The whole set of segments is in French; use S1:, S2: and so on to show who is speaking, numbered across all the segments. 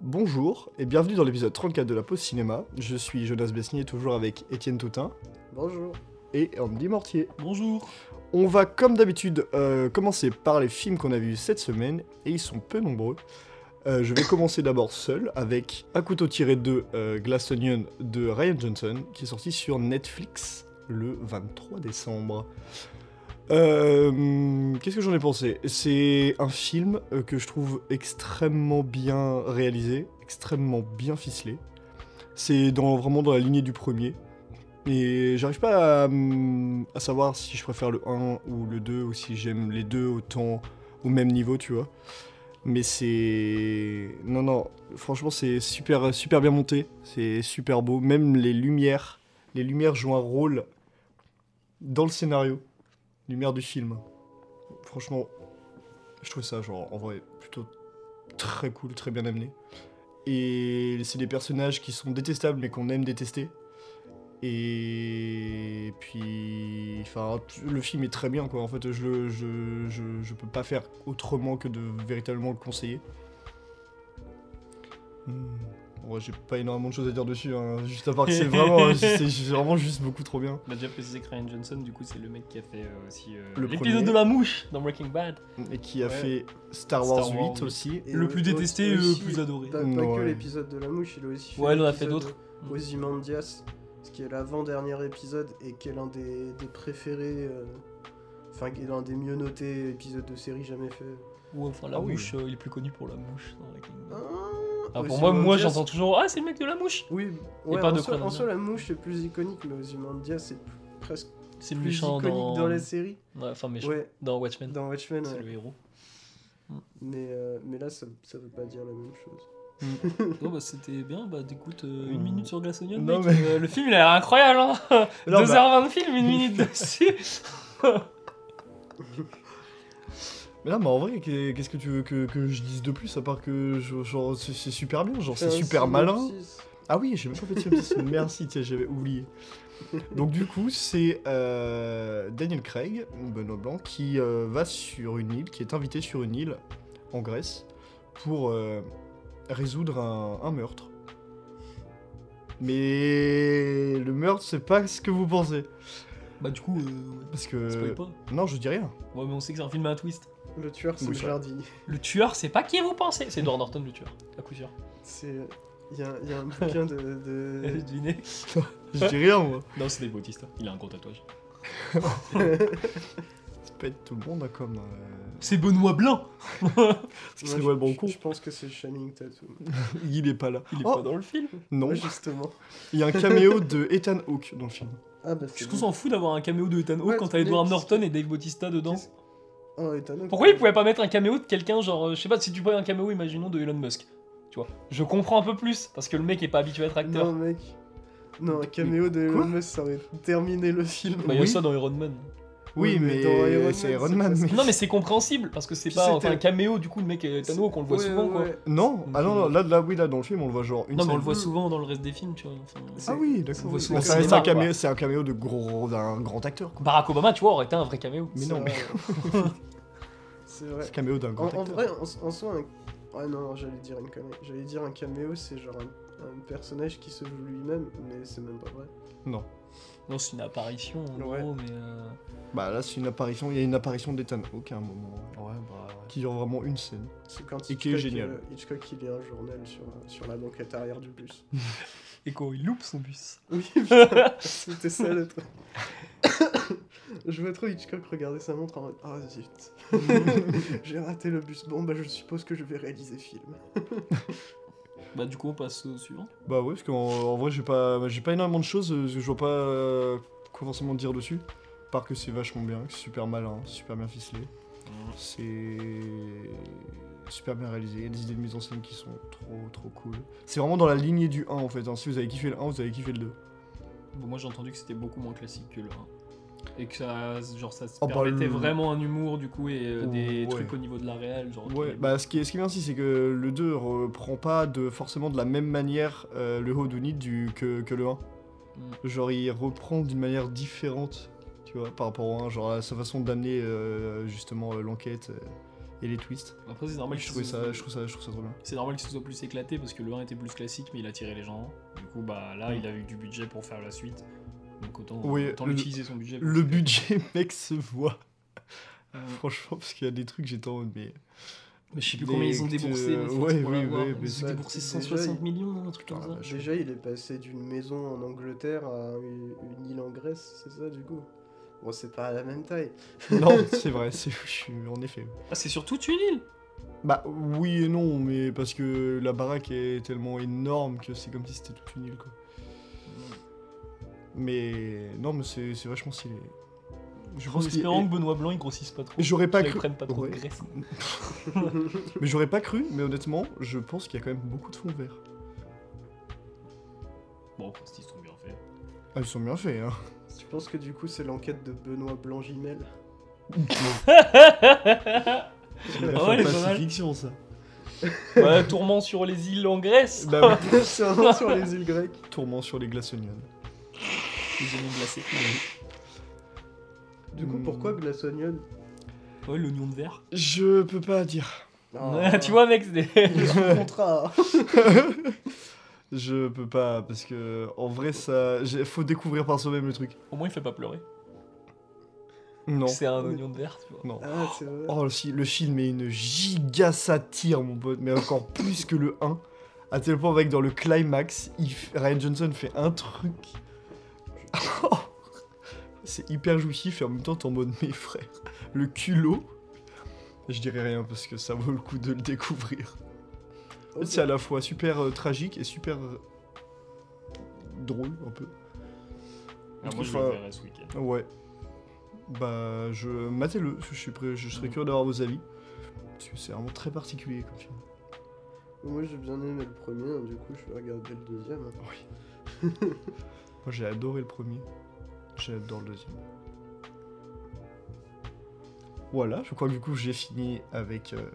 S1: Bonjour et bienvenue dans l'épisode 34 de La Pause Cinéma. Je suis Jonas Besnier, toujours avec Étienne Toutin
S2: Bonjour.
S1: et Andy Mortier.
S3: Bonjour.
S1: On va comme d'habitude euh, commencer par les films qu'on a vus cette semaine et ils sont peu nombreux. Euh, je vais commencer d'abord seul avec Un couteau tiré 2 euh, Glass Onion de Ryan Johnson qui est sorti sur Netflix le 23 décembre. Euh, Qu'est-ce que j'en ai pensé C'est un film euh, que je trouve extrêmement bien réalisé, extrêmement bien ficelé. C'est dans, vraiment dans la lignée du premier. Et j'arrive pas à, hum, à savoir si je préfère le 1 ou le 2, ou si j'aime les deux autant, au même niveau, tu vois. Mais c'est... Non, non, franchement, c'est super, super bien monté, c'est super beau. Même les lumières, les lumières jouent un rôle dans le scénario, lumière du film. Franchement, je trouve ça, genre, en vrai, plutôt très cool, très bien amené. Et c'est des personnages qui sont détestables, mais qu'on aime détester. Et puis, enfin, t- le film est très bien, quoi. En fait, je, le- je, je, je peux pas faire autrement que de véritablement le conseiller. Hmm. Ouais, j'ai pas énormément de choses à dire dessus, hein, juste à part que c'est vraiment, c'est c'est vraiment juste beaucoup trop bien.
S3: On a déjà précisé que Ryan Johnson, du coup, c'est le mec qui a fait euh, aussi euh,
S1: Le
S3: l'épisode
S1: premier.
S3: de la mouche dans Breaking Bad.
S1: Et qui a
S3: Ouais.
S1: fait Star
S3: Star
S1: Wars,
S3: Wars
S1: 8
S3: oui.
S1: aussi.
S2: Et
S3: le
S2: au-
S3: plus
S2: au-
S3: détesté,
S2: aussi,
S3: le plus adoré.
S2: Pas, pas
S1: Ouais.
S2: que l'épisode de la mouche, il a aussi fait.
S3: Ouais, il en a fait
S2: l'épisode
S3: d'autres.
S2: Ozymandias, ce qui est l'avant-dernier épisode et qui est l'un des, des préférés. euh, Enfin, qui est l'un des mieux notés épisodes de série jamais fait.
S3: Ou enfin, la
S1: Ah oui.
S3: mouche, euh, il est plus connu pour la mouche dans Breaking Bad. Ah,
S2: Ozymandias-
S3: pour moi, moi j'entends toujours Ah, c'est le mec de la mouche
S2: Oui, ouais,
S3: pas
S2: en,
S3: de
S2: soi,
S3: Conan.
S2: en soi, la mouche est plus iconique, mais Ozymandias c'est plus- presque
S3: C'est le
S2: plus
S3: méchant
S2: iconique
S3: dans.
S2: dans... la série.
S3: Ouais, enfin, méchant.
S2: Ouais,
S3: Dans Watchmen,
S2: dans Watchmen,
S3: c'est
S2: ouais.
S3: le héros.
S2: mais, euh, mais là, ça, ça veut pas dire la même chose.
S3: Oh, bah c'était bien, bah écoute, euh, une
S1: Hmm.
S3: minute sur Glass Onion,
S1: Non,
S3: mec. euh, le film il a l'air incroyable, hein
S1: Non,
S3: 2h20
S1: bah,
S3: de film, une minute dessus
S1: mais non, mais en vrai, qu'est- qu'est-ce que tu veux que, que je dise de plus à part que je- genre c'est c'est super bien, genre c'est
S2: Un
S1: super malin.
S2: synopsis.
S1: Ah oui, j'ai même pas fait de synopsis. Merci, tiens, j'avais oublié. Donc du coup, c'est euh, Daniel Craig, Benoît Blanc, qui euh, va sur une île, qui est invité sur une île en Grèce pour euh, résoudre un, un meurtre. Mais le meurtre, c'est pas ce que vous pensez,
S3: Bah, du coup, euh,
S1: parce
S3: ouais. spoil
S1: que
S3: pas.
S1: non, je dis rien.
S3: Ouais, mais on sait que c'est un film à un twist.
S2: Le tueur, c'est
S1: Oui,
S2: le
S1: ça va.
S2: jardinier.
S3: Le tueur, c'est pas qui vous pensez C'est Edward Norton, le tueur, à coup sûr.
S2: C'est. Il y, a- y a un bouquin de. de-
S3: J'ai deviné.
S1: Je dis rien, moi.
S3: Non, c'est des bautistes. hein. Il a un gros tatouage.
S1: Ça peut être tout le monde, hein, comme. euh,
S3: C'est Benoît Blanc
S1: Ce qui
S2: Moi,
S1: serait
S2: je-
S1: vraiment
S2: je-
S1: con.
S2: Je pense que c'est Shining Tattoo.
S1: Il est pas là.
S3: Il est
S1: Oh,
S3: pas dans le film.
S1: Non,
S2: Ouais, justement.
S1: il y a un caméo de Ethan Hawke dans le film.
S2: Ah bah
S3: Est-ce
S2: c'est.
S3: qu'on s'en fout d'avoir un caméo de Ethan Hawke
S2: Ouais,
S3: quand t'as
S2: mais
S3: Edward
S2: qu'est-ce
S3: Norton et Dave Bautista dedans
S2: qu'est-ce- Oh, étonnant.
S3: Pourquoi ils pouvaient pas mettre un caméo de quelqu'un, genre, euh, je sais pas, si tu prends un caméo, imaginons, de Elon Musk Tu vois, je comprends un peu plus, parce que le mec est pas habitué à être acteur.
S2: Non, mec. Non, un caméo de Elon
S1: Quoi
S2: Musk, ça aurait terminé le film.
S3: Bah, il y a
S1: Oui.
S3: ça dans Iron Man.
S1: Oui,
S2: Oui, mais
S1: mais,
S2: dans Iron
S1: c'est
S2: Man,
S1: Iron
S2: c'est
S1: Man.
S2: presque-
S1: mais-
S3: Non, mais c'est compréhensible, parce que c'est
S1: Puis
S3: pas
S1: c'était-
S3: enfin, un caméo, du coup, le mec euh, Ethan Hawke, on le voit
S2: Ouais,
S3: souvent, quoi.
S2: ouais.
S1: Non, ah non, non,
S3: Mhm.
S1: là, là, oui, là, dans le film, on le voit genre une
S3: Non, mais on le
S1: scène.
S3: voit
S2: Mm.
S3: souvent dans le reste des films, tu vois. enfin,
S1: Ah oui, d'accord.
S3: On le voit
S1: oui.
S3: souvent
S1: Mais
S3: au
S1: ça reste
S3: cinéma,
S1: un caméo,
S3: quoi.
S1: c'est un caméo de gros, d'un grand acteur, quoi.
S3: Barack Obama, tu vois, aurait été un vrai caméo.
S1: Mais
S2: C'est
S1: non,
S2: vrai.
S1: mais
S2: C'est vrai.
S1: c'est un caméo d'un
S2: En,
S1: grand
S2: en
S1: acteur.
S2: vrai, en, en soi, un. Ouais, non, j'allais dire une connerie. J'allais dire un caméo, c'est genre un, un personnage qui se joue lui-même, mais c'est même pas vrai.
S1: Non.
S3: Non, c'est une apparition, en
S2: Ouais.
S3: gros, mais. euh,
S1: Bah là, c'est une apparition, il y a une apparition d'Ethan Hawke à un moment,
S3: Ouais, bah. ouais.
S1: qui dure vraiment une scène.
S2: C'est quand
S1: Et qui est
S2: Hitchcock,
S1: génial.
S2: euh, Hitchcock, il lit un journal sur, euh, sur la banquette arrière du bus.
S3: Et quand il loupe son bus.
S2: Oui, putain, c'était ça le truc. je vois trop Hitchcock regarder sa montre en mode Ah zut, j'ai raté le bus. Bon, bah je suppose que je vais réaliser film.
S3: Bah, du coup, on passe au suivant.
S1: Bah ouais, parce qu'en en vrai, j'ai pas, j'ai pas énormément de choses, euh, je vois pas euh, quoi forcément dire dessus. Par que c'est vachement bien, que c'est super malin, super bien ficelé. C'est super bien réalisé, il y a des idées de mise en scène qui sont trop trop cool. C'est vraiment dans la lignée du 1 en fait, hein. si vous avez kiffé le 1, vous avez kiffé le 2.
S3: Bon, moi j'ai entendu que c'était beaucoup moins classique que le 1. Et que ça, genre, ça se
S1: Oh, bah,
S3: permettait
S1: le-
S3: vraiment un humour du coup et euh, des
S1: Ouais.
S3: trucs au niveau de la réelle. Genre,
S1: Ouais,
S3: qui-
S1: bah ce qui est, ce qui est bien aussi, c'est que le 2 reprend pas de, forcément de la même manière euh, le Hodunit du que, que le 1.
S3: Mm.
S1: Genre il reprend d'une manière différente, tu vois, par rapport au 1, genre à sa façon d'amener euh, justement euh, l'enquête. euh, et les twists.
S3: Après, c'est normal
S1: je,
S3: qu'il
S1: trouvais
S3: se-
S1: ça, je, trouve ça, je trouve ça trop bien.
S3: C'est normal qu'il se soit plus éclaté parce que le 1 était plus classique, mais il attirait les gens. Du coup, bah là,
S1: Mm.
S3: il avait eu du budget pour faire la suite. Donc autant,
S1: Oui,
S3: autant
S1: le-
S3: utiliser son budget.
S1: Le budget, mec, se voit.
S3: Euh,
S1: Franchement, parce qu'il y a des trucs, j'étais en mode, mais.
S3: mais je sais plus
S1: Des-
S3: combien ils ont
S1: que-
S3: déboursé. mais c'est
S1: ouais,
S3: pour
S1: oui,
S3: l'avoir.
S1: oui, mais
S3: ils
S1: ça,
S3: ont déboursé
S4: déjà,
S3: 160
S4: il-
S3: millions, non, un truc comme
S1: Ah,
S3: ça.
S1: la vache.
S4: Déjà, il est passé d'une maison en Angleterre à une, une île en Grèce, c'est ça, du coup Bon, c'est pas à la même taille.
S1: Non, c'est vrai, c'est je suis- en effet.
S3: Ah, c'est sur toute une île
S1: Bah oui et non, mais parce que la baraque est tellement énorme que c'est comme si c'était toute une île quoi. Mais non, mais c'est c'est vachement stylé. Je
S3: En
S1: pense qu'il-
S3: espérant que Benoît Blanc il grossisse pas trop.
S1: J'aurais pas
S3: Qu'il
S1: cru.
S3: prenne pas trop
S1: Ouais.
S3: de graisse.
S1: Mais j'aurais pas cru, mais honnêtement, je pense qu'il y a quand même beaucoup de fonds verts.
S3: Bon, parce qu'ils sont bien faits.
S1: Ah, ils sont bien faits, hein.
S4: tu penses que du coup, c'est l'enquête de Benoît Blanc-Gimel
S1: La
S3: ouais, elle est pas mal.
S1: fiction ça.
S3: Ouais, Bah, tourment sur les îles en Grèce.
S1: Bah,
S4: C'est un nom sur les îles grecques.
S1: tourment sur les glaçonnières.
S3: Les oignons glacés.
S4: Du coup, pourquoi
S1: Hmm.
S4: Glass Onion
S3: Ouais, l'oignon de verre.
S1: Je peux pas dire.
S4: Ah,
S3: tu vois, mec, c'est des-
S4: il est sous contrat.
S1: je peux pas, parce que en vrai, ça. j'ai- Faut découvrir par soi-même le truc.
S3: au moins il fait pas pleurer.
S1: Non.
S3: C'est un oignon de verre, tu vois.
S1: Non.
S4: Ah, c'est vrai.
S1: Oh, le, si- le film est une giga satire, mon pote, mais encore plus que le 1. À tel point, mec, dans le climax, il f- Ryan Johnson fait un truc. c'est hyper jouissif et en même temps, t'es en mode, mes frères, le culot. Je dirais rien parce que ça vaut le coup de le découvrir.
S4: Ok.
S1: Oh, C'est à la fois super euh, tragique et super euh, drôle, un peu.
S3: Ah, moi je
S1: Enfin,
S3: le verrai ce week-end.
S1: Ouais. Bah, je matez-le. Je suis prêt- je serais curieux d'avoir vos avis parce que c'est vraiment très particulier comme film.
S4: Moi, j'ai bien aimé le premier, hein, du coup, je vais regarder le deuxième. hein.
S1: Oui. Moi, j'ai adoré le premier. J'adore le deuxième. Voilà, je crois que du coup, j'ai fini avec euh,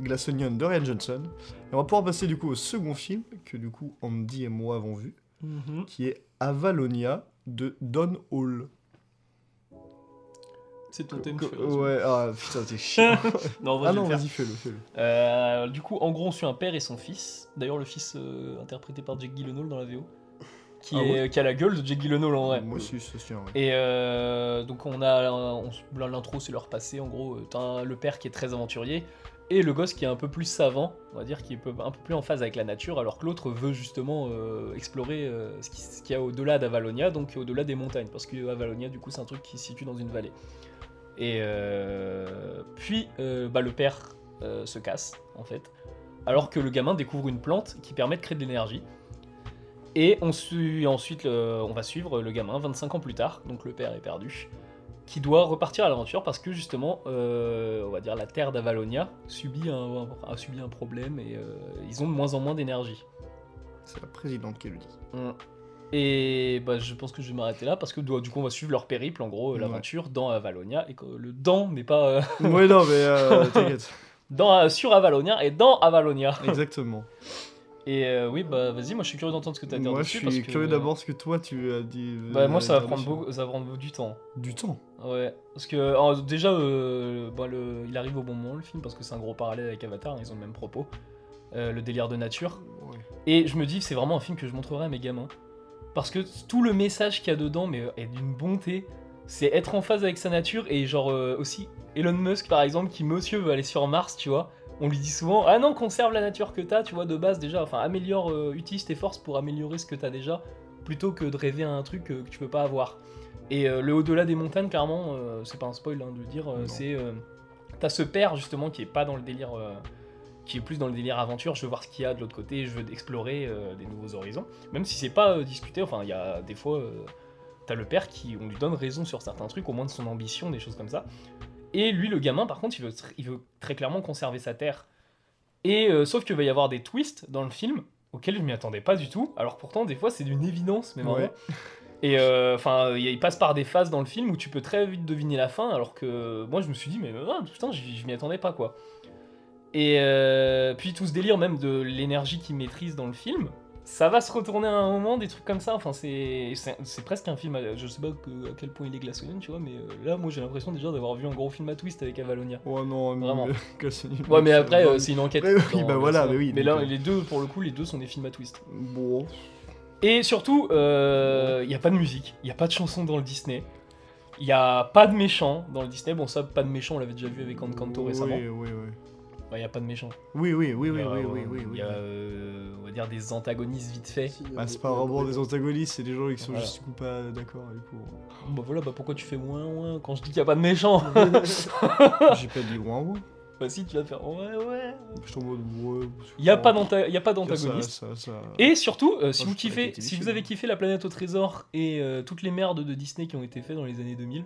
S1: Glass Onion de Ryan Johnson. Et on va pouvoir passer du coup au second film que du coup Andy et moi avons vu,
S3: Mhm.
S1: qui est Avalonia de Don Hall.
S3: C'est ton thème.
S1: Que-
S3: fais, vas-y.
S1: ouais, ah putain, t'es chiant.
S3: Non, en vrai,
S1: ah
S3: je vais
S1: non,
S3: le faire.
S1: vas-y, fais-le, fais-le.
S3: Euh, du coup, en gros, on suit un père et son fils. D'ailleurs, le fils euh, interprété par Jake Gyllenhaal dans la VO, qui,
S1: Ah
S3: est, euh,
S1: ouais
S3: qui a la gueule de Jake Gyllenhaal en vrai.
S1: Moi aussi, ça se tient, ouais.
S3: Et euh, donc on a on se- là, l'intro, c'est leur passé en gros. euh, T'as le père qui est très aventurier et le gosse qui est un peu plus savant, on va dire, qui est peu- un peu plus en phase avec la nature, alors que l'autre veut justement euh, explorer euh, ce qui- ce qu'il y a au-delà d'Avalonia, donc au-delà des montagnes, parce que Avalonia du coup c'est un truc qui se situe dans une vallée. Et euh, puis euh, bah, le père euh, se casse en fait, alors que le gamin découvre une plante qui permet de créer de l'énergie. Et on suit ensuite, le- on va suivre le gamin 25 ans plus tard, donc le père est perdu, qui doit repartir à l'aventure parce que justement, euh, on va dire la terre d'Avalonia subit un, a subi un problème et euh, ils ont de moins en moins d'énergie.
S1: C'est la présidente qui le dit.
S3: Mm. Et bah, je pense que je vais m'arrêter là parce que do- du coup on va suivre leur périple, en gros euh,
S1: Ouais.
S3: l'aventure dans Avalonia et que le dans n'est pas euh,
S1: ouais, non, mais euh, t'inquiète.
S3: dans euh, sur Avalonia et dans Avalonia.
S1: Exactement.
S3: Et euh, oui bah vas-y, moi je suis curieux d'entendre ce que tu as à dire
S1: Moi, je
S3: dessus parce
S1: suis
S3: que- euh,
S1: curieux d'abord ce que toi tu as dit.
S3: Bah, moi ça va
S1: euh,
S3: prendre
S1: dessus.
S3: beaucoup- ça va prendre du temps.
S1: Du temps.
S3: Ouais, parce que alors, déjà, euh, bah, le, il arrive au bon moment le film, parce que c'est un gros parallèle avec Avatar, hein, ils ont le même propos, Euh, le délire de nature. Et je me dis, c'est vraiment un film que je montrerai à mes gamins. Parce que tout le message qu'il y a dedans mais, euh, est d'une bonté, c'est être en phase avec sa nature, et genre euh, aussi Elon Musk par exemple, qui monsieur veut aller sur Mars, tu vois. On lui dit souvent, ah non, conserve la nature que t'as, tu vois, de base déjà, enfin améliore, euh, utilise tes forces pour améliorer ce que t'as déjà, plutôt que de rêver à un truc euh, que tu peux pas avoir. Et euh, le au-delà des montagnes, clairement, euh, c'est pas un spoil hein, de le dire, euh,
S1: Non.
S3: c'est. euh, T'as ce père justement qui est pas dans le délire. euh, qui est plus dans le délire aventure, je veux voir ce qu'il y a de l'autre côté, je veux explorer euh, des nouveaux horizons. Même si c'est pas euh, discuté, enfin, il y a des fois. euh, T'as le père qui, on lui donne raison sur certains trucs, au moins de son ambition, des choses comme ça. Et lui, le gamin, par contre, il veut, tr- il veut très clairement conserver sa terre. Et euh, sauf qu'il va y avoir des twists dans le film auxquels je m'y attendais pas du tout. Alors pourtant, des fois, c'est d'une évidence, mais vraiment.
S1: Ouais.
S3: Et euh, enfin, il- il passe par des phases dans le film où tu peux très vite deviner la fin, alors que moi, je me suis dit, mais ah, putain, je, je m'y attendais pas, quoi. Et euh, puis tout ce délire même de l'énergie qu'il maîtrise dans le film, ça va se retourner à un moment, des trucs comme ça. Enfin, c'est c'est- c'est presque un film. à- Je sais pas que- à quel point il est glaçonné, tu vois, mais euh, là, moi, j'ai l'impression déjà d'avoir vu un gros film à twist avec Avalonia.
S1: Ouais, non, mais-
S3: Vraiment.
S1: que c'est nul.
S3: Ouais, mais
S1: Ça
S3: après,
S1: va.
S3: euh, c'est une enquête.
S1: Ouais, oui,
S3: dans-
S1: bah
S3: dans
S1: voilà,
S3: ça.
S1: mais oui,
S3: Mais
S1: donc,
S3: là,
S1: euh,
S3: les deux, pour le coup, les deux sont des films à twist.
S1: Bon.
S3: Et surtout, il n'y a pas de musique, il n'y a pas de chanson dans le Disney, il n'y a pas de méchant dans le Disney. Bon, ça, pas de méchant, on l'avait déjà vu avec Encanto récemment.
S1: Oui, oui, oui.
S3: Il n'y a pas de méchant.
S1: Oui, oui, oui, oui,
S3: Il y a,
S1: oui,
S3: euh,
S1: oui, oui,
S3: Il
S1: oui.
S3: y a, euh, on va dire, des antagonistes vite fait.
S2: Si,
S1: Bah,
S2: euh,
S1: c'est pas
S2: euh,
S1: vraiment des
S2: euh,
S1: antagonistes, c'est des gens qui sont
S3: Voilà.
S1: juste du coup pas d'accord avec vous.
S3: Bon, Bah voilà, bah pourquoi tu fais moins, moins quand je dis qu'il n'y a pas de méchant
S1: J'ai pas dit loin, moi.
S3: Bah si, tu vas faire ouais, ouais.
S1: Je suis en mode, ouais.
S3: Il n'y a pas
S1: d'antagoniste.
S3: d'anta- y a pas d'antagoniste.
S1: Ah, Ça, ça-
S3: Et surtout, euh, si,
S1: Moi,
S3: vous
S1: je préfère
S3: kiffez,
S1: Kitty
S3: si
S1: Michel.
S3: vous avez kiffé La Planète au Trésor et euh, toutes les merdes de Disney qui ont été faites dans les années 2000,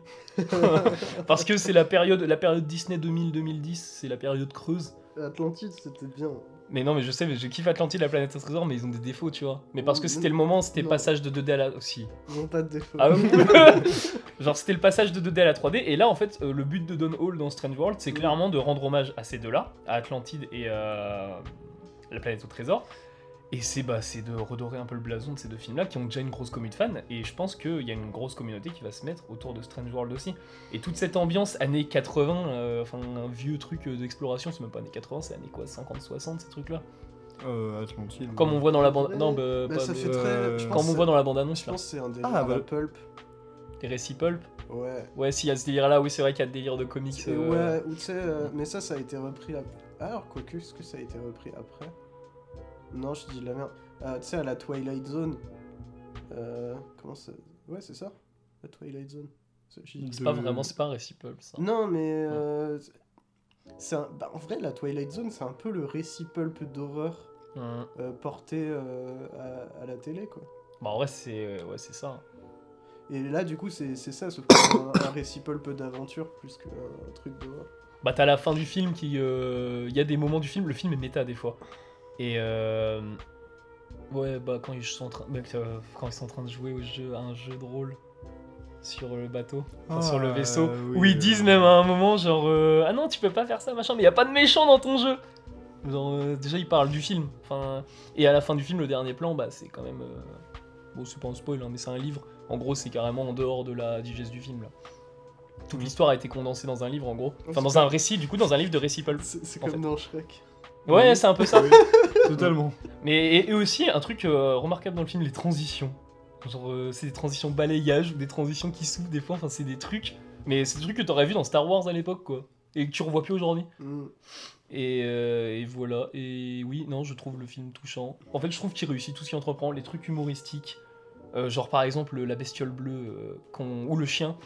S3: parce que c'est la période, la période Disney 2000-2010, c'est la période creuse.
S2: Atlantide, c'était bien.
S3: Mais non, mais je sais, mais je kiffe Atlantide, La Planète au Trésor, mais ils ont des défauts, tu vois. Mais parce que
S2: Non,
S3: c'était le moment, c'était le
S2: non.
S3: passage de 2D à la... Aussi.
S2: Ils ont pas de défaut.
S3: Ah oui. Genre c'était le passage de 2D à la 3D et là en fait euh, le but de Don Hall dans Strange World c'est
S2: Mm.
S3: clairement de rendre hommage à ces deux-là, à Atlantide et euh, la planète au trésor. Et c'est bah, c'est de redorer un peu le blason de ces deux films-là qui ont déjà une grosse commu de fans et je pense qu'il y a une grosse communauté qui va se mettre autour de Strange World aussi. Et toute cette ambiance années 80, euh, enfin un vieux truc euh, d'exploration, c'est même pas années 80, c'est années quoi 50-60 ces trucs-là.
S1: Euh, Atlantide.
S3: Comme on voit dans la bande...
S2: Ouais.
S3: Non, bah,
S2: Bah,
S3: pas
S2: ça
S3: de-
S2: fait
S1: euh,
S2: très. Je
S1: quand
S3: Comme
S2: pense
S3: on voit dans la bande-annonce
S2: Je
S3: là,
S2: pense que c'est un délire.
S1: Ah,
S2: Ah,
S1: bah.
S2: la pulp.
S3: les récits pulp.
S2: Ouais.
S3: Ouais, s'il y a ce délire-là, oui, c'est vrai qu'il y a le délire de comics.
S2: Et
S3: euh,
S2: Ouais, ou tu sais, euh, mais ça, ça a été repris. ap- Ah, alors, quoique, est-ce que ça a été repris après Non, je dis de la merde. Euh, tu sais, à la Twilight Zone. Euh, comment ça. Ouais, c'est ça La Twilight Zone. C'est- j'ai dit-
S3: C'est pas
S1: de-
S3: vraiment, c'est pas un récit pulp, ça.
S2: Non, mais. euh, c'est un- bah, en vrai, la Twilight Zone, c'est un peu le récit pulp d'horreur
S3: Hum.
S2: euh, porté euh, à- à la télé, quoi.
S3: Bah en vrai c'est euh, ouais c'est ça.
S2: Et là, du coup, c'est c'est ça, sauf que c'est un, un récit pulp d'aventure plus qu'un truc de.
S3: Bah t'as la fin du film qui, euh, il y a des moments du film, le film est méta des fois. Et euh, ouais bah quand ils sont en train, mec, euh, quand ils sont en train de jouer au jeu, à un jeu de rôle sur le bateau, enfin,
S1: Ah,
S3: sur le vaisseau,
S1: oui,
S3: où ils disent
S1: euh,
S3: même hein. à un moment genre euh, ah non tu peux pas faire ça machin, mais y a pas de méchant dans ton jeu. Genre, euh, déjà ils parlent du film, enfin et à la fin du film le dernier plan bah c'est quand même euh, bon c'est pas un spoil hein, mais c'est un livre. En gros c'est carrément en dehors de la digeste du film là. Toute l'histoire a été condensée dans un livre en gros. Enfin dans un récit, du coup dans un livre de récit pulp.
S2: C'est c'est
S3: En
S2: comme
S3: fait.
S2: dans Shrek.
S3: Ouais
S1: Oui.
S3: c'est un peu ça.
S1: Oui, Totalement.
S3: Mais et, et aussi un truc euh, remarquable dans le film, les transitions. Genre euh, c'est des transitions balayage ou des transitions qui s'ouvrent des fois, enfin c'est des trucs. Mais c'est des trucs que t'aurais vu dans Star Wars à l'époque quoi. Et que tu revois plus aujourd'hui.
S2: Mm.
S3: Et, euh, et voilà. Et oui, non, je trouve le film touchant. En fait, je trouve qu'il réussit tout ce qu'il entreprend, les trucs humoristiques. Euh, genre par exemple la bestiole bleue euh, qu'on- ou le chien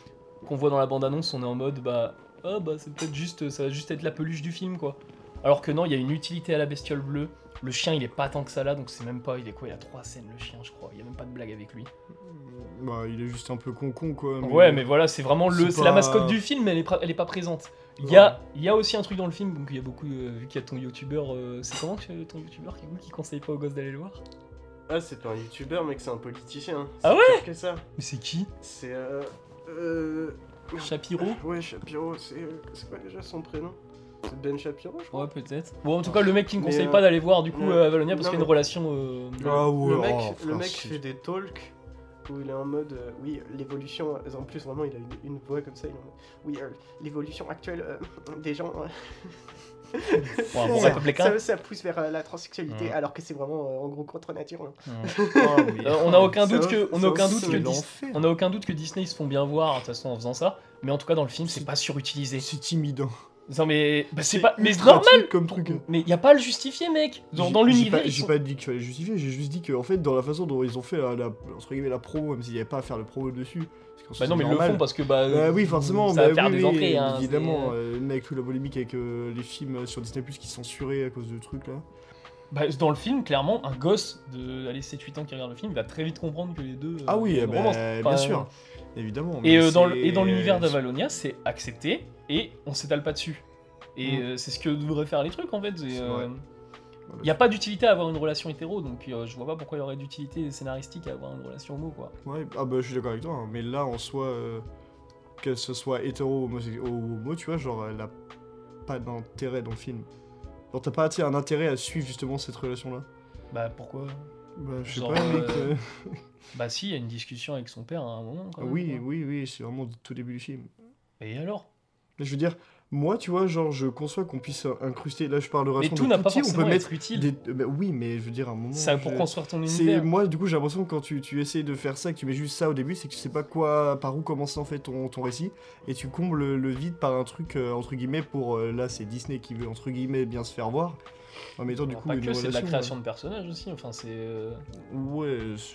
S3: qu'on voit dans la bande-annonce, on est en mode bah ah bah c'est peut-être juste ça va juste être la peluche du film quoi. Alors que non, il y a une utilité à la bestiole bleue. Le chien, il est pas tant que ça là, donc c'est même pas il est quoi, il a trois scènes le chien, je crois. Il y a même pas de blague avec lui.
S1: Bah, il est juste un peu con-con, quoi.
S3: Ouais, mais voilà, c'est vraiment le
S1: Euh, c'est
S3: c'est la
S1: pas-
S3: mascotte du film, mais elle est, pra- elle est pas présente. Il y, a, il y a aussi un truc dans le film, donc il y a beaucoup, euh, vu qu'il y a ton youtubeur, euh, c'est comment que, ton youtubeur qui, qui conseille pas aux gosses d'aller le voir
S2: Ah, c'est pas un youtubeur, mec, c'est un politicien.
S3: Ah
S2: C'est pire que ça.
S3: Mais c'est qui
S2: C'est. Euh, euh,
S3: Shapiro
S2: Ouais, Shapiro, c'est euh, c'est quoi déjà son prénom C'est Ben Shapiro, je crois.
S3: Ouais, peut-être. Bon, en tout cas, le mec qui ne
S2: Mais,
S3: conseille
S2: euh,
S3: pas d'aller voir du coup
S2: ouais.
S3: euh, Avalonia parce
S2: Non,
S3: qu'il y a
S2: mais-
S3: une relation. euh,
S1: Ah ouais,
S2: le mec,
S1: oh,
S2: le
S1: frère,
S2: mec
S1: si.
S2: fait des talks où il est en mode euh, oui l'évolution en plus vraiment il a une, une voix comme ça il est en mode, oui euh, l'évolution actuelle euh, des gens euh,
S3: Bon, un bon hein.
S2: ça-
S3: rap américain.
S2: ça, ça pousse vers euh, la transsexualité
S3: Ouais.
S2: alors que c'est vraiment euh, en gros contre nature hein.
S1: Ah, oui.
S3: Euh, on a aucun
S2: Ça
S3: doute
S2: va-
S3: que, on
S2: ça
S3: a
S2: va
S3: aucun
S2: se
S3: doute que
S1: C'est
S2: mêler.
S3: Dis-
S1: l'enfer.
S3: on a aucun doute que Disney ils se font bien voir de toute façon en faisant ça. Mais en tout cas, dans le film, c'est
S1: C'est-
S3: pas surutilisé.
S1: C'est timidant.
S3: Non mais bah, c'est pas, mais c'est
S1: Ultra
S3: normal.
S1: timide comme truc.
S3: Mais y a pas à le justifier, mec. Genre
S1: J'ai-
S3: dans
S1: j'ai
S3: l'univers.
S1: pas-
S3: ils
S1: J'ai
S3: sont-
S1: pas dit que tu allais justifier, j'ai juste dit que, en fait, dans la façon dont ils ont fait la, la, entre guillemets, la promo, même s'il n'y avait pas à faire le promo dessus. parce qu'en soi,
S3: Bah
S1: c'est
S3: non, mais ils le
S1: normal.
S3: font parce que bah.
S1: Bah oui, forcément,
S3: Ça va
S1: bah
S3: faire
S1: oui,
S3: des
S1: oui,
S3: entrées, hein,
S1: évidemment.
S3: c'est-
S1: euh, mais avec toute la polémique avec euh, les films sur Disney Plus qui sont censurés à cause de trucs là.
S3: Bah, dans le film, clairement, un gosse de allez, 7-8 ans qui regarde le film va très vite comprendre que les deux. euh,
S1: Ah oui,
S3: il y a une
S1: bah,
S3: romance. Enfin,
S1: bien sûr, évidemment.
S3: Et,
S1: mais
S3: euh, dans le-
S1: c'est-
S3: et dans l'univers d'Avalonia, c'est accepté et on s'étale pas dessus. Et
S1: Mm.
S3: euh, c'est ce que devraient faire les trucs en fait. Il
S1: C'est vrai. Voilà.
S3: n'y a pas d'utilité à avoir une relation hétéro, donc euh, je vois pas pourquoi il y aurait d'utilité scénaristique à avoir une relation homo quoi.
S1: Ouais, ah bah je suis d'accord avec toi, hein, mais là en soi, euh, que ce soit hétéro ou homo, ou homo, tu vois, genre elle a pas d'intérêt dans le film. Genre t'as pas tu sais, un intérêt à suivre justement cette relation là.
S3: Bah pourquoi
S1: Bah, je sais
S3: Genre,
S1: pas, mec. euh,
S3: euh, Bah si, il y a une discussion avec son père à un moment. Quand même,
S1: ah Oui,
S3: quoi.
S1: oui, oui, c'est vraiment au tout début du film.
S3: Et alors
S1: Mais je veux dire, moi, tu vois, genre, je conçois qu'on puisse incruster. Là, je parle de
S3: Mais
S1: rations
S3: tout
S1: de
S3: n'a
S1: tout
S3: pas
S1: petit,
S3: forcément
S1: on peut mettre
S3: être utile.
S1: des- euh, bah oui, mais je veux dire, à un moment.
S3: Ça pour
S1: je-
S3: construire ton
S1: C'est
S3: univers.
S1: moi, du coup, j'ai l'impression que quand tu, tu essayes de faire ça, que tu mets juste ça au début, c'est que tu sais pas quoi, par où commencer en fait ton, ton récit, et tu combles le vide par un truc euh, entre guillemets pour euh, là, c'est Disney qui veut entre guillemets bien se faire voir. En mettant du
S3: Alors,
S1: coup
S3: pas
S1: une
S3: que, c'est de la
S1: relation,
S3: création de personnages aussi. Enfin, c'est. euh,
S1: Ouais, c'est-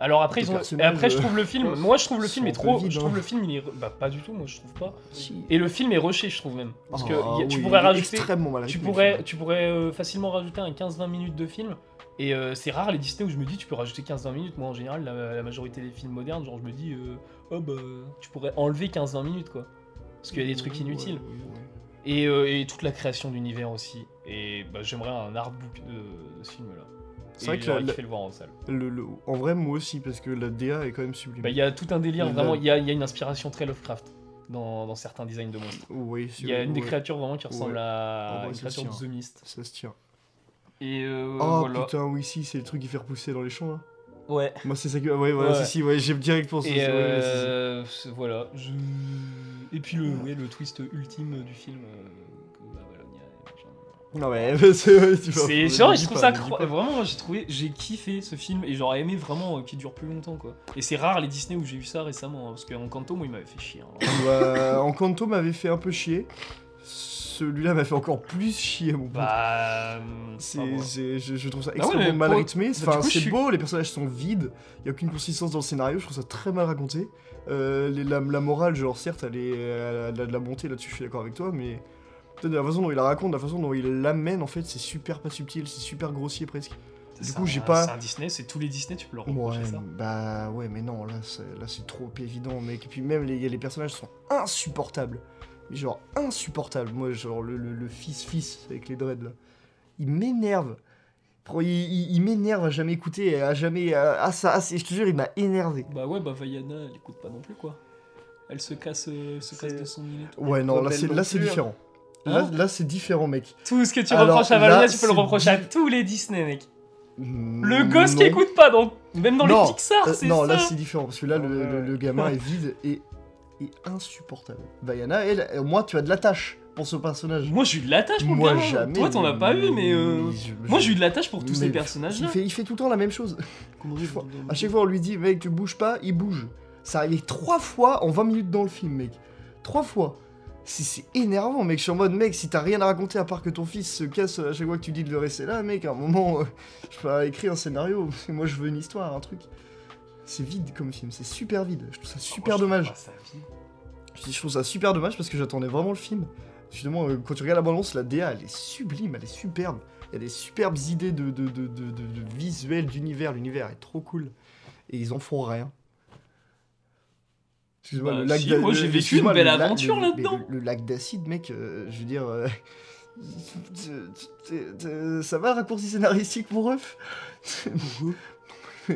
S3: Alors après,
S1: Des
S3: ils ont... et
S1: personnages,
S3: après, je
S1: euh,
S3: trouve le film. Moi, je trouve le
S1: sont
S3: film est
S1: un peu
S3: trop.
S1: vides,
S3: je trouve
S1: hein.
S3: le film, il est. Bah pas du tout. Moi, je trouve pas.
S1: si.
S3: Et le film est rushé, je trouve même. Parce que
S1: Ah
S3: y a- tu
S1: oui,
S3: pourrais
S1: il est
S3: rajouter.
S1: Extrêmement mal
S3: Tu
S1: rythmé, le
S3: pourrais,
S1: film.
S3: tu pourrais euh, facilement rajouter un 15-20 minutes de film. Et euh, c'est rare les Disney où je me dis tu peux rajouter 15-20 minutes. Moi en général, la, la majorité des films modernes, genre je me dis euh, oh bah tu pourrais enlever 15-20 minutes quoi. Parce qu'il y a des trucs
S1: Ouais,
S3: inutiles.
S1: Mmh, ouais, ouais.
S3: Et, euh, et toute la création d'univers aussi. Et bah, j'aimerais un artbook de, de ce film là.
S1: C'est vrai
S3: Et
S1: que
S3: j'aurais
S1: la-
S3: kiffé le voir en salle.
S1: Le- le- en vrai, moi aussi, parce que la DA est quand même sublime.
S3: Bah, Il y a tout un délire,
S1: Il y a-
S3: vraiment, il y a, il y a une inspiration très Lovecraft dans, dans certains designs de monstres.
S1: Oui,
S3: Il y a une des
S1: ouais,
S3: créatures vraiment qui ressemble
S1: Ouais.
S3: à
S1: En vrai,
S3: une
S1: ça
S3: créature de
S1: tient.
S3: The Mist.
S1: Ça se tient.
S3: Et euh,
S1: oh
S3: voilà.
S1: putain, oui, si, c'est le truc qui fait repousser dans les champs là.
S3: Ouais.
S1: Moi, c'est ça que. Ouais, voilà,
S3: Ouais.
S1: si, si, ouais, j'ai direct pensé.
S3: Et
S1: ouais, ouais,
S3: euh, c'est- voilà. je- Et puis le, ouais, le twist ultime du film. euh, que Avalonia et machin.
S1: si, si. Non, mais c'est vrai, tu vas-
S3: C'est
S1: ne
S3: genre,
S1: dis
S3: je trouve
S1: pas,
S3: ça
S1: ne dis
S3: cro-
S1: pas.
S3: vraiment moi, j'ai trouvé j'ai kiffé ce film et j'aurais aimé vraiment euh, qu'il dure plus longtemps quoi. Et c'est rare les Disney où j'ai vu ça récemment hein, parce qu'en Kanto moi il m'avait fait chier. hein.
S1: Bah, en Kanto m'avait fait un peu chier. Celui-là m'a fait encore plus chier, mon pote.
S3: Bah euh,
S1: C'est-
S3: enfin, voilà.
S1: c'est- je, je trouve ça
S3: Bah ouais,
S1: extrêmement
S3: mais
S1: mal
S3: pour-
S1: rythmé.
S3: du
S1: Enfin,
S3: coup, je
S1: c'est
S3: suis-
S1: beau, les personnages sont vides, il y a aucune consistance dans le scénario, je trouve ça très mal raconté. Euh, les- la, la morale, genre, certes, elle, est, elle a de la montée là-dessus, je suis d'accord avec toi, mais peut-être de la façon dont il la raconte, de la façon dont il l'amène, en fait, c'est super pas subtil, c'est super grossier presque. du
S3: C'est
S1: coup,
S3: un-
S1: j'ai pas-
S3: C'est un Disney, c'est tous les Disney tu peux leur
S1: Ouais,
S3: reprocher ça.
S1: bah ouais, mais non, là c'est, là, c'est trop évident, mec. Et puis même, les, les personnages sont insupportables. Mais Genre, insupportables. Moi, genre, le, le- le fils-fils avec les dreads, là. Il m'énerve. Pro- Il, il- il m'énerve à jamais écouter, à jamais... À, à ça, à- c'est- je te jure, il m'a énervé.
S3: Bah ouais bah Vaiana elle écoute pas non plus quoi. Elle se casse, euh, elle se casse
S4: C'est-
S3: de son île et tout.
S1: Ouais, non, là
S4: Rebelle
S1: c'est,
S4: non
S1: là, c'est
S4: plus, hein.
S1: différent. Là,
S3: Hein
S1: là, c'est différent, mec.
S3: Tout ce que tu
S1: Alors,
S3: reproches à
S1: là,
S3: Valonia, tu peux le
S1: c'est
S3: reprocher à
S1: dit-
S3: tous les Disney, mec. Le
S1: Le
S3: gosse qui écoute pas, dans... même dans
S1: Non,
S3: les Pixar,
S1: Mm, Euh,
S3: c'est
S1: non,
S3: ça. Oh,
S1: là c'est différent parce que là le,
S4: Ouais,
S1: le-
S4: ouais.
S1: le gamin est vide et, et insupportable. Vaiana, elle, au moins tu as de la tâche pour ce personnage.
S3: Moi, j'ai eu de l'attache pour le gamin. Toi, t'en as pas eu, mais. euh,
S1: je-
S3: Moi,
S1: je-
S3: j'ai eu de l'attache pour tous
S1: mais
S3: ces
S1: Il
S3: personnages-là.
S1: fait, il fait tout le temps la même chose.
S3: Comment dire,
S1: fois-
S3: dans-
S1: À chaque fois, on lui dit, mec, tu bouges pas, il bouge. Ça arrive trois fois en 20 minutes dans le film, mec. Trois fois. C'est- C'est énervant, mec. Je suis en mode, mec, si t'as rien à raconter à part que ton fils se casse à chaque fois que tu dis de le rester là, mec, à un moment, euh, je peux écrire un scénario. Moi, je veux une histoire, un truc. C'est vide comme film, c'est super vide. Je trouve ça
S3: Moi,
S1: super
S3: Oh, je trouve
S1: dommage.
S3: pas ça vide.
S1: Je je trouve ça super dommage parce que j'attendais vraiment le film. Justement, euh, quand tu regardes la bande-annonce, la DA, elle est sublime, elle est superbe. Il y a des superbes idées de, de, de, de, de- de visuel d'univers. L'univers est trop cool. Et ils en font rien. Excuse-moi,
S3: Bah,
S1: le lac
S3: si,
S1: d'a-
S3: moi,
S1: le-
S3: j'ai vécu
S1: excuse-moi,
S3: une belle
S1: le lac-
S3: aventure
S1: le- mais
S3: là-dedans.
S1: Le, le lac d'acide, mec, euh, je veux dire. euh, t- t- t- ça va, raccourci scénaristique, mon ref Non, mais-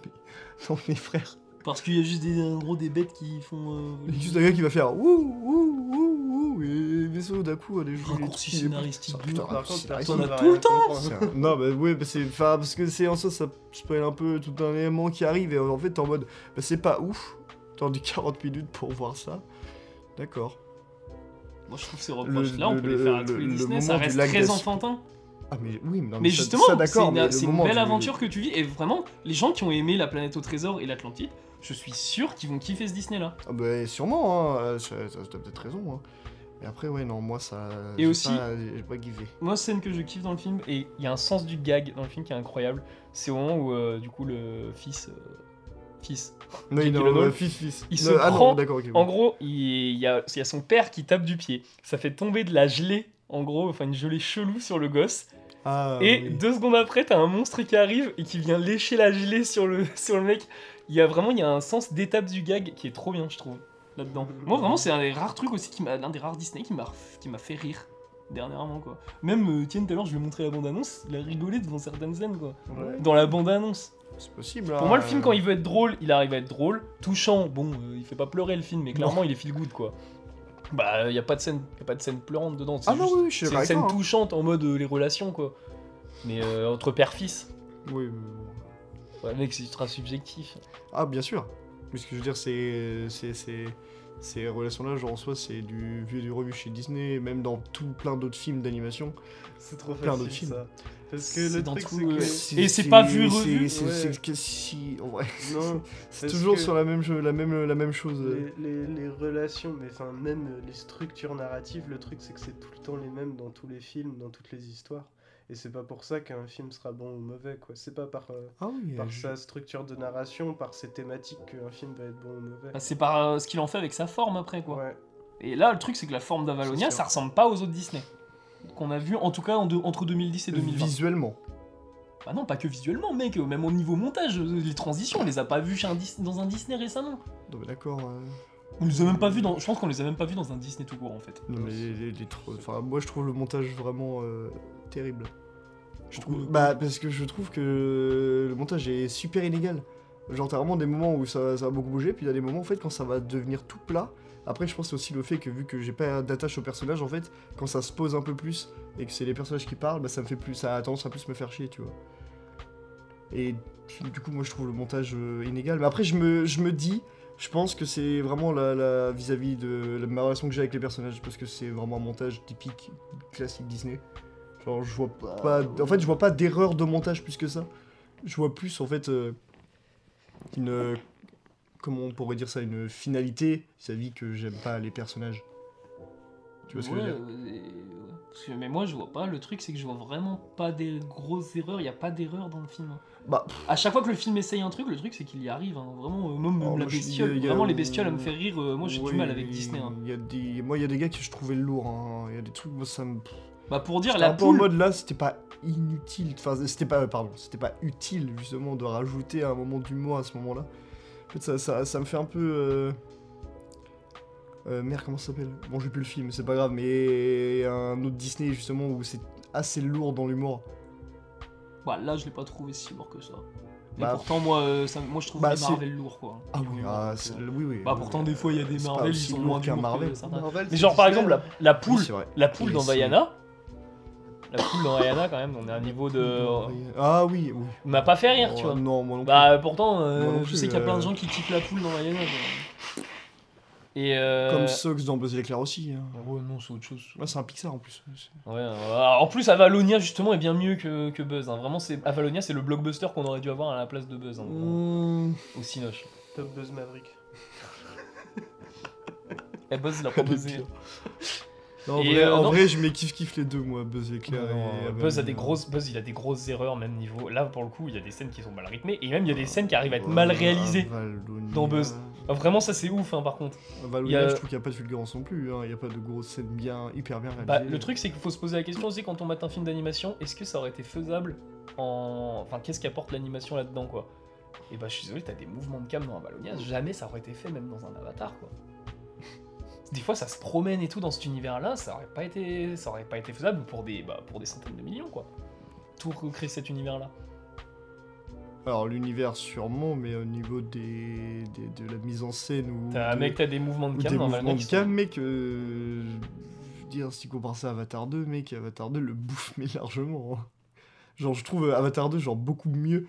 S1: non, mais frère.
S3: Parce qu'il y a juste des, en gros des bêtes qui font. euh,
S1: Il y a juste un gars qui va faire wouh wouh wouh wouh et vaisseau d'un coup allez jouer
S3: Raccourci scénaristique de ouf.
S4: Par contre, personne
S3: on a
S4: va
S3: tout
S4: rien
S3: le temps.
S4: comprendre.
S1: non bah ouais bah, c'est enfin, parce que c'est en soi ça spoil un peu tout un élément qui arrive et en fait t'es en mode bah c'est pas ouf attendu 40 minutes pour voir ça d'accord
S3: Moi, je trouve ces
S1: Le-
S3: reproches-là, on peut
S1: le-
S3: les faire à tous
S1: le-
S3: les
S1: le
S3: Disney,
S1: moment
S3: ça
S1: du
S3: reste
S1: lac
S3: très
S1: d'acide.
S3: enfantin.
S1: ah mais oui non,
S3: Mais
S1: ça-
S3: justement,
S1: ça,
S3: c'est
S1: d'accord, mais
S3: une,
S1: le
S3: c'est une
S1: moment
S3: belle
S1: du-
S3: aventure que tu vis. Et vraiment, les gens qui ont aimé La planète au trésor et l'Atlantide, je suis sûr qu'ils vont kiffer ce Disney-là.
S1: ah, bah sûrement hein euh, ça- ça- t'as peut-être raison hein. mais après ouais non moi ça
S3: Et
S1: j'ai
S3: aussi-
S1: pas- j'ai pas givé
S3: Moi, scène que je kiffe dans le film, et il y a un sens du gag dans le film qui est incroyable, c'est au moment où, euh, du coup, le fils. euh, fils.
S1: non
S3: Jake
S1: non,
S3: Gyllenhaal,
S1: ouais, fils fils
S3: il
S1: Non,
S3: se
S1: ah non,
S3: prend
S1: d'accord ok,
S3: En
S1: oui.
S3: gros, il il y, a, il y a son père qui tape du pied. Ça fait tomber de la gelée, en gros, enfin une gelée chelou sur le gosse.
S1: Ah,
S3: et
S1: oui.
S3: deux secondes après, t'as un monstre qui arrive et qui vient lécher la gelée sur le, sur le mec. Il y a vraiment il y a un sens d'étape du gag qui est trop bien, je trouve, là-dedans. Moi, vraiment, c'est un des rares trucs aussi, qui m'a- l'un des rares Disney qui m'a qui m'a fait rire dernièrement, quoi. Même, euh, tiens, tout à l'heure, je lui ai montré la bande-annonce, il a rigolé devant certaines scènes, quoi.
S1: Ouais.
S3: Dans la bande-annonce.
S1: C'est possible. hein.
S3: Pour moi, le film, quand il veut être drôle, il arrive à être drôle. Touchant, bon, euh, il fait pas pleurer le film, mais clairement, il est feel good, quoi. Bah, il y a pas de scène, y a pas de scène pleurante dedans. C'est
S1: Ah non,
S3: juste-
S1: oui, oui, je suis
S3: c'est
S1: d'accord
S3: une
S1: avec
S3: scène
S1: toi, hein.
S3: touchante en mode euh, les relations, quoi. Mais euh, entre père-fils.
S1: Oui, mais bon.
S3: Ouais, mec, c'est ultra subjectif.
S1: Ah, bien sûr. Mais ce que je veux dire, c'est. c'est- c'est- Ces relations-là, genre en soi, c'est du vu et du revu chez Disney, même dans tout plein d'autres films d'animation.
S2: C'est trop
S1: Plein
S2: facile
S1: d'autres films.
S2: ça. Parce que
S3: C'est
S2: le
S3: dans
S2: truc,
S3: tout,
S2: c'est que.
S3: euh, Et c'est pas vu et revu,
S1: c'est-
S2: ouais.
S1: c'est- que si, en vrai.
S3: euh,
S2: Non,
S1: C'est
S2: parce
S1: toujours
S2: que
S1: sur la même, jeu- la même, la même chose.
S2: les, les- les relations, mais enfin, même euh, les structures narratives, le truc, c'est que c'est tout le temps les mêmes dans tous les films, dans toutes les histoires. Et c'est pas pour ça qu'un film sera bon ou mauvais, quoi. C'est pas par, euh,
S1: Ah oui,
S2: par
S1: je-
S2: sa structure de narration, par ses thématiques qu'un film va être bon ou mauvais.
S3: Bah, C'est par euh, ce qu'il en fait avec sa forme après, quoi.
S2: Ouais.
S3: Et là, le truc, c'est que la forme d'Avalonia,
S1: C'est sûr.
S3: ça ressemble pas aux autres Disney. Qu'on a vu, en tout cas, en deux- entre
S1: Euh,
S3: 2010 et 2020.
S1: visuellement.
S3: Bah non, pas que visuellement, mec, euh, même au niveau montage, euh, les transitions, on les a pas vues chez un Dis- dans un Disney récemment.
S1: Non mais d'accord. euh,
S3: On les a même pas vues dans... Je pense qu'on les a même pas vues dans un Disney tout court, en fait.
S1: Non mais les, les- les tro- enfin, moi je trouve le montage vraiment euh, terrible. Je trouve-
S3: Pourquoi
S1: bah parce que je trouve que le montage est super inégal. Genre t'as vraiment des moments où ça, ça va beaucoup bouger, puis il y a des moments en fait quand ça va devenir tout plat. Après je pense que c'est aussi le fait que vu que j'ai pas d'attache au personnage en fait, quand ça se pose un peu plus et que c'est les personnages qui parlent, bah ça me fait plus, ça a tendance à plus me faire chier, tu vois. Et du coup moi je trouve le montage euh, inégal. Mais après je me, je me dis, je pense que c'est vraiment la la- vis-à-vis de la, ma relation que j'ai avec les personnages parce que c'est vraiment un montage typique classique Disney. Genre je vois pas, en fait je vois pas d'erreur de montage plus que ça. Je vois plus en fait euh, une, euh, comment on pourrait dire ça, une finalité vis-à-vis que j'aime pas les personnages. Tu vois ce que je veux dire
S3: Ouais, euh, ouais. Parce que- mais moi, je vois pas. Le truc, c'est que je vois vraiment pas des grosses erreurs. Il y a pas d'erreur dans le film. hein.
S1: Bah,
S3: À chaque fois que le film essaye un truc, le truc, c'est qu'il y arrive. hein. Vraiment, euh, même
S1: Oh,
S3: la
S1: moi, je-
S3: bestiole.
S1: il y a-
S3: Vraiment, les bestioles, à me faire rire. euh, moi, j'ai
S1: ouais,
S3: du mal avec Disney. hein.
S1: il y a des, moi il y a des gars que je trouvais lourds. hein. Il y a des trucs, moi ça me
S3: Bah, pour dire,
S1: J'étais
S3: la
S1: un peu en
S3: poule...
S1: mode là, c'était pas inutile, enfin c'était pas, euh, pardon, c'était pas utile justement de rajouter un moment d'humour à ce moment-là. En fait, ça, ça, ça me fait un peu. Euh... euh, merde, comment ça s'appelle Bon, j'ai plus le film, c'est pas grave, mais un autre Disney justement où c'est assez lourd dans l'humour.
S3: Bah là, je l'ai pas trouvé si lourd que ça. Et
S1: Bah,
S3: pourtant, moi, euh, ça- moi, je trouve
S1: bah,
S3: les
S1: c'est-
S3: Marvel lourds, quoi.
S1: Ah oui, ah, c'est- oui, oui.
S3: Bah
S1: oui,
S3: pourtant,
S1: oui,
S3: des fois, il y a des
S1: c'est pas
S3: Marvel, ils
S1: aussi
S3: sont
S1: lourds
S3: loin
S1: qu'un
S3: d'humour que
S1: Marvel.
S3: certains.
S2: Marvel,
S3: Mais
S2: c'est
S3: genre, par
S2: Disney.
S3: exemple, la, la
S1: Oui,
S3: poule,
S1: c'est vrai.
S3: la poule dans
S1: Mais c'est-
S3: Vaiana. La poule dans Vaiana, quand même, on est à un niveau de. On
S1: Ah oui, oui.
S3: m'a pas fait rire, tu vois.
S1: Non, moi non plus.
S3: Bah pourtant, euh,
S1: Moi non
S3: je
S1: plus,
S3: sais qu'il y a plein de
S1: euh.
S3: gens qui kiffent la poule dans Vaiana. quoi. Et euh...
S1: Comme Sox dans Buzz l'éclair aussi. hein.
S3: Ouais, non, c'est autre chose.
S1: Ouais, c'est un Pixar en plus.
S3: Ouais, euh, en plus, Avalonia, justement, est bien mieux que, que Buzz. hein. Vraiment, c'est Avalonia, c'est le blockbuster qu'on aurait dû avoir à la place de Buzz. hein, vraiment.
S2: Euh,
S1: Mmh.
S3: Au Cinoche.
S2: Top Buzz Maverick.
S3: Et Eh, Buzz l'a proposé.
S1: Non, en
S3: Et,
S1: vrai,
S3: euh,
S1: en
S3: non.
S1: vrai, je mets kiff kiff les deux, moi, Buzz l'éclair et.
S3: Non,
S1: Avalonia.
S3: Buzz a des grosses, Buzz, il a des grosses erreurs même niveau. Là pour le coup, il y a des scènes qui sont mal rythmées et même il y a des scènes qui arrivent à être mal réalisées.
S1: Avalonia.
S3: dans Buzz. Ah, Vraiment ça c'est ouf hein, par contre.
S1: Avalonia,
S3: Il y a-
S1: je trouve qu'il n'y a pas de fulgurance non plus. hein. Il n'y a pas de grosses scènes bien, hyper bien réalisées.
S3: Bah, le truc c'est qu'il faut se poser la question aussi quand on mate un film d'animation, est-ce que ça aurait été faisable en, enfin qu'est-ce qu'apporte l'animation là-dedans quoi. Et bah je suis désolé, t'as des mouvements de cam dans Avalonia, jamais ça aurait été fait même dans un Avatar quoi. Des fois ça se promène et tout dans cet univers-là, ça aurait pas été, ça aurait pas été faisable pour des, bah, pour des centaines de millions quoi. Tout recréer cet univers-là.
S1: Alors, l'univers, sûrement, mais au niveau des, des- de la mise en scène ou.
S3: T'as,
S1: de-
S3: mec, t'as des mouvements
S1: ou
S3: de
S1: des
S3: cam dans
S1: mouvements
S3: Valorant
S1: de
S3: qui
S1: cam, mec. euh, je veux dire, si tu compares ça à Avatar 2, mec, Avatar 2 le bouffe, mais largement. hein. Genre, je trouve euh, Avatar 2, genre, beaucoup mieux.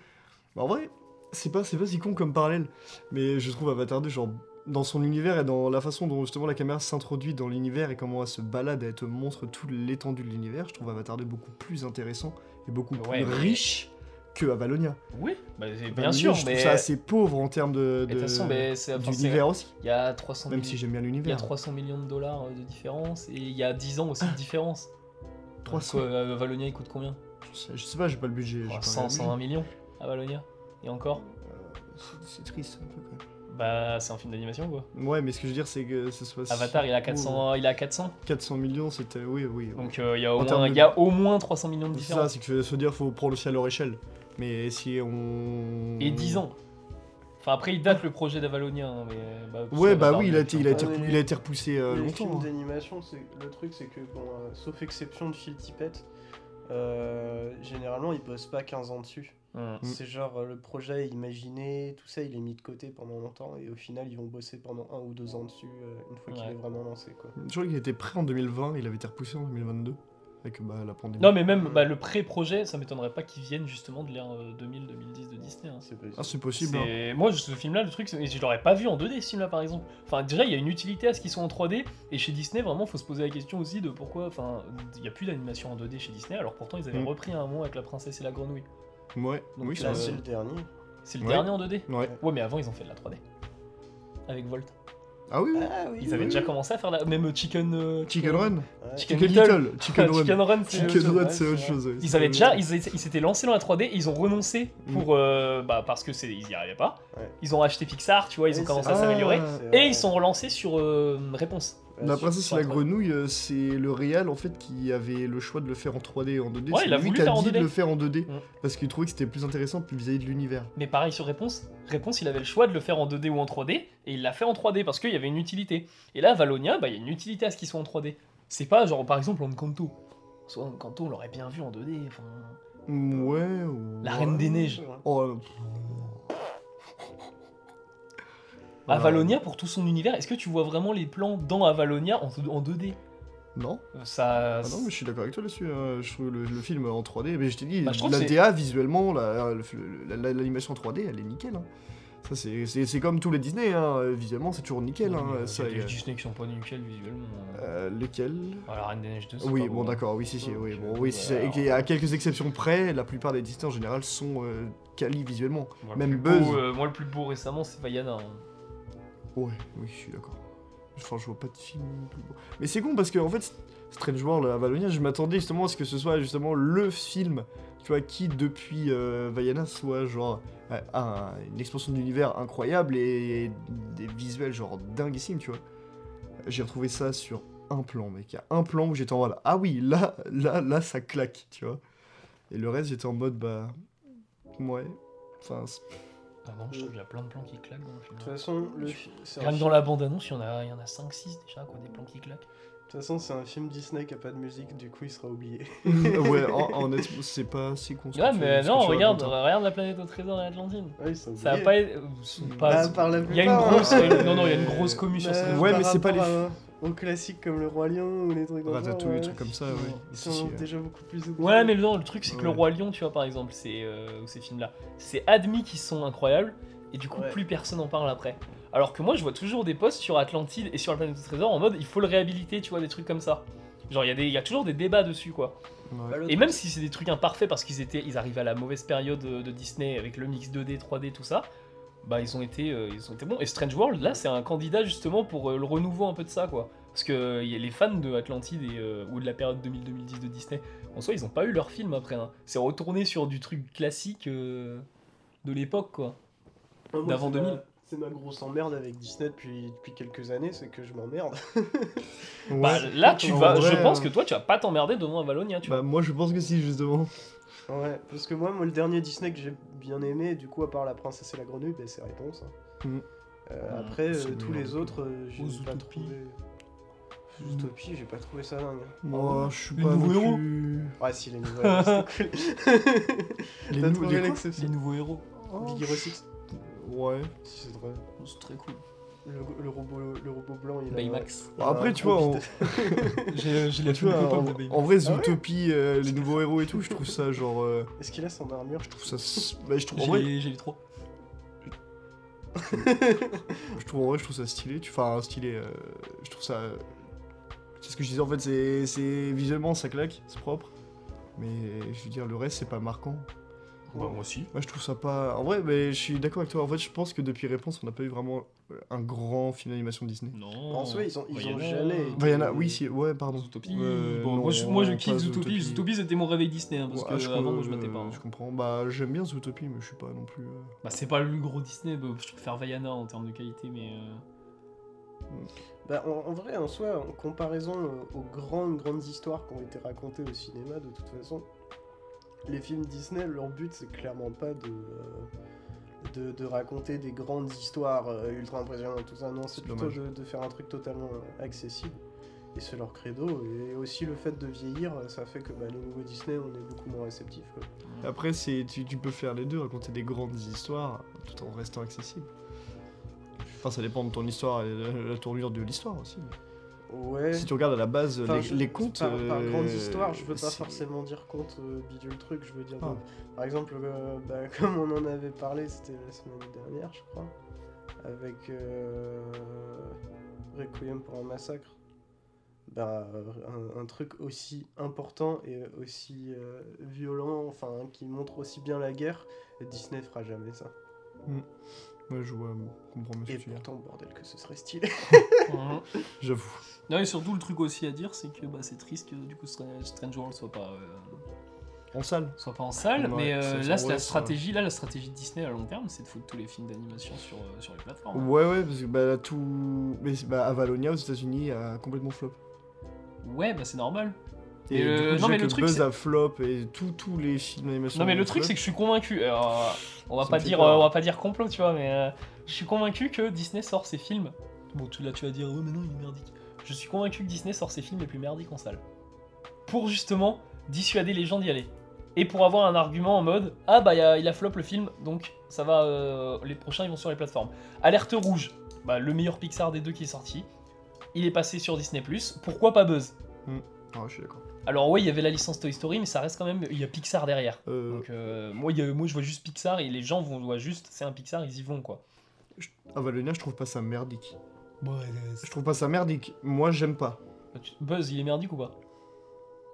S1: Bah, En vrai, c'est pas, c'est pas si con comme parallèle, mais je trouve Avatar 2, genre, dans son univers et dans la façon dont justement la caméra s'introduit dans l'univers et comment elle se balade, elle te montre toute l'étendue de l'univers, je trouve Avatar 2 beaucoup plus intéressant et beaucoup
S3: Ouais,
S1: plus
S3: mais-
S1: riche que Avalonia.
S3: sont- Oui, bah, c'est- bien
S1: Avalonia,
S3: sûr,
S1: je trouve
S3: mais
S1: ça assez pauvre en termes de,
S3: mais de toute façon,
S1: de-
S3: mais c'est- enfin, c'est-
S1: d'univers aussi,
S3: il y a 300
S1: même
S3: millions-
S1: si j'aime bien
S3: il y a
S1: l'univers. hein.
S3: 300 millions de dollars euh, de différence et il y a 10 ans aussi de différence.
S1: 300.
S3: Donc, euh, Valonia il coûte combien
S1: Je sais pas, j'ai pas le budget. j'ai pas
S3: 100,
S1: regardé.
S3: 120 millions à Valonia. Et encore
S1: C'est- C'est triste un peu quand
S3: Bah, c'est un film d'animation quoi.
S1: même. Ouais, mais ce que je veux dire, c'est que ce soit.
S3: Avatar il a 400, il a 400.
S1: 400 millions, c'était. Oui, oui. oui.
S3: donc euh, il y a au
S1: En termes
S3: moins,
S1: de-
S3: il y a au moins 300 millions de
S1: C'est ça,
S3: différence.
S1: c'est que se dire, faut prendre aussi à leur échelle. Mais si on.
S3: Et 10 ans. Enfin après il date le projet d'Avalonia. hein, mais, bah, parce
S1: Ouais,
S3: que
S1: bah
S3: Avatar,
S1: oui, il a été, il a
S3: un
S1: été,
S2: Ah,
S1: repou-
S2: mais
S1: il a été repoussé euh,
S2: les films
S1: longtemps. hein.
S2: d'animation, c'est le truc, c'est que bon, euh, sauf exception de Phil Tippett, euh, généralement ils bossent pas 15 ans dessus.
S3: peu- Hum.
S1: Mm.
S2: C'est genre euh, le projet est imaginé, tout ça il est mis de côté pendant longtemps et au final ils vont bosser pendant un ou deux ans dessus euh, une fois qu'il
S3: Ouais.
S2: est vraiment lancé quoi.
S1: Je crois qu'il était prêt en 2020, il avait été repoussé en 2022. avec bah, la pandémie.
S3: Non, mais même bah, le pré-projet, ça m'étonnerait pas qu'ils viennent justement de l'ère euh, 2000-2010 de Disney. hein.
S2: C'est pas
S1: Ah, c'est possible. hein.
S3: C'est- Moi, ce film-là, le truc, c'est- je l'aurais pas vu en 2D, ce film-là, par exemple. Enfin, déjà, il y a une utilité à ce qu'ils sont en 3D, et chez Disney, vraiment, faut se poser la question aussi de pourquoi, enfin, il y a plus d'animation en 2D chez Disney, alors pourtant, ils avaient
S1: Mm.
S3: repris un moment avec La Princesse et la Grenouille.
S1: hein. Ouais,
S3: Donc,
S1: oui,
S3: tu
S1: ça-
S3: l'as
S2: C'est le dernier.
S3: C'est le
S1: Ouais.
S3: dernier en 2D
S1: ouais.
S3: Ouais, mais avant, ils ont fait de la 3D. Avec Volt.
S1: Ah oui, oui.
S3: Bah,
S2: Ah oui.
S3: Ils avaient déjà commencé à faire la... Même Chicken... euh,
S1: Chicken Run.
S2: Ouais.
S3: Chicken
S1: Chicken
S3: Little.
S1: Little. Chicken
S3: Ah,
S1: Run.
S3: Chicken Run, c'est-
S1: Chicken
S2: Ouais,
S1: Run,
S2: c'est
S1: c'est autre
S2: vrai.
S1: chose. ouais.
S3: Ils avaient déjà, ils étaient- ils s'étaient lancés dans la 3D et ils ont renoncé
S1: Mm.
S3: pour, euh, bah, parce que c'est, ils y arrivaient pas.
S2: Ouais.
S3: Ils ont acheté Pixar, tu vois, ils
S2: Oui,
S3: ont commencé
S2: c'est
S3: à
S2: vrai. Bah,
S3: s'améliorer
S1: Ah.
S2: C'est,
S3: et
S2: euh,
S3: ils sont relancés sur euh, Réponse.
S2: ouais,
S1: La
S2: sur-
S1: princesse et la
S3: sur un
S1: grenouille, euh, c'est le réal en fait qui avait le choix de le faire en 3D et en 2D.
S3: Ouais,
S1: c'est
S3: il a
S1: lui
S3: voulu
S1: qui a
S3: faire en
S1: dit de
S3: 2D.
S1: le faire en 2D
S3: Mm.
S1: parce qu'il trouvait que c'était plus intéressant plus vis-à-vis de l'univers.
S3: Mais pareil sur Réponse, Réponse il avait le choix de le faire en 2D ou en 3D, et il l'a fait en 3D parce qu'il y avait une utilité. Et là, Valonia, bah, il y a une utilité à ce qu'ils soient en 3D. C'est pas genre par exemple en Kanto. Soit en Kanto, on l'aurait bien vu en 2D. enfin,
S1: Mm, Ouais. ou-
S3: La Reine
S1: ouais.
S3: des Neiges.
S2: hein.
S1: Oh, euh, Ouais.
S3: Avalonia, pour tout son univers, est-ce que tu vois vraiment les plans dans Avalonia en, en 2D
S1: non.
S3: Euh, Ça.
S1: Ah non, mais je suis d'accord avec toi là-dessus. hein. Je trouve le, le film en 3D. Mais je t'ai dit,
S3: Bah, je trouve
S1: la
S3: que c'est-
S1: DA visuellement, la- le- la- la- l'animation en 3D, elle est nickel. hein. Ça, c'est- c'est c'est comme tous les Disney. hein. Visuellement, c'est toujours nickel. hein.
S3: Non, mais, euh,
S1: Ça,
S3: il y a des
S1: euh,
S3: Disney qui sont pas nickel visuellement. hein.
S1: euh, lequel
S3: Ah, la Reine des Neiges 2. c'est
S1: Oui,
S3: pas
S1: bon,
S3: beau, hein.
S1: d'accord, oui, si, si, oui,
S3: Donc,
S1: bon,
S3: euh,
S1: oui, si,
S3: voilà,
S1: et qu'il y a quelques exceptions près, la plupart des Disney en général sont euh, quali visuellement.
S3: Moi,
S1: Même
S3: le plus beau,
S1: Buzz.
S3: euh, moi, le plus beau récemment, c'est Vaiana. hein.
S1: Ouais, oui, je suis d'accord. Enfin, je vois pas de film. plus beau. Mais c'est con parce que, en fait, Strange World à Valonia, je m'attendais justement à ce que ce soit justement le film, tu vois, qui depuis euh, Vaiana soit genre euh, un- une expansion d'univers incroyable et des visuels genre dinguissimes, tu vois. J'ai retrouvé ça sur un plan, mec. Il y a un plan où j'étais en mode ah oui, là, là, là, ça claque, tu vois. Et le reste, j'étais en mode bah. Ouais. Enfin, c'est-
S3: Ah non, je trouve qu'il y a plein de plans qui claquent dans le film.
S2: De toute façon, le fi- c'est un
S3: Rien que
S2: film-
S3: dans la bande-annonce, il y en a, il y en a 5-6 déjà, quoi, des plans qui claquent.
S2: de toute façon, c'est un film Disney qui a pas de musique, du coup, il sera oublié.
S1: ouais, en- honnêtement, c'est pas si con. ce que
S3: Ouais,
S1: tu-
S3: mais
S1: ce que
S3: non,
S1: tu
S3: regarde,
S1: racontes, hein.
S3: regarde la planète au trésor et Atlantine.
S2: Ouais, ils sont
S3: Ça a
S2: oubliés.
S3: pas été. euh, sont pas-
S2: Bah, par la
S3: Il y a une
S2: plupart,
S3: grosse.
S2: hein.
S3: non, non, il y a une grosse commu sur
S2: Bah,
S3: cette.
S1: Ouais,
S2: par
S1: mais c'est pas
S2: rapport
S1: les-
S2: à- Aux classiques comme le Roi Lion ou les trucs comme ça.
S1: Ratatouille,
S2: ouais,
S1: les trucs comme ça, ouais.
S2: Ils
S1: Si,
S2: sont
S1: si, ouais.
S2: déjà beaucoup plus oubliés.
S3: Ouais, mais non, le truc, c'est que le
S1: Ouais.
S3: Roi Lion, tu vois, par exemple, c'est, euh, ces films-là, c'est admis qu'ils sont incroyables, et du coup,
S2: Ouais.
S3: plus personne en parle après. Alors que moi, je vois toujours des posts sur Atlantide et sur la planète au trésor en mode il faut le réhabiliter, tu vois, des trucs comme ça. Genre, il y, a des- il y a toujours des débats dessus, quoi.
S2: Bah,
S1: Ouais.
S3: Et même si c'est des trucs imparfaits parce qu'ils étaient, ils arrivaient à la mauvaise période euh, de Disney avec le mix 2D, 3D, tout ça, bah ils ont été, euh, ils ont été bons. Et Strange World, là, c'est un candidat justement pour euh, le renouveau un peu de ça, quoi. Parce que euh, y a les fans de Atlantide et, euh, ou de la période 2000-2010 de Disney, en soi, ils ont pas eu leur film après. hein. C'est retourné sur du truc classique euh, de l'époque, quoi.
S2: Ah, moi,
S3: d'avant
S2: c'est ma-
S3: 2000.
S2: C'est ma grosse emmerde avec Disney depuis, depuis quelques années, c'est que je m'emmerde.
S1: Ouais.
S3: Bah, là, tu
S1: en
S3: vas,
S1: vrai,
S3: je pense
S1: euh,
S3: que toi, tu vas pas t'emmerder devant Avalonia, tu
S1: Bah,
S3: vois.
S1: moi je pense que si, justement.
S2: Ouais, parce que moi, moi, le dernier Disney que j'ai bien aimé, du coup, à part La Princesse et la Grenouille, ben, c'est Réponse. hein.
S1: Mhm.
S2: Euh,
S3: Mhm.
S2: après, euh,
S1: C'est le
S2: tous
S1: meilleur
S2: les
S1: des
S2: autres, euh, j'ai
S3: Aux
S2: pas
S3: Utopies.
S2: trouvé.
S1: Mm.
S2: Utopie, j'ai pas trouvé ça dingue.
S1: Moi je suis
S3: Les
S1: pas.
S3: nouveaux
S1: non
S3: héros.
S1: plus-
S2: Ouais, si, les nouvelles, c'était cool.
S1: Les
S2: T'as
S1: nou-
S2: trouvé
S1: les quoi
S2: l'exception.
S3: Les nouveaux héros,
S1: Oh,
S2: Big Hero Six.
S1: Ouais.
S2: Si, c'est vrai.
S3: c'est très cool.
S2: Le, le robot, le robot blanc, il a-
S3: Baymax.
S2: il a.
S1: Bah, après,
S2: un
S1: tu
S2: gros
S1: vois, en-
S2: bide.
S3: J'ai j'ai la
S1: Tu vois,
S3: Funko Pop
S1: en,
S3: de Baymax.
S1: en vrai,
S2: Ah ouais
S1: Zootopie, euh, les nouveaux héros et tout, je trouve ça genre. euh,
S2: Est-ce qu'il a son armure
S1: je trouve ça. s- Bah, je trouve. En
S3: J'ai
S1: vrai,
S3: les- j'ai les trois.
S1: je trouve, en vrai, je trouve ça stylé. Tu... Enfin, stylé. euh, je trouve ça. C'est ce que je disais en fait, c'est- c'est. Visuellement, ça claque, c'est propre. Mais je veux dire, le reste, c'est pas marquant.
S2: Bah, moi
S3: aussi.
S1: Moi, je trouve ça pas. En vrai, mais je suis d'accord avec toi. En fait, je pense que depuis Réponse, on n'a pas eu vraiment euh, un grand film d'animation Disney.
S3: Non.
S2: En soi, ils ont- ils ont
S3: Voyons.
S2: jamais été-
S1: Bah, y en a, oui, si, ouais, pardon.
S3: Zootopie.
S1: Euh,
S3: euh, bon,
S1: non,
S3: moi, je, moi, je
S1: pas
S3: kiffe Zootopie. Zootopie, c'était mon réveil Disney. hein, parce
S1: Ouais,
S3: que
S1: je,
S3: avant, moi, je
S1: euh,
S3: m'étais pas. hein.
S1: Je comprends. Bah, j'aime bien Zootopie, mais je suis pas non plus. euh,
S3: Bah, c'est pas le gros Disney. bah, je préfère Vaiana en termes de qualité, mais. euh,
S2: Bah, en, en vrai, en soi, en comparaison euh, aux grandes, grandes histoires qui ont été racontées au cinéma, de toute façon, les films Disney, leur but, c'est clairement pas de, euh, de, de raconter des grandes histoires euh, ultra impressionnantes, tout ça. Non, c'est
S1: C'est
S2: plutôt de, de faire un truc totalement euh, accessible. Et c'est leur credo. Et aussi, le fait de vieillir, euh, ça fait que bah, les nouveaux Disney, on est beaucoup moins réceptifs. quoi.
S1: Après, c'est tu, tu peux faire les deux, raconter des grandes histoires tout en restant accessible. Enfin, ça dépend de ton histoire et de la tournure de l'histoire aussi. mais-
S4: Ouais.
S1: Si tu regardes à la base
S4: Euh, Enfin,
S1: les,
S4: je-
S1: les contes.
S4: Par, par
S1: euh,
S4: grande histoire, je veux pas
S1: c'est-
S4: forcément dire compte euh, bidule truc, je veux dire.
S1: Ah.
S4: donc, Par exemple, euh, bah, comme on en avait parlé, c'était la semaine dernière, je crois, avec euh, Requiem pour un massacre. Bah, euh, un, un truc aussi important et aussi euh, violent, enfin qui montre aussi bien la guerre, Disney fera jamais ça.
S1: Ouais, je vois, je comprends mieux ce
S4: Et
S1: que tu veux dire.
S4: pourtant, bordel, que ce serait stylé.
S3: Mhm.
S1: J'avoue.
S3: non, et surtout, le truc aussi à dire, c'est que bah, c'est triste que du coup Stra- Strange World soit pas, euh,
S1: En salle.
S3: soit pas en salle,
S1: Ouais,
S3: mais
S1: ça-
S3: euh,
S1: ça
S3: là, c'est
S1: envoie, ça.
S3: la stratégie, là, la stratégie de Disney à long terme, c'est de foutre tous les films d'animation sur, euh, sur les plateformes.
S1: Ouais, ouais, parce que bah, tout. Mais c'est- bah, Avalonia aux États-Unis a complètement flop.
S3: Ouais, bah c'est normal.
S1: Et,
S3: Et,
S1: du
S3: euh,
S1: coup,
S3: non,
S1: déjà
S3: mais
S1: que
S3: le truc,
S1: Buzz
S3: c'est-
S1: a flop et tous tous les films d'animation.
S3: Non mais le
S1: ont
S3: truc
S1: flop.
S3: c'est que je suis convaincu. Alors, on va
S1: Ça
S3: pas
S1: me fait
S3: dire,
S1: peur.
S3: euh, on va pas dire complot, tu vois, mais euh, je suis convaincu que Disney sort ses films. Bon, tu là tu vas dire, ouais, mais non, il est merdique. Je suis convaincu que Disney sort ses films les plus merdiques en salle, pour justement dissuader les gens d'y aller, et pour avoir un argument en mode, ah bah il a, il a flop le film, donc ça va, euh, les prochains ils vont sur les plateformes. Alerte rouge, bah, le meilleur Pixar des deux qui est sorti, il est passé sur Disney+. Pourquoi pas Buzz
S1: Ah, je suis d'accord.
S3: Alors ouais, il y avait la licence Toy Story, mais ça reste quand même, il y a Pixar derrière.
S1: Euh,
S3: Donc euh, moi, il y a- moi je vois juste Pixar et les gens vont voient juste c'est un Pixar ils y vont quoi.
S1: Avalonia, je trouve pas ça merdique. Je trouve pas ça merdique. Moi, j'aime pas.
S3: Bah, tu- Buzz il est merdique ou pas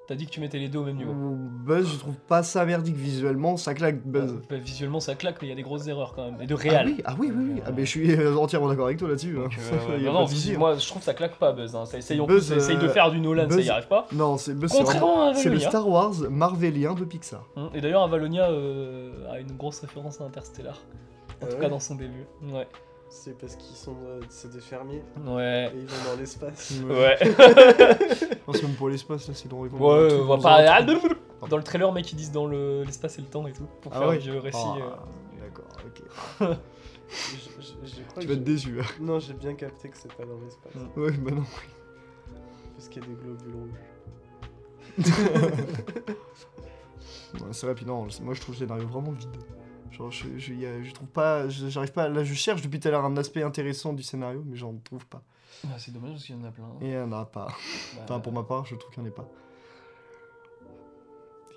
S3: T'as dit que tu mettais les deux au même niveau.
S1: Buzz, je trouve pas ça merdique visuellement, ça claque Buzz.
S3: Bah, visuellement ça claque mais il y a des grosses erreurs quand même et de
S1: Ah
S3: réel.
S1: oui, ah oui, oui, oui. Ah, mais je suis euh, entièrement d'accord avec toi là-dessus. hein.
S3: Donc, euh,
S1: Il y a pas
S3: non, non,
S1: de souci,
S3: visu-
S1: hein.
S3: moi je trouve ça claque pas Buzz. Hein. Ça essaye, en
S1: Buzz,
S3: plus, ça essaye de
S1: euh,
S3: faire du Nolan, ça
S1: Buzz-
S3: y arrive pas.
S1: Non, c'est Buzz, c'est vraiment-
S3: Contrairement à
S1: c'est le
S3: Avalonia.
S1: Star Wars marvelien de Pixar.
S3: Hum, Et d'ailleurs Avalonia euh, a une grosse référence à Interstellar. En
S4: Ah
S3: tout
S4: ouais
S3: cas dans son début. Ouais.
S4: C'est parce qu'ils sont euh, c'est des fermiers et
S3: Ouais.
S4: ils vont dans l'espace.
S3: Ouais.
S1: Parce que même pour l'espace, là, c'est drôle.
S3: Ouais, on va pas. Ah,
S1: Ah,
S3: Dans le trailer, mec, ils disent dans le- l'espace et le temps et tout. Pour
S1: Ah
S3: faire
S1: ouais.
S3: un vieux récit. euh.
S1: D'accord, ok.
S4: Je- je- je crois
S1: Tu
S4: que
S1: vas être
S4: j'ai-
S1: déçu. hein.
S4: Non, j'ai bien capté que c'est pas dans l'espace.
S3: Mm.
S1: Ouais, bah non.
S4: Parce qu'il y a des globules rouges.
S1: Ouais, c'est vrai, puis non, moi je trouve le scénario vraiment vide. Genre, je, je, y a- je trouve pas, je- j'arrive pas, là je cherche depuis tout à l'heure un aspect intéressant du scénario, mais j'en trouve pas.
S3: Ah, c'est dommage parce qu'il y en a plein.
S1: Et il y en a pas.
S3: Bah,
S1: Enfin, pour ma part, je trouve qu'il n'y en a pas.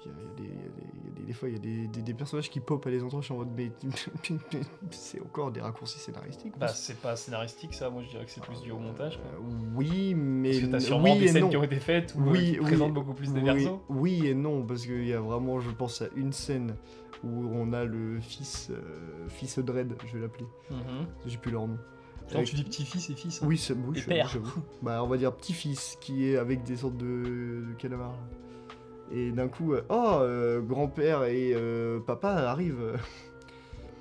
S1: Il y a, il y a des, il y a des- il y a des- des fois, il y a des, des- des personnages qui popent à les endroits, je suis en mode, mais c'est encore des raccourcis scénaristiques.
S3: Bah,
S1: parce-
S3: c'est pas scénaristique ça, moi je dirais que c'est plus dû au montage. Quoi.
S1: Euh, oui, mais.
S3: Parce que t'as
S1: n-
S3: sûrement
S1: oui
S3: des
S1: et
S3: scènes
S1: non.
S3: qui ont été faites où
S1: Oui,
S3: oui,
S1: oui,
S3: présentent beaucoup plus des
S1: oui,
S3: versos.
S1: oui et non, parce qu'il y a vraiment, je pense à une scène où on a le fils, euh, fils Dread, je vais l'appeler.
S3: Mhm.
S1: J'ai plus leur nom.
S3: Quand
S1: Euh,
S3: tu dis petit-fils et fils. hein.
S1: Oui, c'est oui,
S3: Et
S1: je suis-
S3: père.
S1: j'avoue. Bah, on va dire petit-fils qui est avec des sortes de, de calamars. là. Et d'un coup, euh, oh, euh, grand-père et euh, papa arrivent.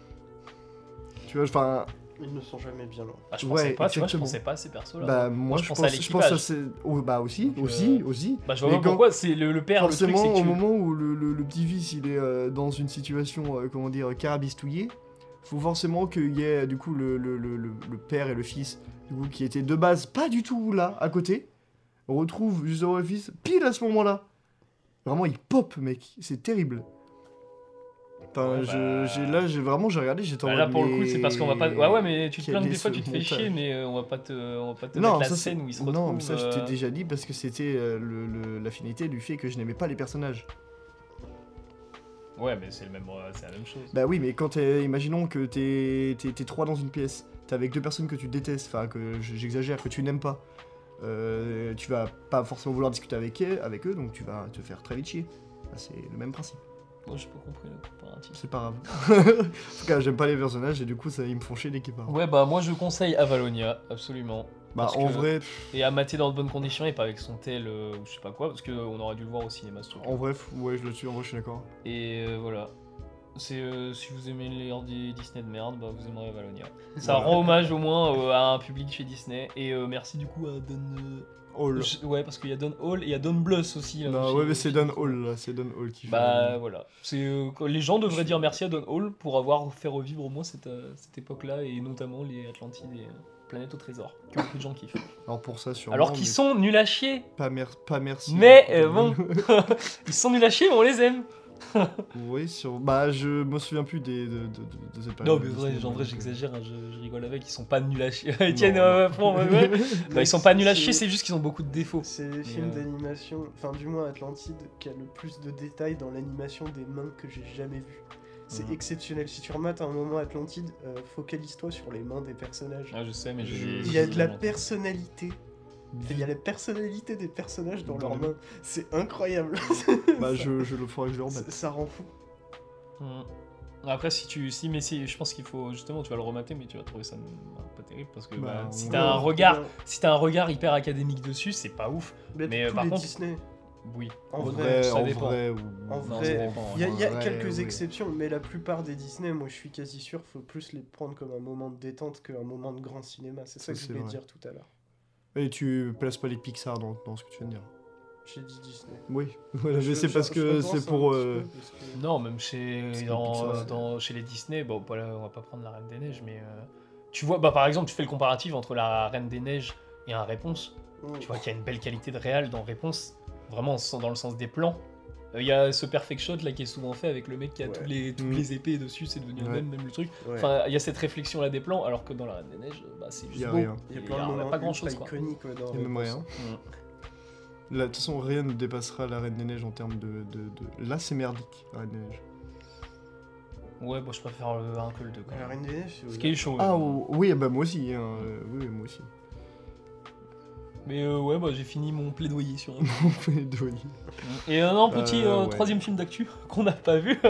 S1: tu vois, enfin,
S4: Ils ne sont jamais bien loin.
S3: Ah, je
S1: ouais,
S3: pensais pas, tu vois, je
S1: exactement.
S3: pensais pas à ces persos là. Bah,
S1: bah, moi,
S3: je
S1: je
S3: pense
S1: pense,
S3: à
S1: je pense à
S3: l'équipage.
S1: ces- oh, bah aussi,
S3: Donc,
S1: aussi,
S3: euh,
S1: aussi.
S3: je vois
S1: mais
S3: pas
S1: quand-
S3: pourquoi, c'est le, le père, le truc
S1: Forcément, au
S3: c'est que tu-
S1: moment où le, le- le petit fils il est euh, dans une situation, euh, comment dire, carabistouillée, faut forcément qu'il y ait du coup le, le- le- le- le père et le fils, du coup, qui étaient de base pas du tout là, à côté, retrouvent justement le fils pile à ce moment-là. Vraiment, il pop, mec, c'est terrible. Enfin,
S3: Ouais,
S1: je-
S3: bah.
S1: j'ai- là, j'ai vraiment, j'ai regardé, j'étais en
S3: Bah, là
S1: mode,
S3: pour le coup, c'est parce qu'on va pas. Ouais, ouais, mais tu te
S1: quel
S3: plains que
S1: est
S3: des fois
S1: ce
S3: tu te fais
S1: montage
S3: chier, mais euh, on va pas te, on va pas te
S1: Non,
S3: mettre
S1: ça,
S3: la
S1: c'est-
S3: scène où ils se retrouvent.
S1: non, mais ça, je t'ai
S3: euh,
S1: déjà dit parce que c'était euh, le- le- la finalité du fait que je n'aimais pas les personnages.
S3: Ouais, mais c'est le même, euh, c'est la même chose.
S1: Bah oui, mais quand t'es, imaginons que t'es, t'es, t'es trois dans une pièce, t'es avec deux personnes que tu détestes, enfin que j- j'exagère, que tu n'aimes pas, euh, tu vas pas forcément vouloir discuter avec, elles- avec eux, donc tu vas te faire très vite chier. Bah, c'est le même principe,
S3: Moi, j'ai pas compris le comparatif.
S1: c'est pas grave. en tout cas, j'aime pas les personnages et du coup, ça, ils me font chier dès qu'ils parlent.
S3: Ouais, bah moi je conseille Avalonia, absolument.
S1: bah
S3: parce
S1: en
S3: que-
S1: vrai, pff,
S3: Et à mater dans de bonnes conditions et pas avec son tel euh, ou je sais pas quoi, parce qu'on aurait dû le voir au cinéma ce truc.
S1: en vrai, f- ouais, je le suis, en vrai, je suis d'accord.
S3: Et euh, voilà. C'est euh, si vous aimez les hors des Disney de merde, bah vous aimerez Valonia. Ça
S1: Voilà.
S3: rend hommage au moins euh, à un public chez Disney. Et euh, merci du coup à Don.
S1: Hall.
S3: euh, je- ouais, parce qu'il y a Don Hall et il y a Don Bluth aussi. là,
S1: Non,
S3: chez-
S1: ouais, mais c'est
S3: chez
S1: Don
S3: Disney.
S1: Hall là, c'est Don Hall qui fait.
S3: Bah voilà. C'est euh, quoi, les gens devraient dire merci à Don Hall pour avoir fait revivre au moins cette, euh, cette époque-là et notamment les Atlantides et, euh, Planète au trésor, que beaucoup de gens kiffent.
S1: Alors pour ça, sûrement.
S3: Alors qu'ils
S1: mais
S3: sont nuls à chier,
S1: Pas, mer- pas merci.
S3: mais
S1: hein,
S3: euh, bon, ils sont nuls à chier, mais on les aime.
S1: Oui, sur... bah je me souviens plus des, de, de, de, de cette période.
S3: Non, mais vrai,
S1: Disney,
S3: en
S1: donc,
S3: vrai,
S1: euh,
S3: j'exagère, hein, je, je rigole avec, ils sont pas nuls à chier. Etienne,
S1: Non, non.
S3: Bah, ils sont pas nuls à chier, c'est juste qu'ils ont beaucoup de défauts.
S2: C'est les
S3: euh,
S2: films d'animation, enfin du moins Atlantide, qui a le plus de détails dans l'animation des mains que j'ai jamais vu. C'est
S1: Mm.
S3: Mhm.
S2: exceptionnel. Si tu remates un moment Atlantide, euh, focalise-toi sur les mains des personnages.
S3: Ah Ouais, je sais, mais je.
S2: Il y a de la
S1: Mm.
S2: personnalité. Il y a la personnalité des personnages dans,
S1: Dans
S2: leurs
S1: les-
S2: mains. C'est incroyable.
S1: Mm. Bah je, je le ferai que je le remette.
S2: ça, ça rend fou.
S3: Hmm. Après, si tu. Si, mais si, je pense qu'il faut. Justement, tu vas le remater, mais tu vas trouver ça euh, pas terrible parce que
S1: Bah,
S3: bah, si
S1: on-
S3: t'as un
S2: Ouais,
S3: regard.
S2: ouais.
S3: Si t'as un regard hyper académique dessus, c'est pas ouf.
S2: Mais,
S3: Mais, euh,
S2: tous
S3: par
S2: les
S3: contre-
S2: Disney.
S3: Oui.
S2: En
S1: En
S2: vrai,
S1: vrai,
S3: ça
S1: en
S3: dépend.
S1: vrai, ou-
S2: En
S3: Non,
S2: vrai,
S3: ça dépend. hein.
S2: Il y a, il y a
S1: Ouais,
S2: quelques
S1: oui.
S2: exceptions, mais la plupart des Disney, moi je suis quasi sûr, faut plus les prendre comme un moment de détente qu'un moment de grand cinéma. C'est ça
S1: Ça,
S2: que je
S1: c'est
S2: voulais
S1: vrai.
S2: dire tout à l'heure.
S1: Et tu places pas les Pixar dans, dans ce que tu viens de dire.
S2: J'ai dit Disney.
S1: Oui, voilà,
S2: Je-
S1: Euh, mais c'est
S2: je-
S1: parce
S2: je
S1: que
S2: repense
S1: c'est
S2: un
S1: pour.
S2: petit
S1: euh,
S2: peu, parce que-
S3: Non, même chez,
S1: Parce que
S3: dans-
S1: Pixar, c'est-
S3: dans- chez les Disney, bon, pas là, on va pas prendre la Reine des Neiges, mais euh, tu vois, bah, par exemple, tu fais le comparatif entre la Reine des Neiges et un Réponse.
S2: Mm.
S3: Tu vois qu'il y a une belle qualité de réal dans Réponse, vraiment sans- dans le sens des plans. Euh, Il y a ce perfect shot là qui est souvent fait avec le mec qui a
S2: Ouais.
S3: tous les, toutes
S1: Mm.
S3: les épées dessus, c'est devenu un
S1: Ouais.
S3: même, même le truc.
S2: Ouais.
S3: Enfin, il y a cette réflexion là des plans, alors que dans la Reine des Neiges, bah, c'est juste
S1: Il y a
S3: beau.
S1: rien.
S2: il y a
S3: Et
S2: plein de
S3: on a
S2: moments
S3: pas grand chose
S2: ultra
S3: quoi.
S2: iconiques ouais, dans
S1: Il y a même
S2: Réponse.
S1: rien.
S3: Mm.
S1: Là, De toute façon, rien ne dépassera la Reine des Neiges en termes de. de, de- Là, c'est merdique, la Reine des Neiges.
S3: Ouais, bon, je préfère euh, le 1 que le 2 quand
S2: La
S3: même.
S2: Reine des Neiges, c'est
S3: Ce qui est chaud.
S1: Ah,
S3: ouais.
S1: ou- oui, bah moi aussi. hein, euh, Oui, moi aussi.
S3: Mais euh, ouais, bah, j'ai fini mon plaidoyer sur un.
S1: On fait les deux lits.
S3: Et un an, petit
S1: Euh,
S3: euh,
S1: ouais.
S3: troisième film d'actu qu'on n'a pas vu,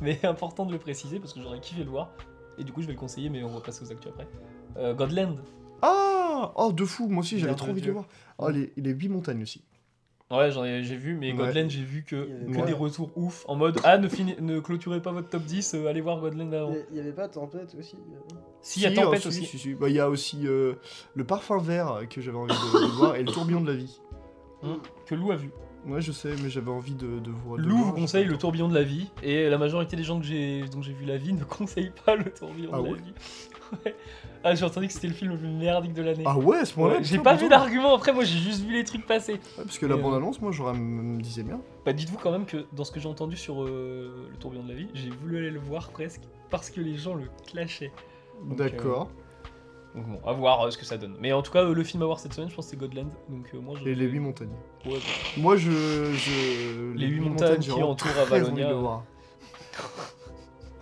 S3: mais important de le préciser parce que j'aurais kiffé le voir. Et du coup, je vais le conseiller, mais on va passer aux actus après. Euh, Godland.
S1: Ah Oh, de fou, moi aussi, j'avais
S2: Merde
S1: trop
S2: de
S1: envie de
S2: Dieu.
S1: le voir. Oh, les, les 8 montagnes aussi.
S3: Ouais, j'en ai, j'ai vu, mais
S1: Ouais.
S3: Godland, j'ai vu que,
S2: Il y avait
S3: que
S1: pas-
S3: des retours ouf en mode Ah, ne, fini- ne clôturez pas votre top 10, euh, allez voir Godland avant.
S2: Il n'y avait pas Tempête aussi euh,
S3: Si, il y a
S1: Si,
S3: Tempête
S1: euh, si,
S3: aussi.
S1: si, si. Bah, Il y a aussi euh, le parfum vert que j'avais envie de, de voir et le tourbillon de la vie.
S3: Hum, que Lou a vu.
S1: Ouais, je sais, mais j'avais envie de, de voir. Oh, de
S3: Lou
S1: voir,
S3: vous
S1: je-
S3: conseille le tourbillon de la vie, et la majorité des gens que j'ai, dont j'ai vu la vie ne conseillent pas le tourbillon
S1: Ah
S3: de la
S1: ouais
S3: vie. Ouais. Ah, j'ai entendu que c'était le film le plus merdique de l'année.
S1: Ah ouais, à ce moment-là
S3: Ouais, j'ai
S1: putain,
S3: pas
S1: pourtant.
S3: vu d'argument après, moi j'ai juste vu les trucs passer.
S1: Ouais, Parce que la
S3: Et, euh,
S1: bande-annonce, moi, j'aurais me disait bien.
S3: Bah dites-vous quand même que dans ce que j'ai entendu sur euh, le tourbillon de la vie, j'ai voulu aller le voir presque parce que les gens le clashaient. Donc,
S1: D'accord.
S3: Donc bon, à voir euh, ce que ça donne. Mais en tout cas, euh, le film à voir cette semaine, je pense que c'est Godland. Donc euh, moi, je...
S1: Et les 8 montagnes.
S3: Ouais.
S1: Moi, je. je-
S3: Les huit
S1: huit
S3: montagnes qui
S1: j'aurais
S3: entourent
S1: très
S3: Avalonia.
S1: envie de le voir.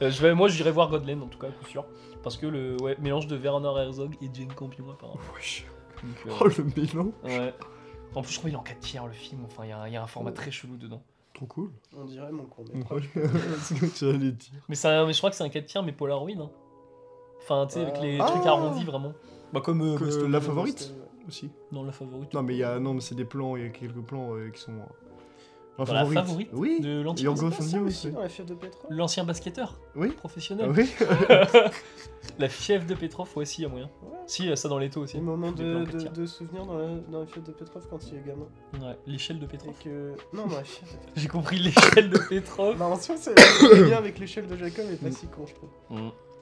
S3: Euh, je vais, moi, j'irai voir Godland en tout cas, à coup sûr. Parce que le ouais, mélange de Werner Herzog et Jane Campion apparemment.
S1: Wesh.
S3: Donc,
S1: Oh,
S3: euh,
S1: le mélange.
S3: ouais. En plus, je crois qu'il est en 4 tiers le film. Enfin, il y, a un- il y a un format très chelou dedans.
S1: Trop cool.
S2: On dirait mon cours.
S1: Ouais, C'est ce que tu allais dire.
S3: Mais, c'est un- mais je crois que c'est un 4 tiers, mais Polaroid. Hein. Enfin, tu sais, avec les
S2: Ah.
S3: trucs arrondis vraiment. Bah, comme. euh,
S1: Que-
S3: Ghost
S1: la
S3: Town,
S1: favorite
S2: euh,
S1: aussi.
S3: Dans la favorite.
S1: Non, mais il y a. Non, mais c'est des plans, il y a quelques plans euh, qui sont. euh,
S3: Dans
S1: enfin,
S3: la
S1: favorites.
S3: favorite
S1: Oui.
S3: de l'anti-
S1: Your
S2: C'est pas ça
S1: GoFundMe
S2: aussi
S1: aussi.
S2: dans la fièvre de pétrole
S3: l'ancien basketteur
S1: Oui. Ah
S3: professionnel.
S1: oui.
S3: La fièvre de Petrov, ouais, si, il y a moyen.
S2: Ouais.
S3: Si, il y a ça dans les taux
S2: C'est
S3: aussi.
S2: le moment
S3: Des plans
S2: de,
S3: que
S2: de,
S3: tiens.
S2: de souvenir dans la, dans la fièvre de Petrov quand il est gamin.
S3: Ouais, l'échelle de
S2: Et
S3: Petrov.
S2: que... Non, mais la fièvre de Petrov.
S3: J'ai compris l'échelle de Petrov.
S2: Bah, en soi, c'est le lien avec l'échelle de Jacob est pas
S1: Mm.
S2: si con, je trouve.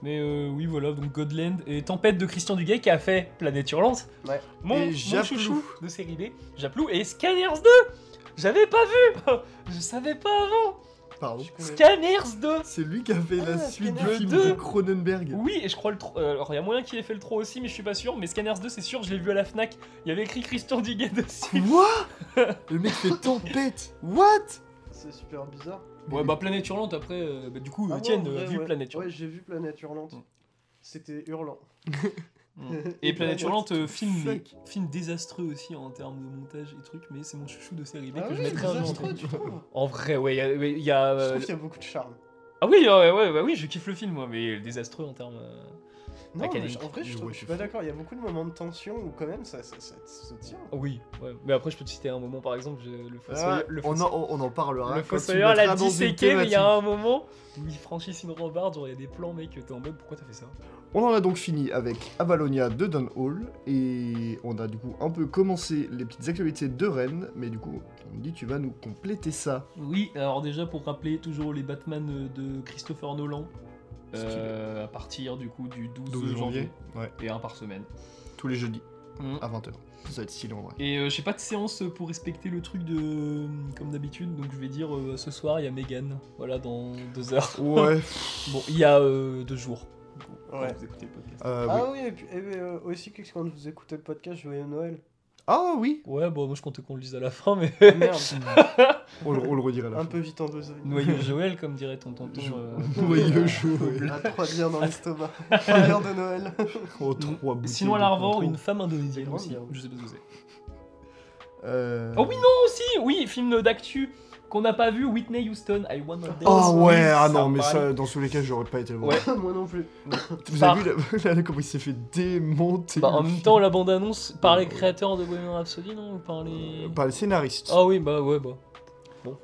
S3: Mais euh, oui, voilà, donc Godland et Tempête de Christian Duguay qui a fait Planète Hurlante.
S2: Ouais.
S3: Mon,
S1: Et
S3: mon
S1: Japlou.
S3: chouchou de série B. Japlou et Scanners 2 J'avais pas vu Je savais pas avant
S1: Pardon.
S2: Je connais-
S3: Scanners 2
S1: C'est lui qui a fait
S2: Ah,
S1: la suite du
S2: Scanner
S1: film
S3: deux.
S1: de Cronenberg.
S3: Oui, et je crois le 3. Alors, il y a moyen qu'il ait fait le 3 aussi, mais je suis pas sûr. Mais Scanners 2, c'est sûr, je l'ai vu à la Fnac. Il y avait écrit Christian Duguay dessus.
S1: Quoi Le mec fait tempête. What
S2: C'est super bizarre.
S3: Ouais, bah Planète Hurlante, après, euh, bah, du coup,
S2: Ah ouais,
S3: Etienne
S2: en
S3: a
S2: vrai,
S3: vu
S2: ouais.
S3: Planète
S2: Ouais,
S3: Hurlante.
S2: j'ai vu Planète Hurlante.
S3: Mm.
S2: C'était hurlant.
S3: Mm. Et
S2: Et
S3: Planète
S2: Planète
S3: Hurlante, euh, film,
S1: Fuck.
S3: film désastreux aussi en termes de montage et trucs, mais c'est mon chouchou de série B que je
S2: Ah ouais,
S3: mettrai un
S2: désastreux,
S3: jour.
S2: tu trouves
S3: En vrai, ouais, il y a. ouais, il y a,
S2: Je
S3: euh,
S2: trouve qu'il y a beaucoup de charme.
S3: Ah oui, ouais, ouais, bah oui, je kiffe le film, moi, mais désastreux en termes. euh,
S2: Non, mais
S3: académique.
S2: en vrai, je,
S1: Mais
S2: trouve,
S1: ouais,
S2: je
S1: c'est
S2: suis
S1: fou.
S2: pas d'accord. Il y a beaucoup de moments de tension où, quand même, ça, ça, ça- ça se tient.
S3: ah oui, ouais. Mais après, je peux te citer un moment, par exemple, je- le
S1: Ah,
S3: Fossoyeur. le
S1: on,
S3: Fossoyeur-
S1: en, on en
S2: Ah,
S1: parlera.
S3: le
S1: quand tu
S3: Fossoyeur l'a
S1: mettras dans une
S3: disséqué, mais il y a
S1: thématique.
S3: un moment où ils franchissent une rambarde, genre il y a des plans, mec, t'es en mode pourquoi t'as fait ça
S1: On en a donc fini avec Avalonia de Dunhall et on a du coup un peu commencé les petites actualités de Rennes, mais du coup on me dit tu vas nous compléter ça.
S3: Oui, alors déjà pour rappeler toujours les Batman euh, de Christopher Nolan,
S1: Stylé.
S3: euh, à partir du coup du 12, janvier.
S1: Ouais.
S3: et un par semaine.
S1: tous les jeudis
S3: Mm.
S1: à 20h. Ça va être stylé en vrai.
S3: Et euh, j'ai pas de séance pour respecter le truc de. euh, comme d'habitude, donc je vais dire euh, ce soir il y a Megan, voilà, dans deux heures.
S1: Ouais,
S3: Bon, il y a euh, deux jours. quand
S4: Ouais.
S3: Vous écoutez le podcast.
S1: euh, oui.
S2: Ah oui, et puis et, euh, aussi que quand vous écoutez le podcast, joyeux Noël.
S1: Ah oui,
S3: Ouais, bon, moi je comptais qu'on le dise à la fin, mais.
S2: Ah, merde,
S1: on, le- on le redira là.
S2: un peu vite en besogne.
S3: Noyeux Joël, comme dirait ton tonton.
S1: Jo-
S3: euh,
S1: Noyeux Joël.
S2: À trois bières dans l'estomac. Trois bières de Noël.
S1: Oh, trois bouteilles
S3: Sinon, à
S1: de
S3: l'arvor,
S1: Cointreau.
S3: une femme indonésienne
S2: grande,
S3: aussi.
S2: bien.
S3: Je sais pas ce que c'est.
S1: Euh,
S3: Oh oui, non, aussi Oui, film d'actu qu'on n'a pas vu, Whitney Houston, I Wanna Dance.
S1: Ah ouais,
S3: with
S1: ah non, mais
S3: somebody.
S1: ça, dans tous les cas, j'aurais pas été le voir.
S3: Ouais.
S2: Moi non plus.
S1: Vous
S3: Par-
S1: avez vu là, là, comment il s'est fait démonter
S3: Bah,
S1: le
S3: en même
S1: film.
S3: temps, la bande-annonce, par les créateurs de Bohemian Rhapsody, non Ou par les...
S1: Euh, Par les scénaristes.
S3: Ah oui, bah ouais, bah.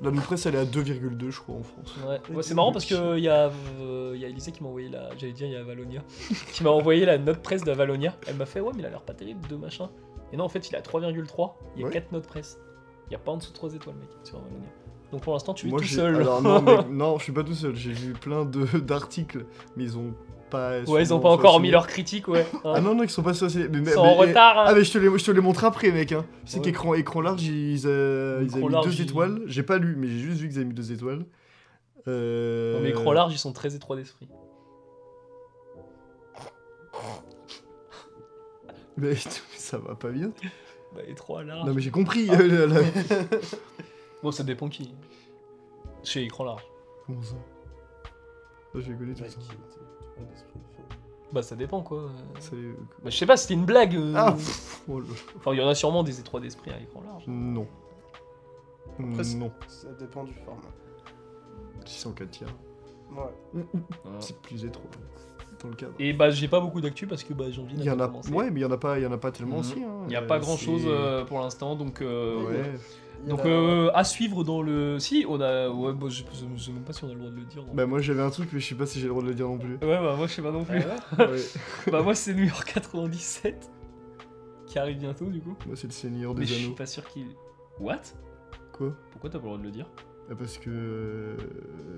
S1: La nouvelle presse, elle est à 2,2, je crois, en France.
S3: Ouais.
S1: Et
S3: Ouais, c'est
S1: du
S3: marrant
S1: coup,
S3: parce
S1: tu-
S3: que il y a euh, y a Élisée qui m'a envoyé la j'allais dire il y a Valonia qui m'a envoyé la note presse de Valonia. Elle m'a fait ouais mais il a l'air pas terrible de machin. Et non en fait il a 3,3, il y a
S1: Ouais.
S3: 4 notes presse. Il y a pas en dessous de 3 étoiles mec sur Valonia. Donc pour l'instant tu es
S1: Moi,
S3: tout
S1: j'ai-
S3: seul.
S1: alors, non, mais- non, je suis pas tout seul. J'ai vu plein de- d'articles, mais ils ont pas.
S3: ouais, ils ont
S1: sûrement
S3: pas encore
S1: façonné.
S3: mis leur critique ouais. hein.
S1: Ah non, non, ils sont pas saucés. Mais,
S3: Ils
S1: mais-
S3: sont en
S1: mais-
S3: retard. hein.
S1: Ah, mais je te les, je te les montre après, mec. Hein. Je sais
S3: Ah, Ouais.
S1: qu'écran écran large, ils, euh, ils
S3: Écran
S1: avaient mis
S3: large,
S1: deux
S3: ils-
S1: étoiles. J'ai pas lu, mais j'ai juste vu qu'ils avaient mis deux étoiles. Euh...
S3: Non, mais écran large ils sont très étroits d'esprit.
S1: Mais ça va pas bien.
S3: Bah étroits large.
S1: Non, mais j'ai compris.
S3: Ah.
S1: euh, la- la-
S3: Bon ça dépend qui. Chez écran large.
S1: Comment ça Ah, Je les connais tout
S2: Ouais,
S1: ça.
S2: qui- tu vois, d'esprit de fou.
S3: Bah ça dépend quoi. euh.
S1: C'est-
S3: Bah, je sais pas, c'était une blague. euh.
S1: Ah, pff, oh là.
S3: Enfin, il y en a sûrement des étroits d'esprit à écran large.
S1: Non.
S2: Après, c'est-
S1: non.
S2: Ça dépend du format.
S1: Si c'est en 4 tiers.
S2: Ouais.
S3: Ah.
S1: C'est plus étroit. Dans le cadre.
S3: Et bah j'ai pas beaucoup d'actu parce que bah janvier
S1: Il
S3: n'a
S1: y en
S3: pas
S1: a.
S3: commencé.
S1: Ouais, mais il y en a pas, il y en a pas tellement
S3: Mhm.
S1: aussi. Hein.
S3: Il n'y a
S1: Euh,
S3: pas grand chose
S1: c'est-
S3: pour l'instant donc euh,
S1: Ouais.
S2: Il y
S3: donc
S2: en a-
S3: euh, à suivre dans le si on a ouais bon, je, je- je sais même pas si on a le droit de le dire. hein.
S1: Bah moi j'avais un truc mais je sais pas si j'ai le droit de le dire non plus.
S3: Ouais bah moi je sais pas non
S2: Ah
S3: plus.
S2: ouais
S1: Ouais.
S3: bah moi c'est New York 97 qui arrive bientôt du coup.
S1: moi c'est le Seigneur
S3: Mais
S1: des
S3: je suis
S1: Anneaux.
S3: pas sûr qu'il What
S1: Quoi
S3: Pourquoi t'as pas le droit de le dire
S1: Ah, Parce que euh,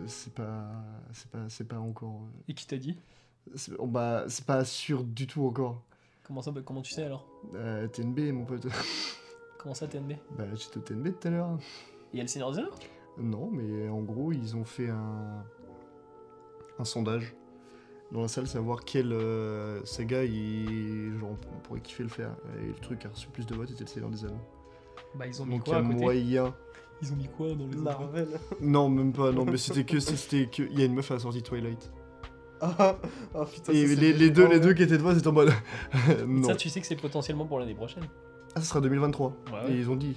S1: c'est pas c'est pas c'est pas encore.
S3: Et qui t'a dit
S1: euh, C'est oh, bah, c'est pas sûr du tout encore.
S3: Comment ça bah, comment tu sais alors
S1: Euh, TNB mon pote.
S3: Comment ça TNB Et
S1: bah j'étais au TNB tout à l'heure.
S3: il y a le Seigneur des Anneaux
S1: Non, mais en gros, ils ont fait un, un sondage dans la salle, savoir quelle euh, saga il... genre, on pourrait kiffer le faire. Et le truc a reçu plus de votes était le Seigneur des Anneaux.
S3: Bah ils ont mis
S1: Donc il y
S3: quoi
S1: a
S3: à côté
S1: moyen.
S3: Ils ont mis quoi dans les autres
S2: Marvel.
S1: Non, même pas, non, mais c'était que. c'était que... Il y a une meuf à la sortie de Twilight.
S2: Ah, oh, putain,
S1: Et
S2: ça, c'est
S1: les, les deux, les deux qui étaient devant, ils étaient en mode. non.
S3: Ça tu sais que c'est potentiellement pour l'année prochaine.
S1: Ah, ça sera 2023.
S3: Ah Ouais,
S1: Et ils ont dit.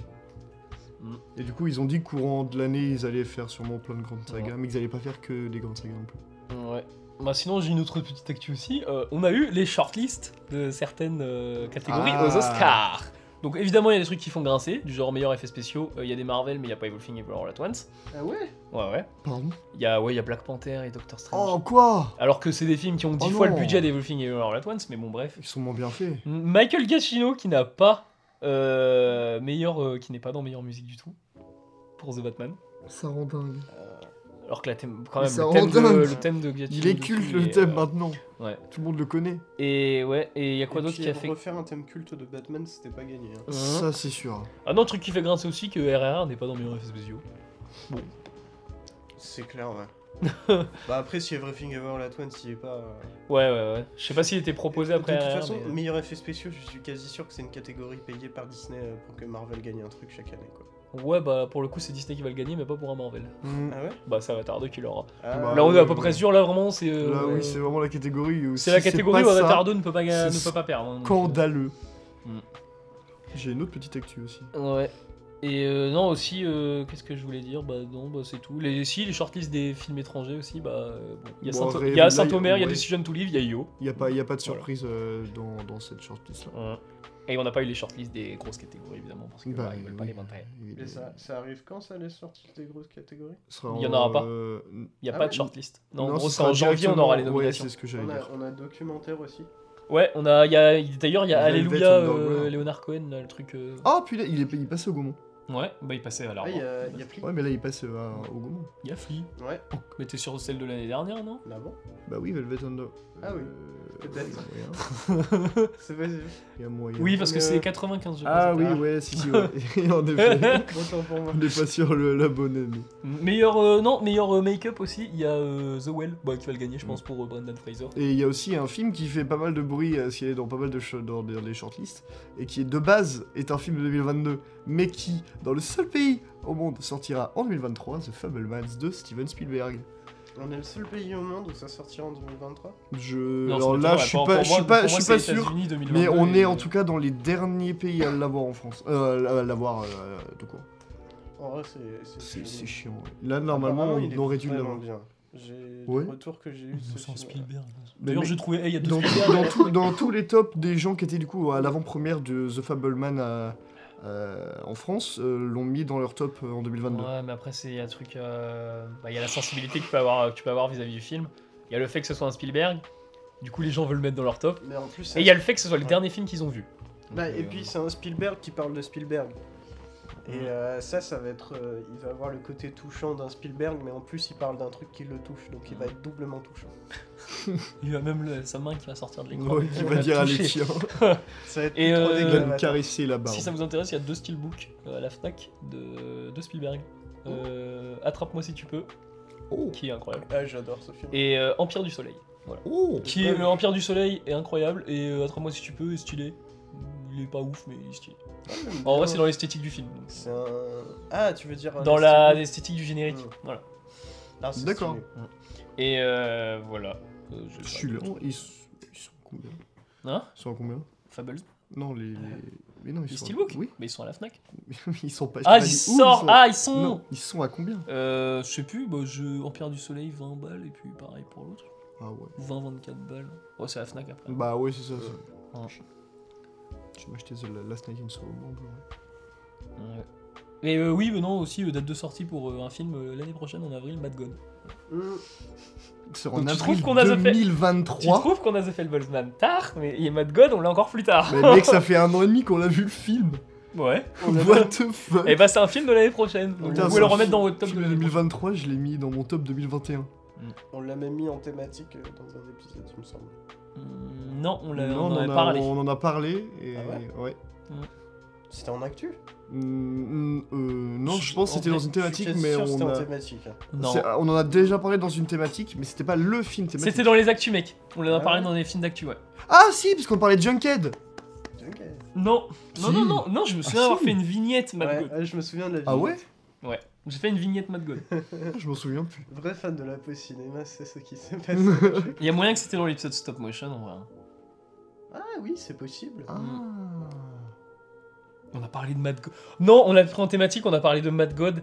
S3: Mm.
S1: Et du coup, ils ont dit courant de l'année, ils allaient faire sûrement plein de grandes sagas,
S3: Ouais.
S1: mais qu'ils allaient pas faire que des grandes sagas non plus.
S3: Ouais. Bah sinon j'ai une autre petite actu aussi. Euh, on a eu les shortlists de certaines euh, catégories
S1: Ah.
S3: aux Oscars. Donc évidemment il y a des trucs qui font grincer, du genre meilleur effet spéciaux. Euh, Il y a des Marvel mais il y a pas Everything Everywhere All At Once.
S2: Ah ouais
S3: Ouais ouais.
S1: Pardon
S3: Il y a ouais il y a Black Panther et Doctor Strange.
S1: Oh, quoi
S3: Alors que c'est des films qui ont 10
S1: Oh
S3: fois le
S1: non.
S3: budget d'Everything Everywhere All At Once. Mais bon bref.
S1: Ils sont moins bien faits.
S3: M- Michael Giacchino qui n'a pas euh, meilleur euh, qui n'est pas dans meilleure musique du tout pour The Batman.
S1: Ça rend dingue.
S3: Alors que la thème, quand
S1: Mais
S3: même
S1: ça
S3: le thème,
S1: rend
S3: de,
S1: dingue.
S3: le thème de Giacchino.
S1: Il est
S3: de
S1: culte
S3: tout,
S1: le
S3: mais,
S1: thème
S3: euh,
S1: maintenant.
S3: ouais.
S1: Tout le monde le connaît.
S3: Et ouais et il y a quoi
S2: Et
S3: d'autre
S2: puis,
S3: qui a fait
S2: Refaire un thème culte de Batman, c'était pas gagné. hein.
S3: Mhm.
S1: euh, Ça, c'est sûr.
S3: Un autre truc qui fait grincer aussi que RRR n'est pas dans meilleur effet spéciaux.
S2: C'est clair, ouais. bah après, si Everything Ever All At Once, il est pas. euh,
S3: Ouais, ouais, ouais. Je sais pas s'il était proposé après
S2: De toute
S3: RRR,
S2: façon,
S3: mais-
S2: meilleur effet spéciaux, je suis quasi sûr que c'est une catégorie payée par Disney euh, pour que Marvel gagne un truc chaque année, quoi.
S3: Ouais, bah pour le coup, c'est Disney qui va le gagner, mais pas pour un Marvel.
S2: Ah ouais
S3: Bah ça va tarder qu'il l'aura.
S2: Ah,
S1: Bah,
S3: Là, on est à peu
S1: ouais,
S3: près
S1: ouais.
S3: sûr, là vraiment, c'est. euh,
S1: Là,
S3: euh,
S1: oui, c'est vraiment la catégorie où.
S3: c'est
S1: si
S3: la catégorie
S1: pas
S3: où
S1: ça,
S3: Avatardo ne peut pas, ga- ne
S1: c'est
S3: peut pas perdre. hein, donc, euh,
S1: Scandaleux.
S3: Mm.
S1: J'ai une autre petite actu aussi.
S3: Ouais. Et euh, non, aussi, euh, qu'est-ce que je voulais dire Bah non, bah c'est tout. Les, si, les shortlists des films étrangers aussi, bah. euh, bon. Il y a
S1: Bon,
S3: Saint-
S1: après,
S3: il y a
S1: là,
S3: Saint-Omer, il y a
S1: ouais.
S3: Decision to Live, il y a Yo.
S1: Il n'y a, pas- y a pas de
S3: Voilà.
S1: surprise euh, dans, dans cette shortlist là.
S3: Et on n'a pas eu les shortlists des grosses catégories, évidemment, parce que
S1: Bah,
S3: bah, ils veulent pas
S1: oui.
S3: les montrer.
S1: Il
S2: Mais ça, ça arrive quand ça, les sorties des grosses catégories
S1: sera
S3: Il y en aura pas.
S1: euh,
S3: Il n'y a
S2: Ah
S3: pas
S2: ouais
S3: de shortlist. Non, en
S1: ce
S3: gros, c'est
S1: sera
S3: en janvier, on aura les
S1: directement-
S3: nominations.
S1: Ouais, c'est ce que j'allais
S2: on a,
S1: dire.
S2: on a documentaire aussi.
S3: Ouais, on a, il y a- d'ailleurs, il y a
S1: Velvet
S3: Alléluia, euh,
S1: Underground.
S3: Leonard Cohen, là, le truc. euh,
S1: Ah putain, il est il passe au Gaumont.
S3: Ouais, bah il passait à la
S2: Ah, il y a,
S3: Roi.
S2: il y a Flea.
S1: Ouais, mais là, il passe euh, à- au Gaumont.
S3: Il y a Flea.
S2: Ouais,
S3: Mais t'es sur celle de l'année dernière, non
S2: là bon.
S1: Bah oui, Velvet Euh, Under.
S2: Ah oui, peut-être. C'est possible.
S1: Il y a moyen.
S3: Oui, parce que
S2: Mais,
S3: c'est
S2: euh,
S3: 95, je
S1: Ah
S3: pense.
S1: oui, ouais, si, si, ouais. en effet,
S2: Autant pour moi.
S1: on n'est pas sur le, la bonne année.
S3: Meilleur, euh, non, meilleur euh, make-up aussi, il y a euh, The Well bah, qui va le gagner,
S1: Mm.
S3: je pense, pour euh, Brendan Fraser.
S1: Et il y a aussi un film qui fait pas mal de bruit, euh, parce qu'il est dans pas mal de cho- dans, dans les shortlists, et qui de base est un film de 2022, mais qui, dans le seul pays au monde, sortira en 2023, The Fablemans de Steven Spielberg.
S2: On est le seul pays au monde où ça sortira en 2023.
S1: Je...
S3: Non,
S1: Alors
S3: c'est
S1: là,
S3: pas-
S1: je suis
S3: pour
S1: pas,
S3: moi-
S1: je suis
S3: pour
S1: pas,
S3: moi,
S1: je suis
S3: c'est
S1: pas
S3: États-Unis
S1: sûr,
S3: 2022,
S1: mais on
S3: et- euh,
S1: est en tout cas dans les derniers pays à l'avoir en France, euh, à l'avoir euh, tout court.
S2: En vrai, c'est. c'est
S1: C'est c'est
S2: génial.
S1: chiant. ouais.
S3: Ah bah,
S1: Là, normalement,
S2: Apparemment,
S1: ils l'ont réduit
S2: vraiment
S1: là-bas.
S2: bien. J'ai
S1: Ouais.
S2: le retour que j'ai eu de ce film.
S3: Spielberg.
S1: Mais
S3: D'ailleurs,
S1: mec,
S3: j'ai trouvé. eh, Il y a deux
S1: Dans,
S3: Spielberg.
S1: dans tout- dans tous les tops des gens qui étaient du coup à l'avant-première de The Fableman à- euh, en France, euh, l'ont mis dans leur top euh, en 2022.
S3: Ouais, mais après, c'est il y a un truc. euh, bah, Il y a la sensibilité que tu peux avoir, euh, que tu peux avoir vis-à-vis du film. Il y a le fait que ce soit un Spielberg. Du coup, les gens veulent le mettre dans leur top.
S2: Mais en plus,
S3: Et
S2: c'est un-
S3: il y a le fait que ce soit le
S2: Ouais.
S3: dernier film qu'ils ont vu.
S2: Bah,
S3: Donc,
S2: et
S3: euh,
S2: puis c'est un Spielberg qui parle de Spielberg. Et euh, ça, ça va être. euh, il va avoir le côté touchant d'un Spielberg, mais en plus, il parle d'un truc qui le touche, donc il va être doublement touchant.
S3: Il y a même le- sa main qui va sortir de l'écran.
S1: Ouais, qui va
S3: l'a
S1: dire à
S3: touché.
S1: tiens,
S2: Ça va être
S3: Et,
S1: il
S3: euh, Il
S2: trop
S1: va
S2: dégueulasse.
S1: nous caresser la barbe.
S3: Si ça vous intéresse, il y a deux steelbooks euh, à la Fnac de, de Spielberg. Euh, Attrape-moi si tu peux,
S1: Oh,
S3: qui est incroyable.
S2: Ah, j'adore ce film.
S3: Et euh, Empire du Soleil.
S1: oh.
S3: Qui est, euh, Empire du Soleil est incroyable et euh, Attrape-moi si tu peux est stylé. Il est pas ouf, mais il est stylé. En vrai, c'est dans l'esthétique du film. donc.
S2: Ah, C'est un. Ah, tu veux dire. un
S3: Dans la-
S2: Steelbook
S3: l'esthétique du générique.
S2: Mm.
S3: Voilà.
S2: Ah, c'est
S1: D'accord.
S2: stylé.
S3: Et euh, voilà. Euh, je
S1: Je suis là. Oh, Ils, s- ils sont combien
S3: Hein
S1: Ils sont à combien
S3: Fables.
S1: Non, les, les- Mais non, ils
S3: Les
S1: sont.
S3: steelbooks
S1: Oui,
S3: Mais ils sont à la Fnac.
S1: ils sont pas.
S3: Ah,
S1: j'ai pas
S3: ils
S1: dit où
S3: sortent Ah, ils
S1: sont.
S3: sont
S1: Non, ils sont à combien
S3: Euh, je sais plus, bah, je... Empire du Soleil 20 balles et puis pareil pour l'autre.
S1: Ah ouais.
S3: 20-24 balles. Ouais, c'est la Fnac après.
S1: Bah ouais, c'est ça.
S3: Ouais.
S1: Je vais m'acheter The Last Night in Soho. en Blu-ray.
S3: Et euh, oui, mais non, aussi euh, date de sortie pour euh, un film euh, l'année prochaine en avril, Mad Gone.
S2: Mm.
S1: C'est
S3: Donc
S1: en
S3: tu
S1: avril
S3: trouves qu'on a zappé- Tu
S1: 2023.
S3: trouves qu'on a The Fablesman tard, mais et Mad God, on l'a encore plus tard.
S1: Mais mec, ça fait un an et demi qu'on a vu le film.
S3: Ouais.
S1: What the fuck
S3: Et bah c'est un film de l'année prochaine. Donc,
S1: Putain,
S3: vous
S1: c'est
S3: pouvez le
S1: un
S3: remettre
S1: film-
S3: dans votre top de
S1: film
S3: l'année
S1: 2023, je l'ai mis dans mon top 2021.
S2: On l'a même mis en thématique euh, dans un épisode, il me semble.
S3: prochaine. Mm, Non, on l'a
S1: Non,
S3: on en
S1: on,
S3: avait
S1: a-
S3: parlé.
S1: on en a parlé. Et...
S2: Ah ouais
S1: ouais.
S2: C'était en actu
S1: Mm, mm, euh, non,
S3: Je-
S1: je pense que c'était
S3: en
S1: dans
S3: fait,
S1: une
S2: Je suis
S1: thématique,
S2: quasi
S1: mais
S2: sûr que c'était
S1: on
S2: en
S1: a...
S2: thématique. hein.
S3: Non.
S1: c'est- on en a déjà parlé dans une thématique, mais c'était pas le film thématique.
S3: C'était dans les actus, mec. On en a
S2: Ah
S3: parlé
S2: ouais.
S3: dans les films d'actu, ouais.
S1: Ah si, parce qu'on parlait de Junkhead
S2: Ok.
S3: Non. Non,
S1: Si. Ah,
S3: non, non, non, je me souviens
S1: si.
S3: avoir fait une vignette Mad
S2: Ouais,
S3: God.
S2: ouais, je me souviens de la vie.
S1: Ah ouais
S3: J'ai fait une vignette Mad God.
S1: Ah, Je m'en souviens plus.
S2: Vrai fan de la peau cinéma, c'est ce qui s'est passé.
S3: Il y a moyen que c'était dans l'épisode stop motion, en vrai. hein.
S2: Ah oui, c'est possible.
S1: Ah.
S3: On a parlé de Mad God. Non, on l'a pris en thématique, on a parlé de Mad God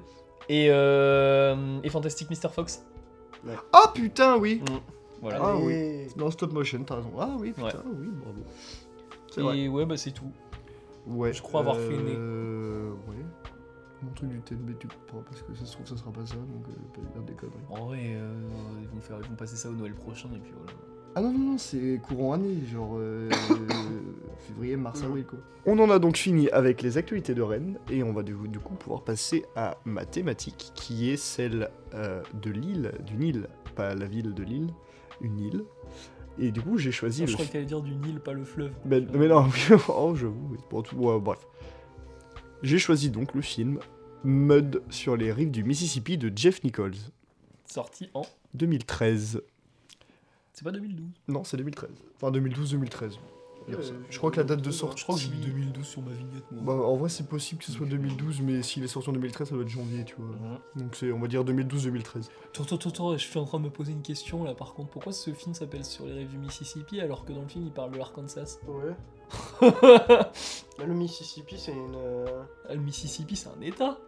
S3: et, euh, et Fantastic Mr. Fox.
S1: Ah putain, oui
S3: Voilà.
S1: Ah
S2: Allez.
S1: Dans stop motion, t'as raison. Ah oui, putain, oui, bravo. C'est vrai.
S3: Et ouais, bah c'est tout.
S1: Ouais.
S3: Je crois avoir fait une-
S1: Euh. Ouais. Mon truc du TNB, tu comprends, parce que ça se trouve, ça sera pas ça, donc euh, pas dire des conneries.
S3: En vrai, euh, ils, vont faire, ils vont passer ça au Noël prochain et puis voilà.
S1: Ah non, non, non, c'est courant année, genre euh, février,
S3: Mhm.
S1: mars, avril, quoi. On en a donc fini avec les actualités de Rennes, et on va du, du coup pouvoir passer à ma thématique, qui est celle euh, de l'île, d'une île, pas la ville de l'île, une île. Et du coup, j'ai choisi
S3: Ah, je
S1: le
S3: crois que t'allais dire du Nil, pas le fleuve.
S1: Ben,
S3: Tu vois.
S1: mais non, oh, j'avoue, oui. Bon, tout- ouais, bref. J'ai choisi donc le film Mud sur les rives du Mississippi de Jeff Nichols,
S3: Sorti en.
S1: 2013.
S3: C'est pas 2012.
S1: Non, c'est 2013. Enfin, 2012-2013.
S2: Euh,
S1: je crois que la date de
S2: 2012,
S1: sortie...
S3: Je crois que j'ai mis 2012 sur ma vignette,
S1: Bah,
S3: moi.
S1: en vrai, c'est possible que ce soit 2012, mais s'il est sorti en 2013, ça doit être janvier, tu vois.
S3: Mmh.
S1: Donc c'est, on va dire 2012-2013.
S3: Attends, attends, attends, attends, je suis en train de me poser une question là par contre. Pourquoi ce film s'appelle Sur les rives du Mississippi alors que dans le film il parle de l'Arkansas
S2: Ouais. Bah,
S3: Ah,
S2: Le Mississippi, c'est une. euh,
S3: Le Mississippi c'est un état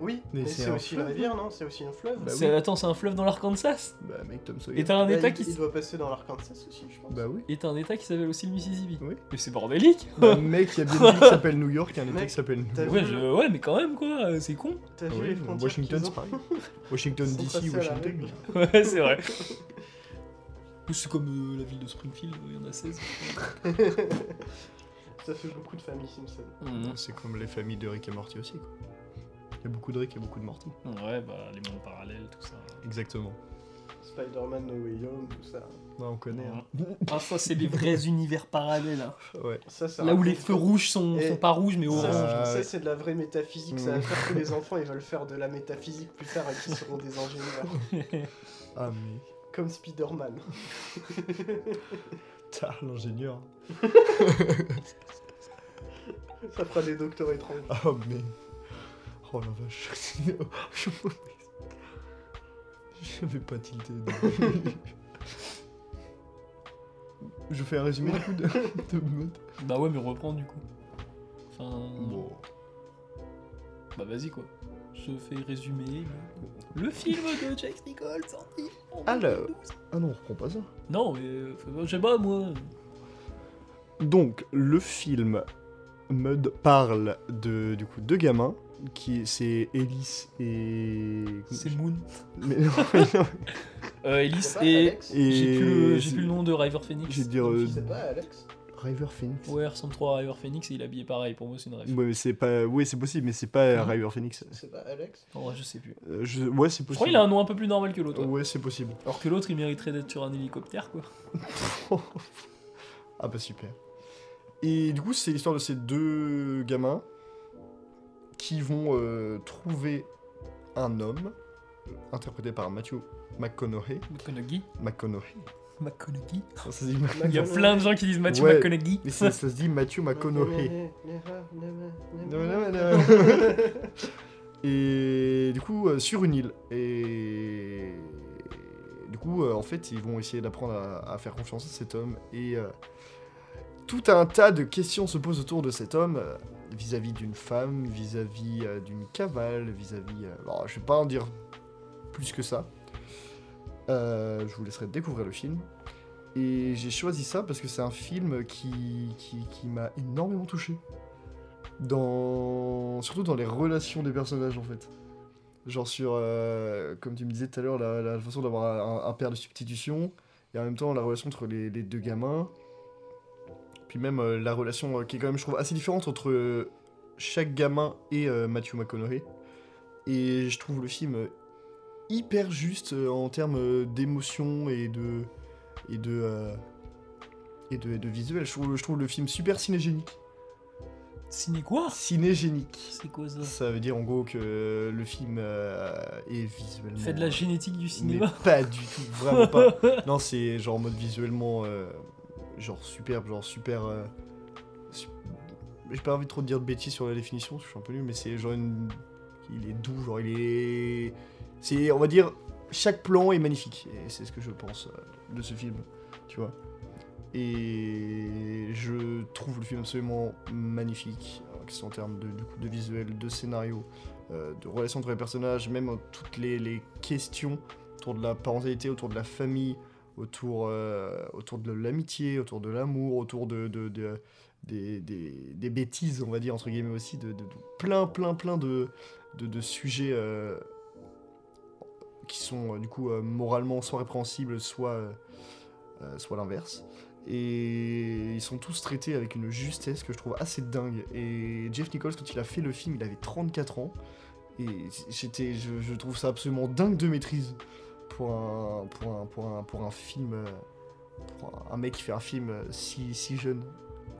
S2: Oui,
S1: Mais
S2: mais,
S1: c'est
S2: c'est
S1: un
S2: aussi
S1: fleuve.
S2: une rivière, non C'est aussi un fleuve.
S1: Bah
S3: C'est-
S1: oui.
S3: Attends, c'est un fleuve dans l'Arkansas
S1: Bah, mec, Tom Sawyer.
S3: Et t'as un
S2: Bah,
S3: état
S2: il,
S3: qui.
S2: il doit passer dans l'Arkansas aussi, je pense.
S1: Bah oui.
S3: est un état qui s'appelle aussi le Mississippi.
S1: Oui.
S3: Mais c'est bordélique
S1: Bah, mec, il y a bien une ville qui s'appelle New York et un état
S2: Mec,
S1: qui s'appelle New
S2: t'as
S1: York.
S2: vu
S3: Ouais, je- ouais, mais quand même quoi, euh, c'est con.
S2: T'as
S1: Ah
S2: vu
S1: ouais,
S2: les frontières
S1: Washington,
S2: qu'ils ont
S1: c'est pareil. Washington
S2: Ils sont
S1: DC,
S2: passés à la
S1: Washington.
S2: règle.
S3: Ouais, c'est vrai. C'est comme euh, la ville de Springfield, il y en a 16.
S2: Ça fait beaucoup de familles Simpson.
S1: Hmm. Hein,
S3: Mhm.
S1: C'est comme les familles de Rick et Morty aussi. Quoi. Il y a beaucoup de Rick, il y a beaucoup de Morty.
S3: Ouais, bah, les mondes parallèles, tout ça.
S1: Exactement.
S2: Spider-Man No Way Home, tout ça.
S1: Ouais, on connaît. hein.
S3: Ah, ça, c'est les vrais univers parallèles. hein.
S1: Ouais.
S2: ça, ça
S3: Là où
S2: raconte-
S3: les feux rouges sont,
S2: Et-
S3: sont pas rouges, mais
S2: Ça,
S3: orange.
S1: Euh,
S2: c'est-
S1: ouais.
S2: ça, c'est de la vraie métaphysique.
S3: Hmm.
S2: Ça va faire que les enfants ils veulent faire de la métaphysique plus tard et qu'ils seront des ingénieurs.
S1: Ah, mais.
S2: Comme Spider-Man.
S1: Putain, l'ingénieur.
S2: Ça fera des docteurs étranges.
S1: Ah, mais. Oh la vache. Je vais pas tilté. non. Je fais un résumé du coup de, de mode.
S3: Bah ouais, mais reprends du coup. Enfin,
S1: Bon.
S3: bah vas-y quoi. Je fais résumer le, le film de Jack Nicholson. sorti en
S1: Alors.
S3: 2012.
S1: Ah non, on reprend pas ça.
S3: Non, mais euh, je sais pas moi.
S1: Donc, le film Mud parle de, du coup, deux gamins, qui c'est Ellis et...
S3: C'est Moon.
S1: Mais non, mais non,
S3: Euh, Ellis
S2: C'est pas
S3: et.
S2: Alex
S1: et-
S3: J'ai plus, le- j'ai plus le nom de River Phoenix.
S1: Je vais dire... euh,
S2: C'est pas Alex
S1: River Phoenix
S3: Ouais, il ressemble trop à River Phoenix et il est habillé pareil. Pour moi, c'est une ref.
S1: Ouais, mais c'est pas... Oui, c'est possible, mais c'est pas
S3: Non.
S1: River Phoenix.
S2: C'est pas Alex
S3: En vrai, je sais plus.
S1: Euh, je- Ouais, c'est
S3: Je
S1: possible.
S3: crois qu'il a un nom un peu plus normal que l'autre. ouais.
S1: Ouais, c'est possible.
S3: Alors que l'autre, il mériterait d'être sur un hélicoptère quoi.
S1: Ah bah super. Et du coup, c'est l'histoire de ces deux gamins qui vont euh, trouver un homme, euh, interprété par Matthew McConaughey.
S3: McConaughey.
S1: McConaughey
S3: McConaughey.
S1: Ça se dit Mac-
S3: Il y a plein de gens qui disent Matthew
S1: Ouais.
S3: McConaughey.
S1: Mais c'est- ça se dit Matthew McConaughey. Non, non, non, non. Et du coup, euh, sur une île. Et du coup, euh, en fait, ils vont essayer d'apprendre à, à faire confiance à cet homme. Et euh, tout un tas de questions se posent autour de cet homme euh, vis-à-vis d'une femme, vis-à-vis euh, d'une cavale, vis-à-vis. euh, alors, je vais pas en dire plus que ça. Euh, je vous laisserai découvrir le film. Et j'ai choisi ça parce que c'est un film qui, qui, qui m'a énormément touché. Dans... Surtout dans les relations des personnages en fait. Genre sur, euh, comme tu me disais tout à l'heure, la, la façon d'avoir un, un père de substitution, et en même temps la relation entre les, les deux gamins. Puis même euh, la relation euh, qui est quand même, je trouve, assez différente entre euh, chaque gamin et euh, Matthew McConaughey. Et je trouve le film euh, hyper juste euh, en termes euh, d'émotion et de et de, euh, et de, et de visuel. Je trouve, je trouve le film super cinégénique.
S3: Ciné quoi
S1: Cinégénique.
S3: C'est quoi ça
S1: Ça veut dire en gros que euh, le film euh, est visuellement. euh,
S3: Fait de la génétique du
S1: mais
S3: cinéma.
S1: Pas du tout, vraiment pas. Non, c'est genre en mode visuellement, euh, genre superbe, genre super. euh, su- J'ai pas envie de trop de dire de bêtises sur la définition, parce que je suis un peu nul, mais c'est genre une. Il est doux, genre il est. C'est, on va dire, chaque plan est magnifique, et c'est ce que je pense euh, de ce film, tu vois. Et je trouve le film absolument magnifique, euh, que ce soit en termes de, du coup, de visuel, de scénario, euh, de relations entre les personnages, même euh, toutes les, les questions autour de la parentalité, autour de la famille, autour, euh, autour de l'amitié, autour de l'amour, autour de, de- de- des, des- des bêtises, on va dire, entre guillemets aussi, de, de- de plein, plein, plein de, de, de sujets euh, qui sont euh, du coup euh, moralement soit répréhensibles, soit, euh, euh, soit l'inverse. Et ils sont tous traités avec une justesse que je trouve assez dingue. Et Jeff Nichols, quand il a fait le film, il avait 34 ans. Et j'étais, je, je trouve ça absolument dingue de maîtrise pour un, pour un, pour un, pour un film. euh, Pour un- un mec qui fait un film euh, si, si jeune.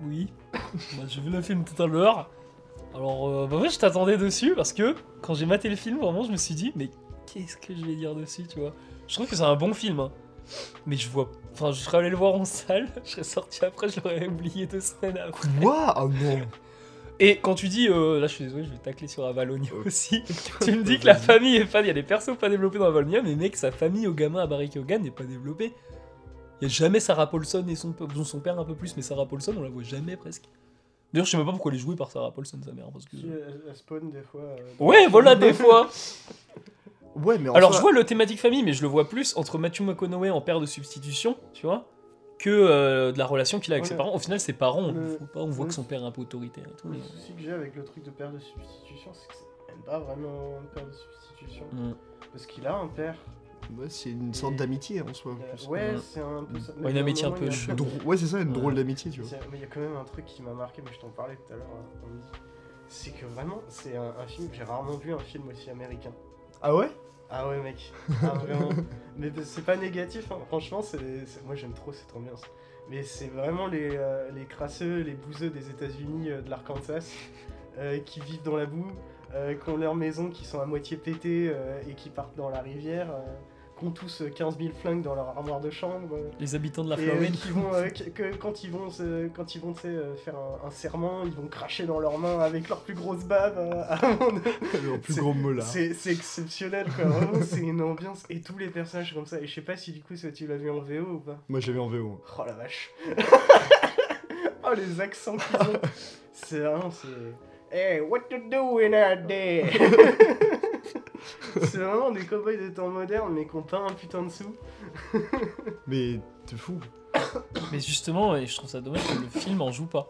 S3: Oui. Bah, j'ai vu le film tout à l'heure. Alors, euh, bah, ouais, je t'attendais dessus parce que quand j'ai maté le film, vraiment, je me suis dit, mais qu'est-ce que je vais dire dessus, tu vois Je trouve que c'est un bon film. hein. Mais je vois. Enfin, je serais allé le voir en salle, je serais sorti après, je l'aurais oublié deux semaines après.
S1: Quoi Ah non
S3: Et quand tu dis, euh, là je suis désolé, je vais tacler sur Avalonio
S1: Euh.
S3: aussi, tu me dis que la famille est pas, il y a des persos pas développés dans Avalonio, mais mec, sa famille au gamin à Barry Keoghan n'est pas développée. Il y a jamais Sarah Paulson et son, pe- bon, son père un peu plus, mais Sarah Paulson on la voit jamais presque. D'ailleurs, je sais même pas pourquoi elle est jouée par Sarah Paulson, sa mère, parce que.
S2: Si, elle, elle spawn des fois. euh,
S3: Ouais, voilà des fois.
S1: Ouais, mais en
S3: Alors
S1: soi-
S3: je vois le thématique famille, mais je le vois plus entre Matthew McConaughey en père de substitution, tu vois, que euh, de la relation qu'il a avec
S2: Ouais.
S3: ses parents. Au final, ses parents, on,
S2: Le-
S3: voit pas, on voit
S2: le-
S3: que son père est un peu autoritaire et tout.
S2: Le
S3: mais-
S2: souci que j'ai avec le truc de père de substitution, c'est que c'est même pas vraiment un père de substitution.
S3: Mm.
S2: Parce qu'il a un père.
S1: Ouais, bah, c'est une sorte d'amitié en soi. en
S2: il a-
S1: plus.
S2: Ouais,
S3: Mm.
S2: c'est un peu ça.
S3: Ouais,
S2: Mais
S3: une
S2: à
S3: amitié un
S2: moment,
S3: peu
S2: il y a-
S3: chelou.
S1: Drô- Ouais, c'est ça, une
S3: Ouais.
S1: drôle d'amitié, tu vois.
S2: C'est- Mais il y a quand même un truc qui m'a marqué, mais je t'en parlais tout à l'heure. hein, on me dit. c'est que vraiment, c'est un, un film, j'ai rarement vu un film aussi américain.
S1: Ah ouais
S2: Ah ouais, mec. Ah, vraiment. Mais c'est pas négatif, hein. franchement, c'est, c'est- moi j'aime trop cette ambiance. Mais c'est vraiment les, euh, les crasseux, les bouseux des États-Unis, euh, de l'Arkansas, euh, qui vivent dans la boue, euh, qui ont leurs maisons qui sont à moitié pétées euh, et qui partent dans la rivière, euh, qui ont tous euh, 15 000 flingues dans leur armoire de chambre. euh,
S3: Les habitants de la
S2: et euh,
S3: Floride.
S2: qui vont, euh, que- que- quand ils vont, se- quand ils vont tu sais, euh, faire un, un serment, ils vont cracher dans leurs mains avec leur plus grosse bave euh, avant de-
S1: Le plus
S2: C'est-
S1: gros mot là.
S2: c'est c'est exceptionnel quoi, vraiment c'est une ambiance et tous les personnages comme ça. Et je sais pas si du coup ça, tu l'as vu en VO ou pas.
S1: Moi j'avais en hein. VO.
S2: Oh la vache. oh les accents qu'ils ont. C'est vraiment c'est. Hey, what you doing out there? c'est vraiment des cowboys de temps moderne mais qui ont pas un putain de sous.
S1: Mais t'es fou.
S3: Mais justement, et je trouve ça dommage que le film en joue pas.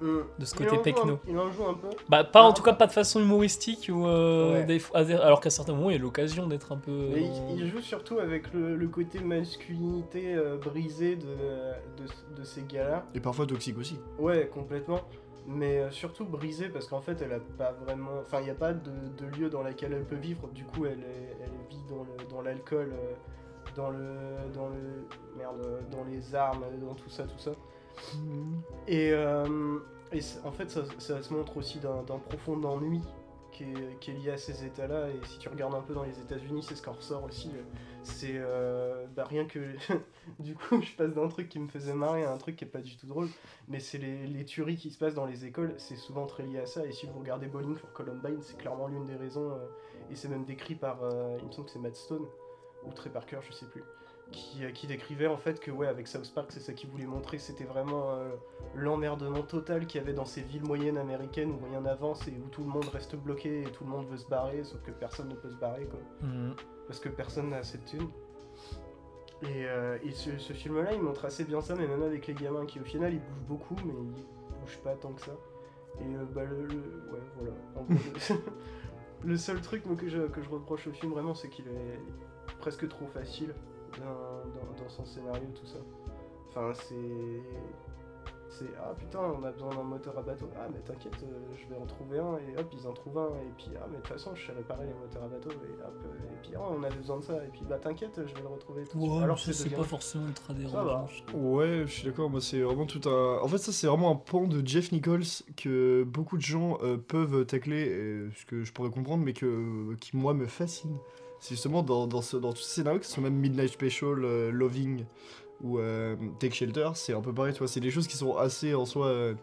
S2: Hmm.
S3: De ce
S2: Il
S3: côté
S2: en joue un-
S3: techno.
S2: Il en joue un peu.
S3: Bah, pas en
S2: Non.
S3: tout cas, pas de façon humoristique ou. euh,
S2: Ouais.
S3: des fois- alors qu'à certains moments, il y a l'occasion d'être un peu.
S2: Mais
S3: dans-
S2: il, il joue surtout avec le, le côté masculinité euh, brisée de, de, de ces gars-là.
S1: Et parfois toxique aussi.
S2: Ouais, complètement. Mais euh, surtout brisée parce qu'en fait, elle a pas vraiment. Enfin, il n'y a pas de, de lieu dans lequel elle peut vivre. Du coup, elle, est- elle vit dans le- dans l'alcool, euh, dans le, dans le. Merde, euh, dans les armes, euh, dans tout ça, tout ça. Et, euh, et c- en fait, ça, ça se montre aussi d'un d'un profond ennui qui est, qui est lié à ces états-là. Et si tu regardes un peu dans les États-Unis, c'est ce qu'on ressort aussi. euh, C'est euh, bah, rien que. du coup, je passe d'un truc qui me faisait marrer à un truc qui est pas du tout drôle. Mais c'est les, les tueries qui se passent dans les écoles, c'est souvent très lié à ça. Et si vous regardez Bowling for Columbine, c'est clairement l'une des raisons. euh, et c'est même décrit par. euh, il me semble que c'est Matt Stone ou Trey Parker, je sais plus. Qui, euh, qui décrivait en fait que, ouais, avec South Park, c'est ça qu'ils voulaient montrer. C'était vraiment. euh, l'emmerdement total qu'il y avait dans ces villes moyennes américaines où rien n'avance et où tout le monde reste bloqué et tout le monde veut se barrer, sauf que personne ne peut se barrer, quoi.
S3: Mhm.
S2: Parce que personne n'a assez de thunes. Et, euh, et ce, ce film-là, il montre assez bien ça, mais même avec les gamins qui, au final, ils bougent beaucoup, mais ils bougent pas tant que ça. Et euh, bah, le, le- Ouais, voilà. En gros, le- le seul truc moi, que, je, que je reproche au film, vraiment, c'est qu'il est presque trop facile dans, dans- dans son scénario, tout ça. Enfin, c'est. C'est ah putain, on a besoin d'un moteur à bateau. Ah mais t'inquiète, euh, je vais en trouver un et hop, ils en trouvent un et puis ah mais de toute façon, je sais réparer les moteurs à bateau et hop euh, et puis ah, on avait besoin de ça et puis bah t'inquiète, je vais le retrouver tout de suite.
S3: Ouais,
S2: Alors
S3: mais
S2: que
S3: ça,
S2: c'est
S3: c'est
S2: deux
S3: pas
S2: gamins.
S3: forcément ultra
S2: Ça
S3: dérangeant.
S2: va.
S3: je trouve.
S1: Ouais, je suis d'accord. Moi, c'est vraiment tout un. En fait, ça, c'est vraiment un pan de Jeff Nichols que beaucoup de gens euh, peuvent tacler, et ce que je pourrais comprendre, mais que euh, qui moi me fascine. C'est justement dans, dans, ce, dans tous ces scénarios qui sont même Midnight Special, euh, Loving ou euh, Take Shelter, c'est un peu pareil, tu vois. C'est des choses qui sont assez en soi. euh,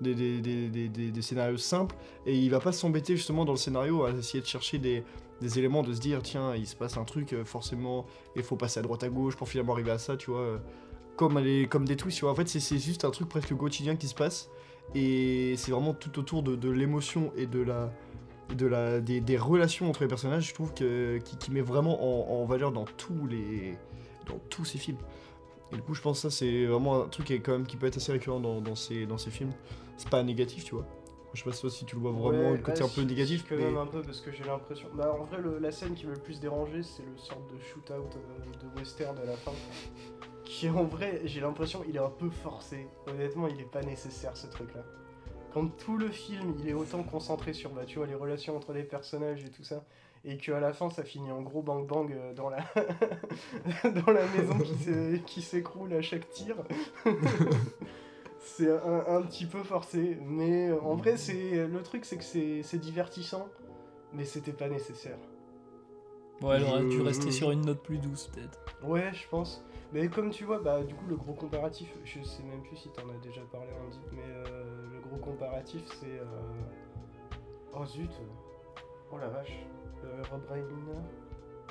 S1: des, des, des, des, des- des scénarios simples et il va pas s'embêter justement dans le scénario à essayer de chercher des, des éléments de se dire tiens il se passe un truc euh, forcément il faut passer à droite à gauche pour finalement arriver à ça tu vois euh, comme, les, comme des twists. tu vois. En fait, c'est- c'est juste un truc presque quotidien qui se passe. Et c'est vraiment tout autour de, de l'émotion et de la, de la, des, des relations entre les personnages, je trouve, que, qui, qui met vraiment en, en valeur dans tous, les, dans tous ces films. Et du coup, je pense que ça, c'est vraiment un truc qui, est quand même, qui peut être assez récurrent dans, dans ces, dans ces films. C'est pas négatif, tu vois. Je sais pas toi, si tu le vois vraiment,
S2: Ouais,
S1: le côté
S2: ouais,
S1: un peu
S2: si-
S1: négatif.
S2: si, Quand
S1: Mais...
S2: même un peu parce que j'ai l'impression. Bah en vrai, le- la scène qui m'a le plus dérangé, c'est le sorte de shootout euh, de western à la fin. Qui en vrai, j'ai l'impression, il est un peu forcé. Honnêtement, il est pas nécessaire ce truc-là. Quand tout le film, il est autant concentré sur bah, tu vois, les relations entre les personnages et tout ça, et qu'à la fin, ça finit en gros bang bang euh, dans la, dans la maison qui s'é- qui s'écroule à chaque tir. c'est un, un petit peu forcé, mais euh, en vrai, c'est le truc, c'est que c'est c'est divertissant, mais c'était pas nécessaire.
S3: Ouais, elle aurait dû
S2: Euh,
S1: Je-
S3: rester sur une note plus douce, peut-être.
S2: Ouais, je pense. Mais comme tu vois, bah du coup le gros comparatif, je sais même plus si t'en as déjà parlé un petit, mais euh, le gros comparatif c'est euh, oh zut, oh la vache, euh, Rob Reiner,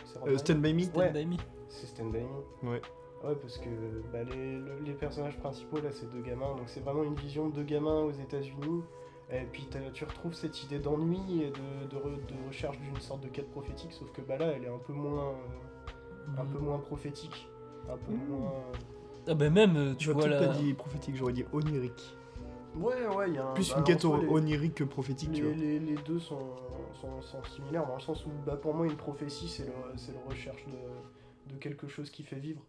S2: c'est Rob
S1: Euh,
S2: Reiner
S1: Stand By Me
S2: Ouais.
S3: Stand by me.
S2: c'est Stand By Me.
S1: Ouais.
S2: Ah Ouais, parce que bah, les, le- les personnages principaux, là, c'est deux gamins. Donc, c'est vraiment une vision de deux gamins aux États-Unis. Et puis, t'as- tu retrouves cette idée d'ennui et de, de re- de recherche d'une sorte de quête prophétique. Sauf que bah, là, elle est un peu moins, euh, un peu moins prophétique. Un peu
S1: Mhm.
S2: moins.
S3: Hmm. Ah, bah, même, euh, tu
S1: Tu
S3: vois
S1: vois,
S3: là.
S1: pas dit prophétique, j'aurais dit onirique.
S2: Ouais, ouais, il y a un.
S1: Plus
S3: Ah,
S2: bah,
S1: une
S2: en
S1: quête
S2: soi, les-
S1: onirique que prophétique, tu vois.
S2: les, les- les deux sont, sont- sont similaires dans le sens où bah, pour moi une prophétie c'est le, c'est le recherche de, de quelque chose qui fait vivre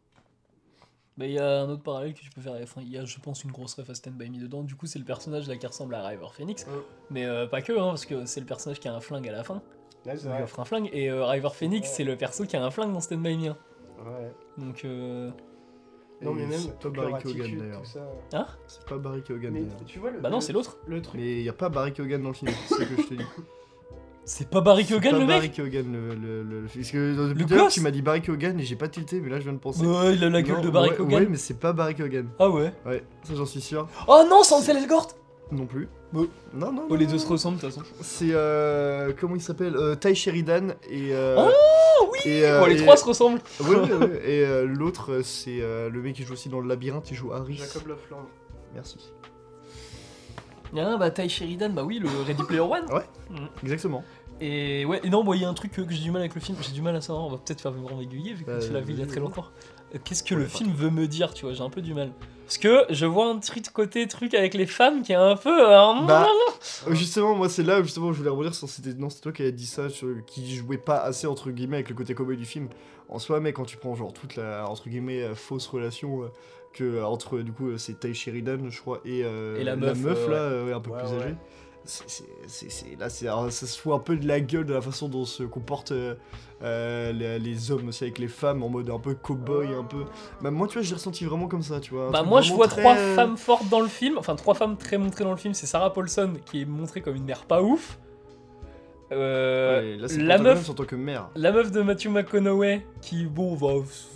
S3: Bah, il y a un autre parallèle que tu peux faire. Enfin, il y a, je pense, une grosse ref à Stand By Me dedans. Du coup, c'est le personnage là qui ressemble à River Phoenix.
S2: Ouais.
S3: Mais euh, pas que, hein, parce que c'est le personnage qui a un flingue à la fin.
S2: Là, c'est
S3: Il lui
S2: vrai.
S3: offre un flingue. Et euh, River Phoenix,
S2: Ouais.
S3: c'est le perso qui a un flingue dans Stand By Me. hein.
S2: Ouais.
S3: Donc, euh...
S2: Non,
S1: Et
S2: mais même
S1: c'est pas
S2: leur
S1: Barry Keoghan,
S2: attitude,
S1: d'ailleurs.
S2: tout ça.
S3: hein
S1: C'est pas Barry Keoghan.
S2: Mais
S1: d'ailleurs.
S2: tu vois le.
S3: Bah non,
S2: le-
S3: c'est l'autre.
S2: Le truc.
S1: Mais il y a pas Barry Keoghan dans le film, c'est ce que je te dis.
S3: C'est pas Barry
S1: C'est
S3: Keoghan
S1: pas
S3: le
S1: Barry
S3: mec
S1: Keoghan le, le, le- Parce que dans- depuis
S3: Le
S1: tout à l'heure,
S3: gosse
S1: tu m'as dit Barry Keoghan et j'ai pas tilté, mais là je viens de penser.
S3: Ouais, il a la gueule
S1: Non,
S3: de Barry
S1: ouais,
S3: Keoghan.
S1: Ouais, mais c'est pas Barry Keoghan.
S3: Ah ouais.
S1: Ouais, ça j'en suis sûr.
S3: Oh non, Ansel Elgort
S1: Non plus.
S3: Bon.
S1: Non, non.
S3: Oh, les
S1: non,
S3: deux
S1: non.
S3: se ressemblent de toute façon.
S1: C'est euh, comment il s'appelle euh, Ty Sheridan et. Euh,
S3: Ah oui
S1: et, euh,
S3: Bon, Oh, les
S1: et-
S3: trois se ressemblent.
S1: Ouais, ouais, ouais. Et euh, l'autre, euh, c'est euh, le mec qui joue aussi dans le labyrinthe, il joue Harris.
S2: Jacob Lofland.
S1: Merci.
S3: Ah bah Ty Sheridan, bah oui, le Ready Player One.
S1: Exactement.
S3: Et ouais, et non, moi il y a un truc euh, que j'ai du mal avec le film, j'ai du mal à savoir, on va peut-être faire me rendre aiguiller vu que
S1: Euh,
S3: tu l'as vu il y a
S1: oui,
S3: très
S1: oui.
S3: longtemps. Euh, Qu'est-ce que
S1: Ouais,
S3: le
S1: pas
S3: film veut me dire, tu vois, j'ai un peu du mal. Parce que je vois un petit côté truc avec les femmes qui est un peu... euh,
S1: Bah, Euh, Justement, moi, c'est là où justement, je voulais rebondir sur. C'était, non, c'est toi qui avais dit ça, sur- qui jouait pas assez, entre guillemets, avec le côté cowboy du film. En soi, mais quand tu prends, genre, toute la, entre guillemets, euh, fausse relation euh, que, euh, entre, du coup, euh, c'est Ty Sheridan, je crois, et, euh,
S3: Et la meuf, euh,
S1: là, euh, ouais, un peu
S2: Ouais,
S1: plus
S2: ouais.
S1: âgée. C'est, c'est- c'est- c'est- là, c'est, alors, ça se fout un peu de la gueule de la façon dont se comportent euh, euh, les, les hommes aussi avec les femmes, en mode un peu cowboy, un peu. Bah, moi, tu vois, je l'ai ressenti vraiment comme ça, tu vois. un
S3: Bah
S1: truc
S3: moi je
S1: vraiment
S3: vois
S1: très-
S3: trois femmes fortes dans le film, enfin trois femmes très montrées dans le film, c'est Sarah Paulson qui est montrée comme une mère pas ouf. Euh,
S1: Ouais, là, c'est
S3: la
S1: Pentagon
S3: meuf-
S1: en tant que mère.
S3: la meuf de Matthew McConaughey qui bon va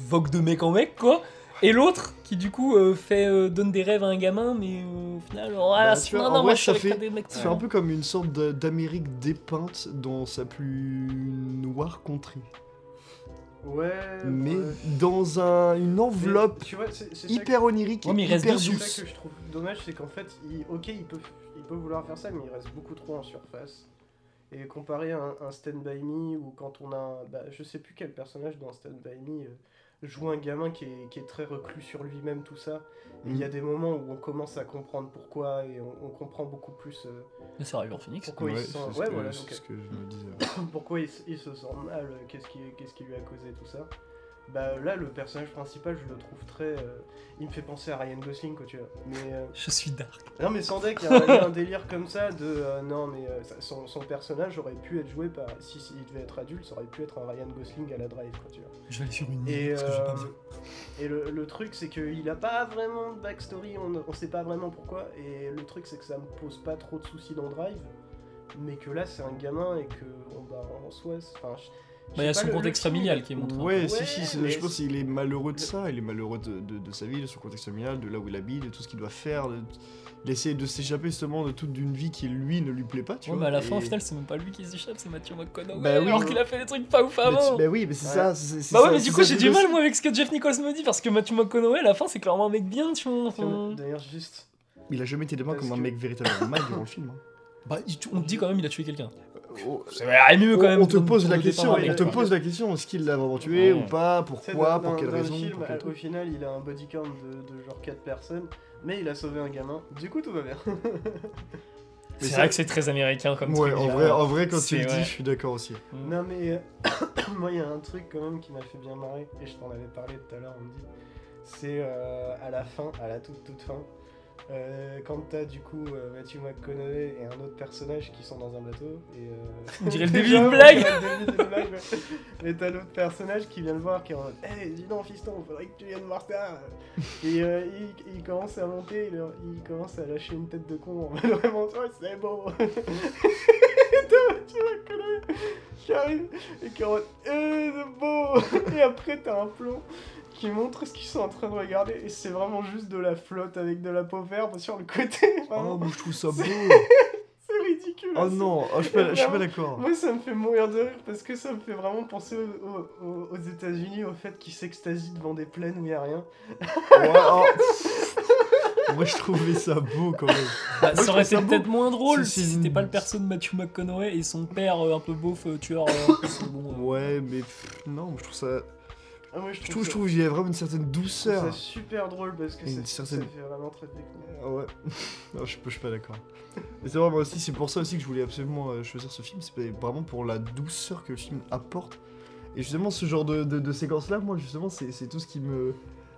S3: vogue de mec en mec quoi et l'autre qui du coup euh, fait euh, donne des rêves à un gamin mais euh, au final oh, ah,
S1: Bah,
S3: c'est-
S1: tu vois,
S3: non,
S1: en
S3: non,
S1: vrai,
S3: moi je suis
S1: ça
S3: avec
S1: fait-
S3: des mecs
S1: C'est un peu comme une sorte de- d'Amérique dépeinte dans sa plus noire contrée.
S2: Ouais.
S1: Mais
S2: Euh, ouais.
S1: dans un, une
S2: Mais,
S1: enveloppe
S2: Tu vois, c'est c'est ça que-
S1: hyper onirique,
S3: Ouais, mais il reste
S1: hyper
S3: dessus.
S2: c'est
S1: douce.
S2: ça que je trouve dommage, c'est qu'en fait, il- ok, il peut, il peut vouloir faire ça, mais il reste beaucoup trop en surface. Et comparé à un, un Stand By Me, ou quand on a. un- Bah, je sais plus quel personnage dans Stand By Me euh, joue un gamin qui est, qui est très reclus sur lui-même, tout ça. Et il
S1: Mm.
S2: y a des moments où on commence à comprendre pourquoi, et on, on comprend beaucoup plus euh,
S3: Mais c'est River Phoenix
S2: pourquoi, il se sent... ouais, voilà, donc,
S1: que je
S3: me
S1: disais.
S2: pourquoi il, se- il se sent mal, euh, qu'est-ce qui, qu'est-ce qui lui a causé, tout ça. Bah là, le personnage principal, je le trouve très. euh, il me fait penser à Ryan Gosling, quoi, tu vois. Mais. euh,
S3: je suis dark
S2: Non mais sans deck, il y, a un- il y a un délire comme ça de euh, non mais euh, ça- son, son personnage aurait pu être joué par si, si il devait être adulte, ça aurait pu être un Ryan Gosling à la drive quoi tu vois.
S3: je vais aller sur une île
S2: Et,
S1: Mmh,
S3: parce que j'ai pas
S2: euh,
S3: bien.
S2: et le, le truc c'est qu'il a pas vraiment de backstory, on, ne- on sait pas vraiment pourquoi. Et le truc c'est que ça me pose pas trop de soucis dans Drive, mais que là c'est un gamin et que on bah, en soi, c'est- enfin, je- je
S3: Bah, il y a
S2: sais pas,
S3: son
S2: le- le
S3: contexte
S2: film,
S3: familial qui est montré
S1: Ouais, si,
S2: Ouais,
S1: si, c'est-
S2: mais
S1: je pense qu'il est malheureux de ça, il est malheureux de, de- de sa vie, de son contexte familial, de là où il habite, de tout ce qu'il doit faire, de, il essaie de s'échapper justement de toute une vie qui lui ne lui plaît pas, tu
S3: ouais,
S1: vois.
S3: mais à la fin
S1: et-
S3: au final c'est même pas lui qui s'échappe c'est Matthew McConaughey
S1: Bah oui,
S3: alors
S1: mais-
S3: qu'il a fait des trucs pas ouf
S1: Mais tu-
S3: avant
S1: Bah oui, mais c'est
S2: Ouais.
S1: ça. c'est- c'est
S3: bah ouais
S1: ça-
S3: mais
S1: c'est
S3: du coup
S1: ça
S3: j'ai
S1: qui
S3: du
S1: me-
S3: mal moi avec ce que Jeff Nichols me dit parce que Matthew McConaughey à la fin c'est clairement un mec bien tu vois enfin.
S2: Tiens, D'ailleurs juste,
S1: Il a jamais été dépeint
S2: Parce
S1: comme un
S2: que-
S1: mec véritablement mal durant le film. hein.
S3: bah il- on te dit quand même il a tué quelqu'un
S1: Oh,
S3: c'est mieux quand même
S1: on te
S3: pour-
S1: pose
S3: pour
S1: la
S3: le départ
S1: question,
S3: avec,
S1: on te
S3: quoi.
S1: pose la question, est-ce qu'il l'a vraiment tué
S3: Ouais.
S1: ou pas,
S2: tu sais,
S1: pourquoi,
S2: dans-
S1: pour
S2: dans-
S1: quelle
S2: dans le
S1: raison,
S2: film,
S1: pour quel
S2: au
S1: truc.
S2: final il a un body count de, de genre 4 personnes, mais il a sauvé un gamin. Du coup tout va bien.
S1: Mais
S3: C'est
S1: ça-
S3: vrai que c'est très américain comme
S1: Ouais,
S3: truc.
S1: en
S3: là.
S1: vrai, en vrai, quand
S3: C'est
S1: tu le
S3: vrai.
S1: dis, je suis d'accord aussi.
S3: Mm.
S2: Non mais euh, moi il y a un truc quand même qui m'a fait bien marrer et je t'en avais parlé tout à l'heure on me dit c'est euh, à la fin à la toute toute fin euh, quand t'as du coup euh, Matthew McConaughey et un autre personnage qui sont dans un bateau et euh,
S3: On dirait le
S2: déjà,
S3: début d'une
S2: on
S3: blague.
S2: dirait le début d'une blague, ouais. mais t'as l'autre personnage qui vient le voir qui est en mode hey dis donc fiston faudrait que tu viennes voir ça et euh, il, il commence à monter il, leur- il commence à lâcher une tête de con en mode vraiment toi c'est bon et t'as Matthew McConaughey qui arrive et qui est en mode, Eh, c'est beau Et après, t'as un plan qui montre ce qu'ils sont en train de regarder, et c'est vraiment juste de la flotte avec de la peau verte sur le côté.
S1: Oh,
S2: Vraiment,
S1: moi, je trouve ça beau.
S2: c'est ridicule.
S1: Oh
S2: C'est-
S1: non, oh, je suis pas- je suis pas
S2: Vraiment.
S1: d'accord.
S2: Moi, ça me fait mourir de rire parce que ça me fait vraiment penser aux, aux- aux- aux États-Unis, au fait qu'ils s'extasient devant des plaines où il a rien.
S1: Ouais, oh, pff. Moi, je trouvais ça beau quand même.
S3: Bah,
S1: Moi, je
S3: ça
S1: trouve ça
S3: aurait été
S1: beau.
S3: peut-être moins drôle
S1: C'est-
S3: si
S1: c'est-
S3: c'était pas le perso de Matthew McConaughey et son père euh, un peu beauf euh, tueur. euh, c'est bon, euh.
S1: Ouais, mais pff, non, je trouve ça.
S2: Ah, moi, je
S1: Je
S2: trouve,
S1: trouve, je
S2: ça,
S1: trouve qu'il y a vraiment une certaine
S2: je trouve ça
S1: douceur.
S2: super drôle parce que
S1: Une
S2: ça,
S1: certaine-
S2: ça fait vraiment très technique.
S1: Ah Ouais, non, je, je suis pas d'accord. Et c'est vrai, moi aussi, c'est pour ça aussi que je voulais absolument euh, choisir ce film, c'est vraiment pour la douceur que le film apporte. Et justement, ce genre de, de, de séquence-là, moi, justement, c'est c'est tout ce qui me.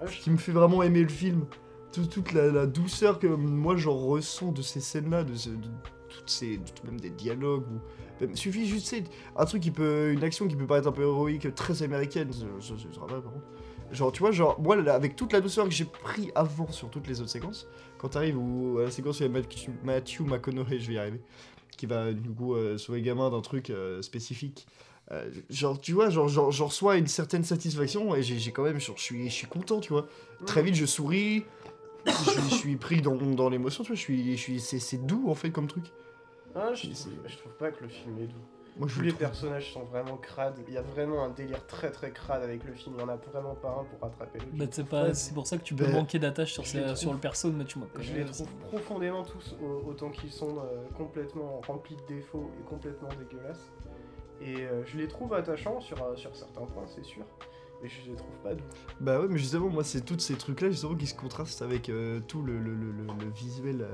S1: Ce qui me fait vraiment aimer le film. Tout- toute la, la douceur que hum, moi j'en ressens de ces scènes-là, de, ce- de toutes ces, de- même des dialogues. Ou, même- suffit juste tu sais, un truc qui peut, une action qui peut paraître un peu héroïque, très américaine. Ce, ce- ce sera vrai, par contre. Genre tu vois, genre moi là, avec toute la douceur que j'ai pris avant sur toutes les autres séquences, quand t'arrives où- euh, à la séquence où il y a Matthew, Matthew McConaughey, je vais y arriver, qui va du coup euh, sauver le gamin d'un truc euh, spécifique. euh, genre tu vois, genre, genre, genre reçois une certaine satisfaction et j'ai j'ai quand même, genre, je suis, je suis content, tu vois. Très vite je souris, je, suis- je suis pris dans, dans l'émotion, tu vois, je suis, je suis, c'est, c'est doux en fait comme truc.
S2: Ah, je,
S1: Oui,
S2: trouve,
S1: c'est-
S2: je trouve pas que le film est doux.
S1: Moi je
S2: Tous
S1: le
S2: les
S1: trouve-
S2: personnages sont vraiment crades. Il y a vraiment un délire très très crade avec le film. Il y en a vraiment pas un pour rattraper le film.
S3: Bah, c'est pas-
S2: Ouais.
S3: c'est pour ça que tu peux
S1: Ben,
S3: manquer d'attache sur,
S2: je
S3: ces-
S2: les trouve-
S3: sur le perso de Mathieu McConaughey.
S2: Je les trouve profondément tous, au- autant qu'ils sont euh, complètement remplis de défauts et complètement dégueulasses. Et euh, je les trouve attachants sur, euh, sur certains points, c'est sûr. Mais je les trouve pas doux.
S1: Bah ouais, mais justement, moi, c'est tous ces trucs-là, justement, qui se contrastent avec euh, tout le, le- le- le- le visuel, euh,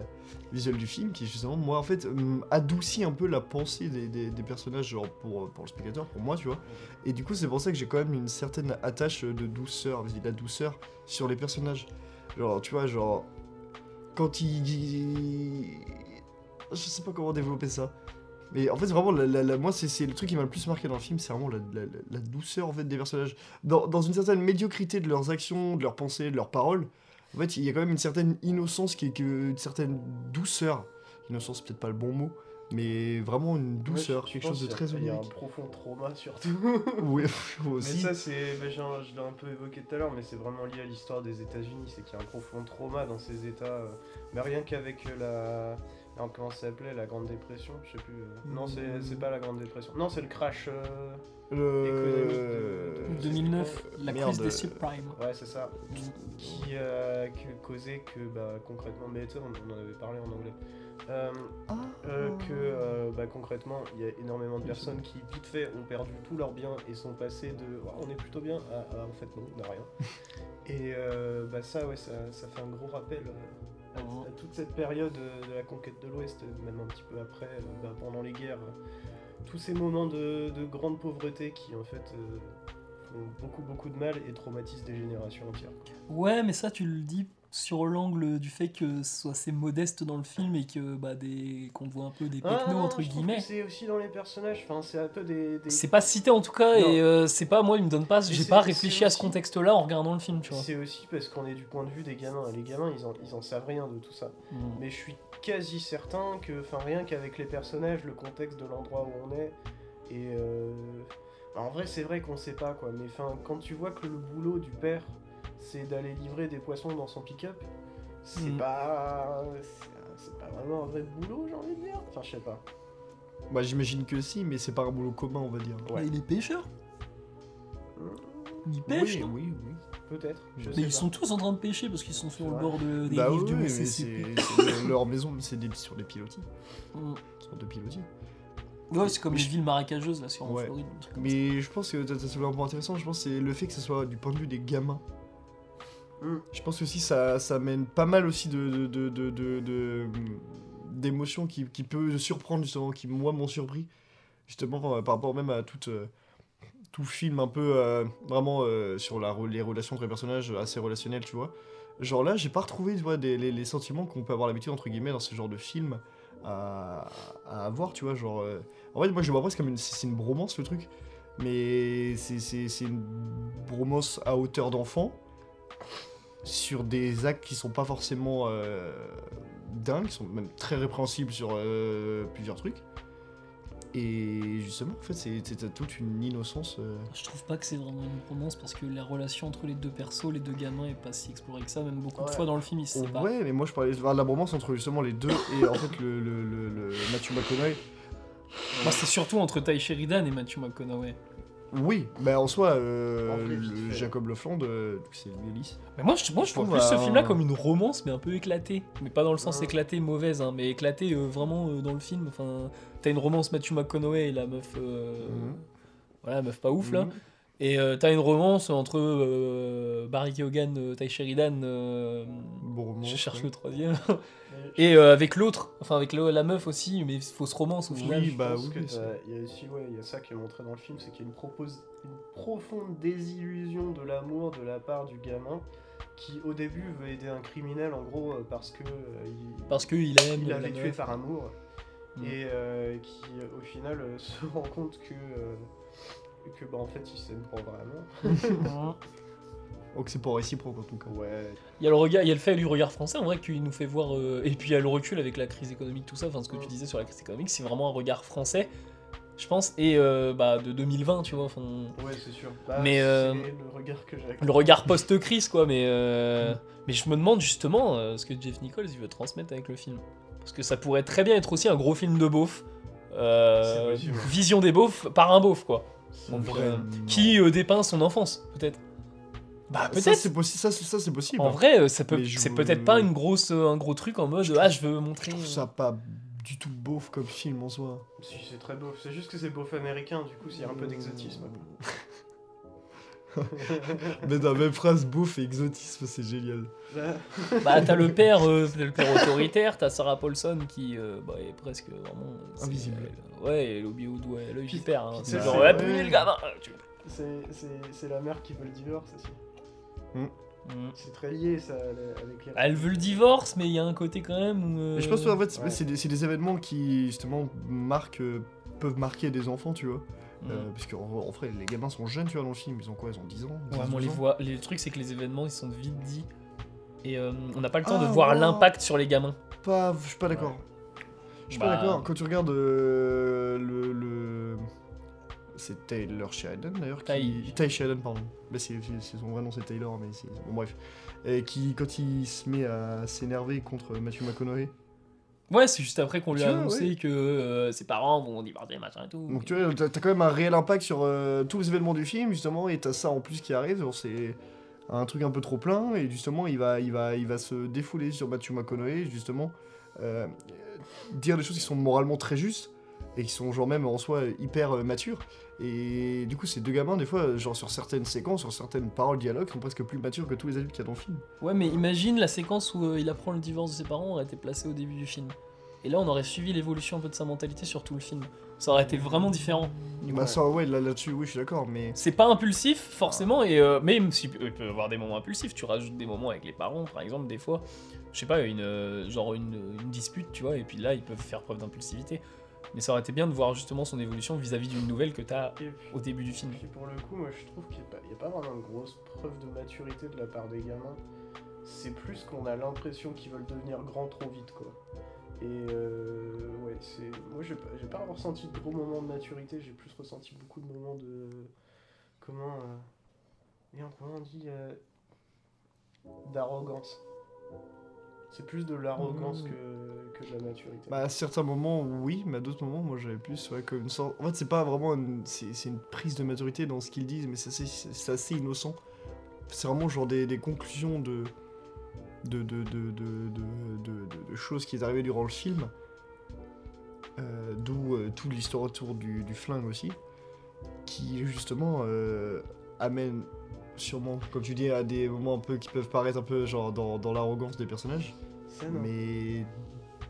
S1: visuel du film, qui, justement, moi, en fait, hum, adoucit un peu la pensée des, des- des personnages, genre, pour, euh, pour le spectateur, pour moi, tu vois. Et du coup, c'est pour ça que j'ai quand même une certaine attache euh, de douceur, vis-à-vis de la douceur, sur les personnages. Genre, tu vois, genre, quand il... il- Je sais pas comment développer ça. Mais en fait, vraiment, la- la- la- moi, c'est- c'est le truc qui m'a le plus marqué dans le film, c'est vraiment la- la- la- la douceur, en fait, des personnages dans, dans une certaine médiocrité de leurs actions, de leurs pensées, de leurs paroles, en fait, il y a quand même une certaine innocence, qui, est- qui est une certaine douceur. Innocence, peut-être pas le bon mot, mais vraiment une douceur,
S2: Ouais, je- je
S1: quelque
S2: pense
S1: chose de
S2: qu'il y a-
S1: très
S2: Il y a un
S1: unique.
S2: profond trauma surtout.
S1: Oui,
S2: Mais
S1: aussi.
S2: ça, c'est. bah, j'ai un- je l'ai un peu évoqué tout à l'heure, mais c'est vraiment lié à l'histoire des États-Unis. C'est qu'il y a un profond trauma dans ces États. euh, mais rien qu'avec euh, la. Non, comment ça s'appelait La Grande Dépression Je sais plus. euh, Non, c'est
S1: Mm.
S2: c'est pas la Grande Dépression. Non, c'est le crash. euh,
S1: Le...
S2: économique
S3: 2009, la
S1: Merde. euh,
S3: crise des subprimes.
S2: Ouais, c'est ça. Qui euh, qui causait que, bah, concrètement, mais tu sais, on, on en avait parlé en anglais. Euh,
S1: Ah.
S2: euh, que euh, bah, concrètement, il y a énormément de
S1: Oui,
S2: personnes qui, vite fait, ont perdu tous leurs biens et sont passées de Ah, on est plutôt bien à Ah, en fait, non, on n'a rien. et euh, bah, ça, ouais, ça, ça fait un gros rappel euh, à,
S3: Mhm.
S2: à toute cette période euh, de la conquête de l'Ouest, euh, même un petit peu après, euh, bah, pendant les guerres. euh, tous ces moments de, de grande pauvreté qui, en fait, euh, font beaucoup, beaucoup de mal et traumatisent des générations entières. quoi.
S3: Ouais, mais ça, tu le dis sur l'angle du fait que ce soit assez modeste dans le film et que bah, des qu'on voit un peu des
S2: Ah,
S3: technos
S2: non,
S3: entre
S2: je trouve
S3: guillemets.
S2: que C'est aussi dans les personnages, enfin, c'est un peu des. des-
S3: C'est pas cité en tout cas
S2: Non.
S3: et euh, c'est pas moi, il me donne pas,
S2: Mais
S3: j'ai
S2: c'est-
S3: pas
S2: c'est
S3: réfléchi à ce
S2: aussi-
S3: contexte-là en regardant le film, tu vois.
S2: C'est aussi parce qu'on est du point de vue des gamins. Les gamins, ils en, ils en savent rien de tout ça.
S3: Mm.
S2: Mais je suis quasi certain que, enfin, rien qu'avec les personnages, le contexte de l'endroit où on est, et. euh, En vrai, c'est vrai qu'on sait pas, quoi. Mais enfin, quand tu vois que le boulot du père, c'est d'aller livrer des poissons dans son pick-up, c'est
S3: Mhm.
S2: pas. c'est- C'est pas vraiment un vrai boulot, j'ai envie de dire. Enfin, je sais pas.
S1: Bah, j'imagine que si, mais c'est pas un boulot commun, on va dire.
S2: Ouais.
S3: Mais il est pêcheur
S2: Hmm,
S3: Il pêche
S1: oui,
S3: non
S1: oui, oui.
S2: Peut-être. je sais
S3: Mais ils
S2: pas.
S3: sont tous en train de pêcher parce qu'ils sont sur
S2: C'est
S3: le
S2: vrai.
S3: bord de, des
S1: bah oui,
S3: rives du
S1: oui, mais c'est,
S3: Mississippi.
S1: c'est leur maison, mais c'est des, sur des pilotis.
S3: Mm.
S1: Sur deux pilotis.
S3: Ouais, c'est comme
S1: Mais
S3: les
S1: je-
S3: villes marécageuses là, sur en
S1: Ouais.
S3: Floride. un truc comme ça.
S1: Mais je pense que ça c'est vraiment intéressant, je pense que c'est le fait que ce soit du point de vue des gamins.
S3: Hmm.
S2: Mm.
S1: Je pense que aussi ça, ça mène pas mal aussi de, de, de, de- de- de- d'émotions qui, qui peut surprendre justement, qui moi m'ont surpris. Justement euh, par rapport même à tout, euh, tout film un peu euh, vraiment euh, sur la, re- les relations entre les personnages euh, assez relationnelles, tu vois. Genre là, j'ai pas retrouvé tu vois, des- les, les sentiments qu'on peut avoir l'habitude, entre guillemets, dans ce genre de film à, à avoir, tu vois. Genre, euh, En fait, moi, je le vois presque comme une, c'est c'est une bromance, le truc. Mais c'est- c'est c'est une bromance à hauteur d'enfant sur des actes qui sont pas forcément euh, dingues, qui sont même très répréhensibles sur euh, plusieurs trucs. Et justement, en fait, c'est c'est- t'as toute une innocence. euh,
S3: Je trouve pas que c'est vraiment une romance parce que la relation entre les deux persos, les deux gamins, est pas si explorée que ça. Même beaucoup de
S2: Ouais.
S3: fois dans le film, ils se séparent.
S1: Ouais, mais moi je parlais je parlais de la bromance entre justement les deux et en fait le, le, le, le Matthew McConaughey.
S3: Moi, c'est surtout entre Ty Sheridan et Matthew McConaughey.
S1: Oui, bah en soi, euh,
S2: En vrai,
S1: le
S2: vite fait.
S1: Jacob Lofland, euh, c'est l'hélice.
S3: Mais moi, je, moi, je
S1: Je
S3: trouve
S1: trouve euh,
S3: plus ce
S1: un-
S3: film-là comme une romance, mais un peu éclatée. Mais pas dans le sens
S2: Ouais.
S3: éclatée mauvaise, hein, mais éclatée euh, vraiment euh, dans le film. Enfin, t'as une romance Matthew McConaughey et la meuf. euh,
S1: Mhm.
S3: Voilà, la meuf pas ouf là.
S1: Mmh.
S3: Et euh, t'as une romance entre euh, Barry Keoghan, euh, Ty Sheridan. euh,
S1: Bromance,
S3: je cherche
S1: ouais.
S3: le troisième.
S2: Mais-
S3: Et euh, avec l'autre, enfin avec le- la meuf aussi, mais fausse romance au
S1: Oui,
S3: final.
S1: bah
S2: pense que
S1: oui.
S2: t'as- Il y a aussi, ouais, il y a ça qui est montré dans le film, c'est qu'il y a une, propose- une profonde désillusion de l'amour de la part du gamin qui au début veut aider un criminel en gros euh, parce que euh, il,
S3: Parce qu'il aime.
S2: il
S3: la
S2: l'avait tué
S3: meuf.
S2: par amour
S3: Mm.
S2: et euh, qui euh, au final euh, se rend compte que euh, que bah en fait il s'aime pas
S1: Donc
S2: vraiment.
S1: Oh, c'est pas réciproque en tout cas.
S2: Ouais.
S3: Il y a le regard, il y a le fait du regard français en vrai qui nous fait voir, euh, et puis il y a le recul avec la crise économique, tout ça, enfin ce
S2: Mm.
S3: que tu disais sur la crise économique, c'est vraiment un regard français, je pense, et euh, bah, de 2020, tu vois, enfin,
S2: Ouais, c'est sûr. Bah,
S3: Mais, euh,
S2: c'est le regard que j'ai.
S3: le regard post-crise, quoi, mais, euh,
S2: Mm.
S3: mais je me demande justement euh, ce que Jeff Nichols il veut transmettre avec le film. Parce que ça pourrait très bien être aussi un gros film de beauf, euh,
S2: C'est possible.
S3: vision des beaufs par un beauf, quoi,
S2: On
S3: Donc, euh, qui euh, dépeint son enfance, peut-être. Bah
S1: Ça
S3: peut-être
S1: c'est possi- ça, c'est- ça, c'est possible. hein.
S3: En vrai, euh, ça peut,
S1: Mais je
S3: c'est
S1: veux-
S3: peut-être pas une grosse, euh, un gros truc en mode
S1: Je trouve-
S3: ah je veux
S1: Je
S3: montrer.
S1: trouve ça pas du tout beauf comme film en soi.
S2: Si, c'est très beau. C'est juste que c'est beauf américain, du coup, s'il y a un peu d'exotisme.
S1: Mais dans la même phrase, beauf et exotisme, c'est génial.
S2: Bah,
S3: euh. Bah t'as le père, euh, t'as le père autoritaire, t'as Sarah Paulson qui euh, bah, est presque vraiment euh, c'est-
S1: Invisible.
S3: euh, ouais, elle obéit au doigt, à l'œil du père. hein.
S2: puis
S3: C'est
S1: ça,
S3: genre
S1: c'est-
S3: ouais, punir le gamin. euh, tu-
S2: c'est- c'est c'est la mère qui veut le divorce aussi.
S3: Mm.
S2: C'est très lié ça la- avec les.
S3: Elle veut le divorce, mais il y a un côté quand même où. euh,
S1: Mais je pense que en fait, c'est-
S2: ouais.
S1: c'est des, c'est des événements qui justement marquent, euh, peuvent marquer des enfants, tu vois.
S3: mm.
S1: Euh, parce qu'en en vrai, les gamins sont jeunes, tu vois, dans le film. Ils ont quoi Ils ont 10 ans
S3: Ouais,
S1: 12
S3: mais on les
S1: ans
S3: voit. Les trucs c'est que les événements ils sont vite dits et euh, on n'a pas le temps de
S1: Ah,
S3: voir
S1: wow.
S3: l'impact sur les gamins.
S1: Pas, je suis pas d'accord. Je suis
S3: Bah.
S1: pas d'accord. Quand tu regardes euh, le, le- c'est Taylor Sheridan d'ailleurs.
S3: Ty.
S1: Qui... Ty Sheridan, pardon. Mais c'est c'est son vrai nom, c'est Taylor, mais c'est bon bref. Et qui quand il se met à s'énerver contre Matthew McConaughey.
S3: Ouais, c'est juste après qu'on lui
S1: Tu
S3: a
S1: vois,
S3: annoncé
S1: ouais.
S3: que euh, ses parents vont divorcer, machin et tout.
S1: Donc tu vois, t'as t'as quand même un réel impact sur euh, tous les événements du film justement, et t'as ça en plus qui arrive. genre, C'est un truc un peu trop plein et justement il va, il va, il va se défouler sur Matthew McConaughey justement, euh, dire des choses qui sont moralement très justes et qui sont genre même en soi hyper euh, matures. Et du coup ces deux gamins des fois genre sur certaines séquences, sur certaines paroles, dialogues sont presque plus matures que tous les adultes qu'il y a dans le film.
S3: Ouais, mais imagine la séquence où euh, il apprend le divorce de ses parents aurait été placée au début du film. Et là, on aurait suivi l'évolution un peu de sa mentalité sur tout le film. Ça aurait été vraiment différent.
S1: Bah ça ouais là- là-dessus oui je suis d'accord mais
S3: C'est pas impulsif, forcément, et euh, même si il peut y avoir des moments impulsifs, tu rajoutes des moments avec les parents, par exemple, des fois, je sais pas, une, euh, genre une, une dispute, tu vois, et puis là, ils peuvent faire preuve d'impulsivité. Mais ça aurait été bien de voir justement son évolution vis-à-vis d'une nouvelle que t'as
S2: Et puis-
S3: au début du film.
S2: Puis pour le coup, moi je trouve qu'il n'y a, pas vraiment de grosse preuve de maturité de la part des gamins. C'est plus qu'on a l'impression qu'ils veulent devenir grands trop vite, quoi. Et euh, ouais, c'est. Moi j'ai pas, j'ai pas ressenti de gros moments de maturité, j'ai plus ressenti beaucoup de moments de. Comment. euh, merde, comment on dit euh, D'arrogance. C'est plus de l'arrogance
S1: Mhm.
S2: que, que de la maturité.
S1: Bah, à certains moments, oui, mais à d'autres moments, moi j'avais plus ouais, comme une sorte. En fait, c'est pas vraiment. Une... C'est c'est une prise de maturité dans ce qu'ils disent, mais c'est assez, c'est assez innocent. C'est vraiment genre des, des conclusions de. De, de, de, de, de- de- de- de choses qui est arrivée durant le film. Euh, D'où euh, toute l'histoire autour du, du flingue aussi. Qui justement euh, amène sûrement, comme tu dis, à des moments un peu qui peuvent paraître un peu genre dans, dans l'arrogance des personnages.
S2: Ça, non.
S1: Mais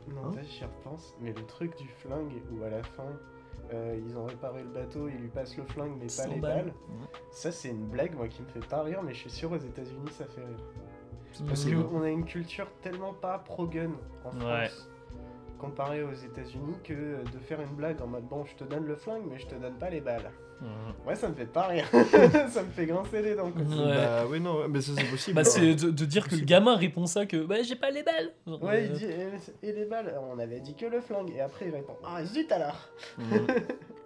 S2: Non,
S1: Hein
S2: t'as, j'y repense, mais le truc du flingue où à la fin euh, ils ont réparé le bateau, ils lui passent le flingue mais pas
S3: 100
S2: les
S3: balles.
S2: balles, ça c'est une blague moi qui me fait pas rire, mais je suis sûr aux États-Unis ça fait rire. Parce
S1: possible.
S2: qu'on a une culture tellement pas pro-gun en
S3: Ouais.
S2: France, comparée aux États-Unis, que euh, de faire une blague en mode bon, je te donne le flingue mais je te donne pas les balles. Ouais, ça me fait pas rire, ça me fait grincer les dents. quoi.
S3: Ouais.
S1: Bah oui, non, ouais, mais ça c'est possible.
S3: Bah,
S1: hein.
S3: c'est de, de dire que le gamin répond ça que bah j'ai pas les balles. Genre,
S2: Ouais, il
S3: euh,
S2: dit et, et les balles, on avait dit que le flingue, et après il répond ah zut alors. Tu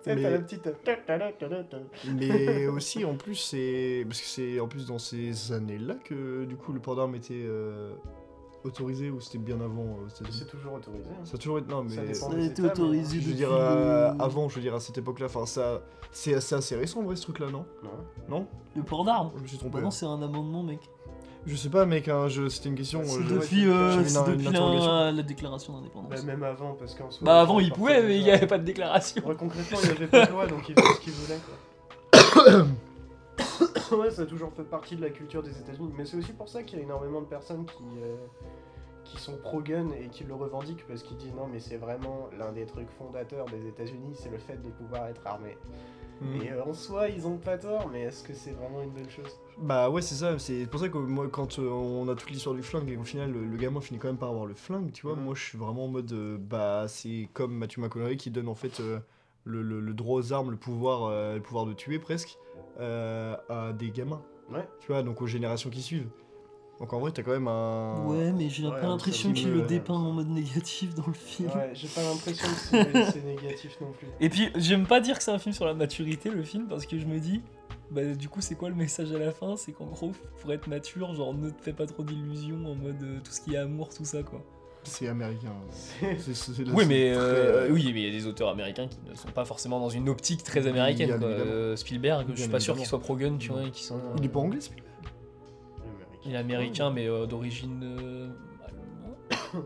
S2: sais,
S1: Mais-
S2: T'as la petite.
S1: Mais aussi en plus c'est parce que c'est en plus dans ces années-là que du coup le port d'armes était euh, autorisé ou c'était bien avant euh, aux États-Unis
S2: C'est toujours autorisé. hein.
S1: Ça a toujours été non mais
S2: Ça dépend
S1: euh,
S2: des États, mais-
S1: je veux dire euh, avant, je veux dire à cette époque-là, enfin ça c'est assez, assez récent en vrai ce truc-là, non
S2: Non.
S1: Non
S3: Le port d'armes.
S1: Je me suis
S3: Bah
S1: trompé.
S3: non, c'est un amendement, mec.
S1: je sais pas mec, hein, je- c'était une question. euh,
S2: C'est Ouais,
S3: C'est
S1: je-
S3: depuis,
S2: j'avais
S3: euh,
S1: une-
S3: c'est
S1: une
S3: depuis
S1: interrogation.
S3: la, la déclaration d'indépendance.
S2: Bah, même avant, parce qu'en soi.
S3: Bah avant il pouvait
S2: partait
S3: mais il n'y
S2: déjà-
S3: avait pas de déclaration.
S2: Ouais, concrètement, il n'y avait pas de loi, donc il faisait ce qu'il voulait, quoi. ouais, ça a toujours fait partie de la culture des États-Unis. Mais c'est aussi pour ça qu'il y a énormément de personnes qui. euh, qui sont pro-gun et qui le revendiquent parce qu'ils disent non mais c'est vraiment l'un des trucs fondateurs des États-Unis, c'est le fait de pouvoir être armé.
S1: Mm.
S2: Et euh, en soi, ils ont pas tort, mais est-ce que c'est vraiment une bonne chose
S1: Bah ouais, c'est ça. C'est pour ça que moi, quand euh, on a toute l'histoire du flingue et au final, le, le gamin finit quand même par avoir le flingue, tu vois.
S3: Mm.
S2: Mhm.
S1: Moi, je suis vraiment en mode, euh, bah, c'est comme Mathieu McConaughey qui donne en fait euh, le, le- le droit aux armes, le pouvoir, euh, le pouvoir de tuer presque, euh, à des gamins.
S2: Ouais.
S1: Tu vois, donc aux générations qui suivent. Donc en vrai, t'as quand même un.
S5: Ouais, mais j'ai
S2: Ouais,
S5: pas
S2: un
S5: l'impression
S1: petit
S5: qu'il
S1: peu,
S5: le
S1: ouais.
S5: dépeint en mode négatif dans le film.
S2: Ouais, j'ai pas l'impression que c'est c'est négatif non plus.
S3: Et puis, j'aime pas dire que c'est un film sur la maturité, le film, parce que je me dis, bah, du coup, c'est quoi le message à la fin C'est qu'en gros, pour être mature, genre, ne te fais pas trop d'illusions en mode euh, tout ce qui est amour, tout ça, quoi.
S1: C'est américain.
S2: C'est-
S1: C'est- c'est- là,
S3: Oui,
S1: c'est
S3: mais
S1: très,
S3: euh,
S1: euh,
S3: oui, mais il y a des auteurs américains qui ne sont pas forcément dans une optique très
S1: Bien
S3: américaine, quoi.
S1: évidemment.
S3: Euh, Spielberg, je
S1: Bien
S3: suis pas sûr
S1: évidemment.
S3: qu'il soit pro-gun, tu vois, et qu'il soit.
S1: Il est pas anglais, ce mec
S3: Il est américain, mais euh, d'origine. euh, allemande.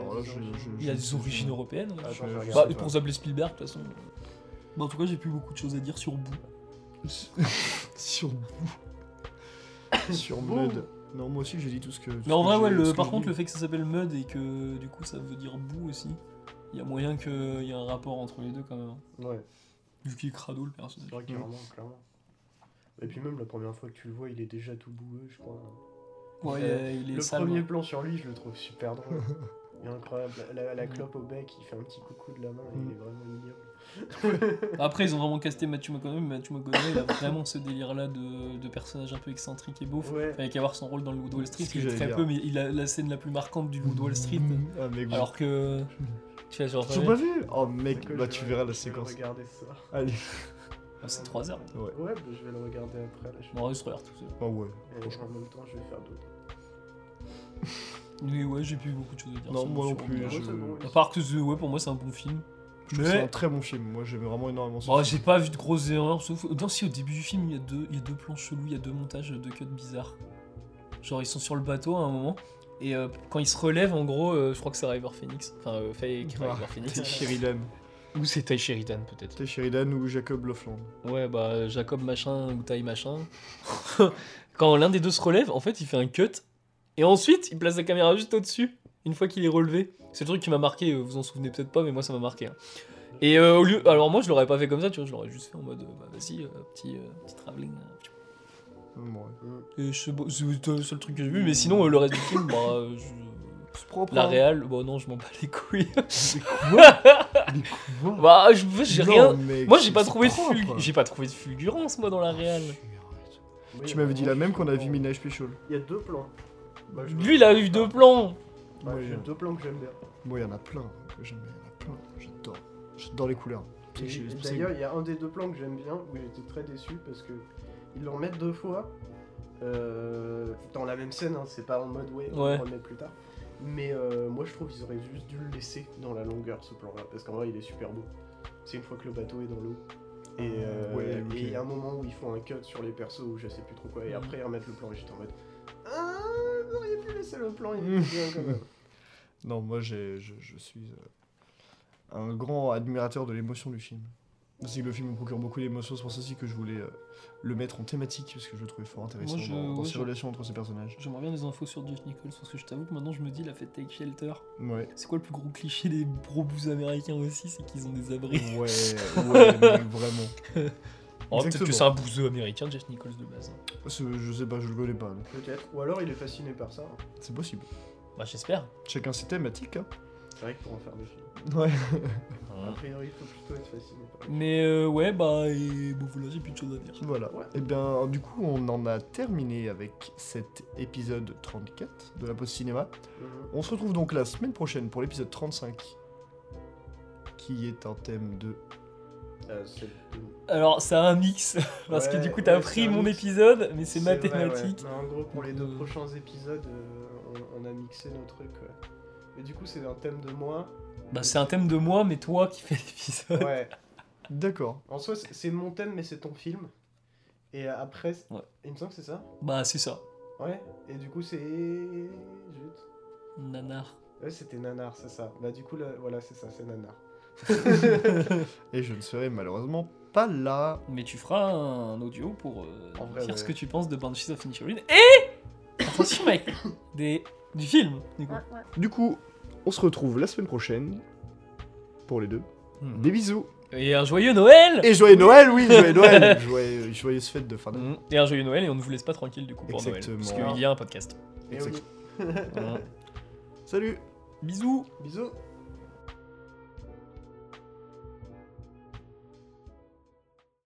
S1: Alors là, je- je-
S3: Il a des
S1: je-
S3: origines européennes. ouais.
S1: Ah, je-
S2: Attends, je
S1: je
S3: Bah,
S1: sais pas.
S3: pour s'appeler Spielberg, de toute façon.
S5: Bah, en tout cas, j'ai plus beaucoup de choses à dire sur Boo.
S1: Sur Sur Mud. Non, moi aussi j'ai dit tout ce que. tout
S3: Mais
S1: ce
S3: en
S1: que
S3: vrai,
S1: j'ai-
S3: ouais, le-
S1: ce que
S3: par
S1: j'ai
S3: contre,
S1: dit.
S3: le fait que ça s'appelle Mud et que du coup ça veut dire boue aussi, il y a moyen qu'il y ait un rapport entre les deux quand même. hein.
S2: Ouais,
S3: Vu qu'il est crado le
S2: c'est
S3: personnage.
S2: vrai, clairement,
S1: Mm.
S2: clairement. Et puis même la première fois que tu le vois, il est déjà tout boueux, je crois.
S3: Ouais,
S2: Euh,
S3: il est
S2: Le
S5: hein.
S3: sale.
S1: hein.
S2: premier
S3: ouais.
S2: plan sur lui, je le trouve super drôle. Il est incroyable. La, la- la
S1: Mm.
S2: clope au bec, il fait un petit coucou de la main, il est vraiment ignoble.
S3: Après, ils ont vraiment casté Matthew McConaughey, mais Matthew McConaughey il a vraiment ce délire là de, de personnage un peu excentrique et beauf.
S2: ouais.
S1: Bah,
S3: Avec avoir son rôle dans le Wood Wall Street,
S1: C'est ce que
S3: il est
S1: j'allais
S3: très
S1: dire.
S3: peu, mais il a la scène la plus marquante du Wood Wall Street. euh,
S1: Ah, mec, j'ai-
S3: Alors que. Tu vois, genre.
S1: Ils ont
S3: ouais,
S1: pas vu Oh mec,
S2: D'accord,
S1: bah
S2: je
S1: tu
S2: vais-
S1: verras la
S2: je vais le
S1: séquence.
S2: regarder ce soir.
S1: Allez.
S3: Ah, C'est 3 heures.
S1: Ouais.
S2: Ouais, bah, je vais le regarder après. Là, je...
S3: Bon, ouais, se regarde tout seul.
S1: Oh ouais.
S2: Et en même temps, je vais faire d'autres.
S3: Mais ouais, j'ai plus beaucoup de choses à dire.
S1: Non,
S3: sur-
S1: moi non
S3: sur
S1: plus.
S3: Mud.
S1: je-
S2: Ouais, c'est bon,
S3: À part que, ouais, pour moi, c'est un bon film.
S1: Je trouve que c'est un très bon film. Moi j'aime vraiment énormément ça.
S3: Bon, Oh, j'ai pas vu de grosses erreurs, sauf. Non, si au début du film, il y, a deux, il y a deux plans chelous, il y a deux montages de cuts bizarres. Genre, ils sont sur le bateau à un moment, et euh, quand ils se relèvent, en gros, euh, je crois que c'est River Phoenix. Enfin, euh, fake
S1: Ah,
S3: River Phoenix.
S1: T'es Sheridan.
S3: Ou c'est Ty Sheridan, peut-être.
S1: T'es Sheridan ou Jacob Lofland.
S3: Ouais, bah, Jacob machin ou Ty machin. quand l'un des deux se relève, en fait, il fait un cut, et ensuite, il place la caméra juste au-dessus, une fois qu'il est relevé. C'est le truc qui m'a marqué, euh, vous en souvenez peut-être pas, mais moi, ça m'a marqué. hein. Et euh, au lieu. Alors, moi, je l'aurais pas fait comme ça, tu vois, je l'aurais juste fait en mode, euh, bah, vas-y, euh, petit, euh, petit travelling. euh, petit
S1: Hum, ouais.
S3: Et je sais pas, c'est le seul truc que j'ai vu, mais sinon euh, le reste du film, bah, euh, je-
S1: C'est propre.
S2: hein.
S3: la réal, bon non, je m'en bats les couilles.
S1: Quoi
S3: bah, je- j'ai
S1: Non,
S3: rien.
S1: mec,
S3: Moi, j'ai
S1: c'est-
S3: pas
S1: c'est
S3: trouvé de
S1: propre.
S3: fulg- j'ai pas trouvé de fulgurance moi dans la réal.
S2: Oui,
S1: Tu
S2: bah,
S1: m'avais dit
S2: moi,
S1: la
S2: je
S1: même
S2: suis
S1: qu'on a
S2: content.
S1: vu Minage Special.
S2: Il y a deux plans. Bah, je-
S3: Lui, il a eu deux plans.
S2: Bah,
S1: Ouais,
S2: j'ai
S1: ah, ouais.
S2: deux plans que j'aime bien.
S1: Moi il y en a plein hein, que j'aime, il y en a plein. J'adore. J'adore les couleurs.
S2: Et-
S1: C'est-
S2: et
S1: c'est-
S2: D'ailleurs, il y a un des deux plans que j'aime bien où j'étais très déçu parce que ils l'en mettent deux fois euh, dans la même scène. hein, c'est pas en mode ouais, on
S3: Ouais.
S2: le remet plus tard. Mais euh, moi, je trouve qu'ils auraient juste dû le laisser dans la longueur ce plan-là parce qu'en vrai, il est super beau. C'est une fois que le bateau est dans l'eau. Et euh,
S1: Ouais,
S2: et
S1: ok.
S2: il y a un moment où ils font un cut sur les persos ou je sais plus trop quoi, et
S1: Mm.
S3: Mhm.
S2: après ils remettent le plan. Et j'étais en mode Ah, vous auriez pu laisser le plan, il est bien quand même.
S1: Non, moi j'ai- je, je suis euh, un grand admirateur de l'émotion du film. C'est que le film me procure beaucoup d'émotions, c'est pour ça aussi que je voulais euh, le mettre en thématique, parce que je le trouvais fort intéressant
S3: je-
S1: dans, dans
S3: ouais,
S1: ses
S3: je-
S1: relations entre ces personnages.
S3: J'aimerais bien des infos sur Jeff Nichols parce que je t'avoue que maintenant je me dis la fête Take Shelter.
S1: Ouais,
S3: C'est quoi le plus gros cliché des gros bous américains aussi, c'est qu'ils ont des abris.
S1: ouais, ouais, mais vraiment.
S3: Oh, peut-être que
S1: Exactement.
S3: c'est un bouseux américain, Jeff Nichols de base. hein.
S1: C'est- Je sais pas, je le connais pas. donc.
S2: Peut-être. Ou alors il est fasciné par ça. hein.
S1: C'est possible.
S3: Bah j'espère.
S1: Chacun ses thématiques, hein.
S2: C'est vrai que pour en faire des films.
S1: Ouais.
S2: A priori, il faut plutôt être fasciné par lui.
S3: Mais euh, ouais, bah et... bon voilà, j'ai plus de choses à dire.
S1: Voilà.
S2: Ouais.
S1: Et bien, du coup, on en a terminé avec cet épisode 34 de la Post Cinéma. On se retrouve donc la semaine prochaine pour l'épisode 35, qui est un thème de...
S2: Euh, c'est-
S3: Alors, c'est un mix, parce que
S2: Ouais,
S3: du coup, t'as
S2: ouais,
S3: pris
S2: c'est un
S3: mon
S2: mix.
S3: épisode, mais c'est
S2: vrai,
S3: mathématique.
S2: ouais. Non, en gros, pour les deux
S3: Euh.
S2: prochains épisodes, euh, on, on a mixé nos trucs. Ouais. Et du coup, c'est un thème de moi.
S3: Bah, c'est un thème de moi, mais toi qui fais l'épisode.
S2: Ouais.
S1: D'accord.
S2: en soi, c'est c'est mon thème, mais c'est ton film. Et après, c'est-
S3: Ouais.
S2: il me semble que c'est ça.
S3: Bah, c'est ça.
S2: Ouais. Et du coup, c'est. Zut.
S3: Nanar.
S2: Ouais, c'était Nanar, c'est ça. Bah, du coup, là, voilà, c'est ça, c'est Nanar.
S1: Et je ne serai malheureusement pas là.
S3: Mais tu feras un audio pour euh,
S2: En vrai,
S3: dire ce
S2: ouais.
S3: que tu penses de Banshees of Inisherin et attention, mec, des... du film, du coup. Mhm.
S1: Du coup, on se retrouve la semaine prochaine pour les deux. Des bisous
S3: Et un joyeux Noël
S1: Et joyeux Noël, oui, joyeux Noël joyeux, Joyeuse fête de fin d'année.
S3: Mm. Et un joyeux Noël, et on ne vous laisse pas tranquille du coup pour
S1: Exactement.
S3: Noël. Parce qu'il y a un podcast.
S4: Eh oui.
S1: Salut
S3: Bisous
S4: Bisous.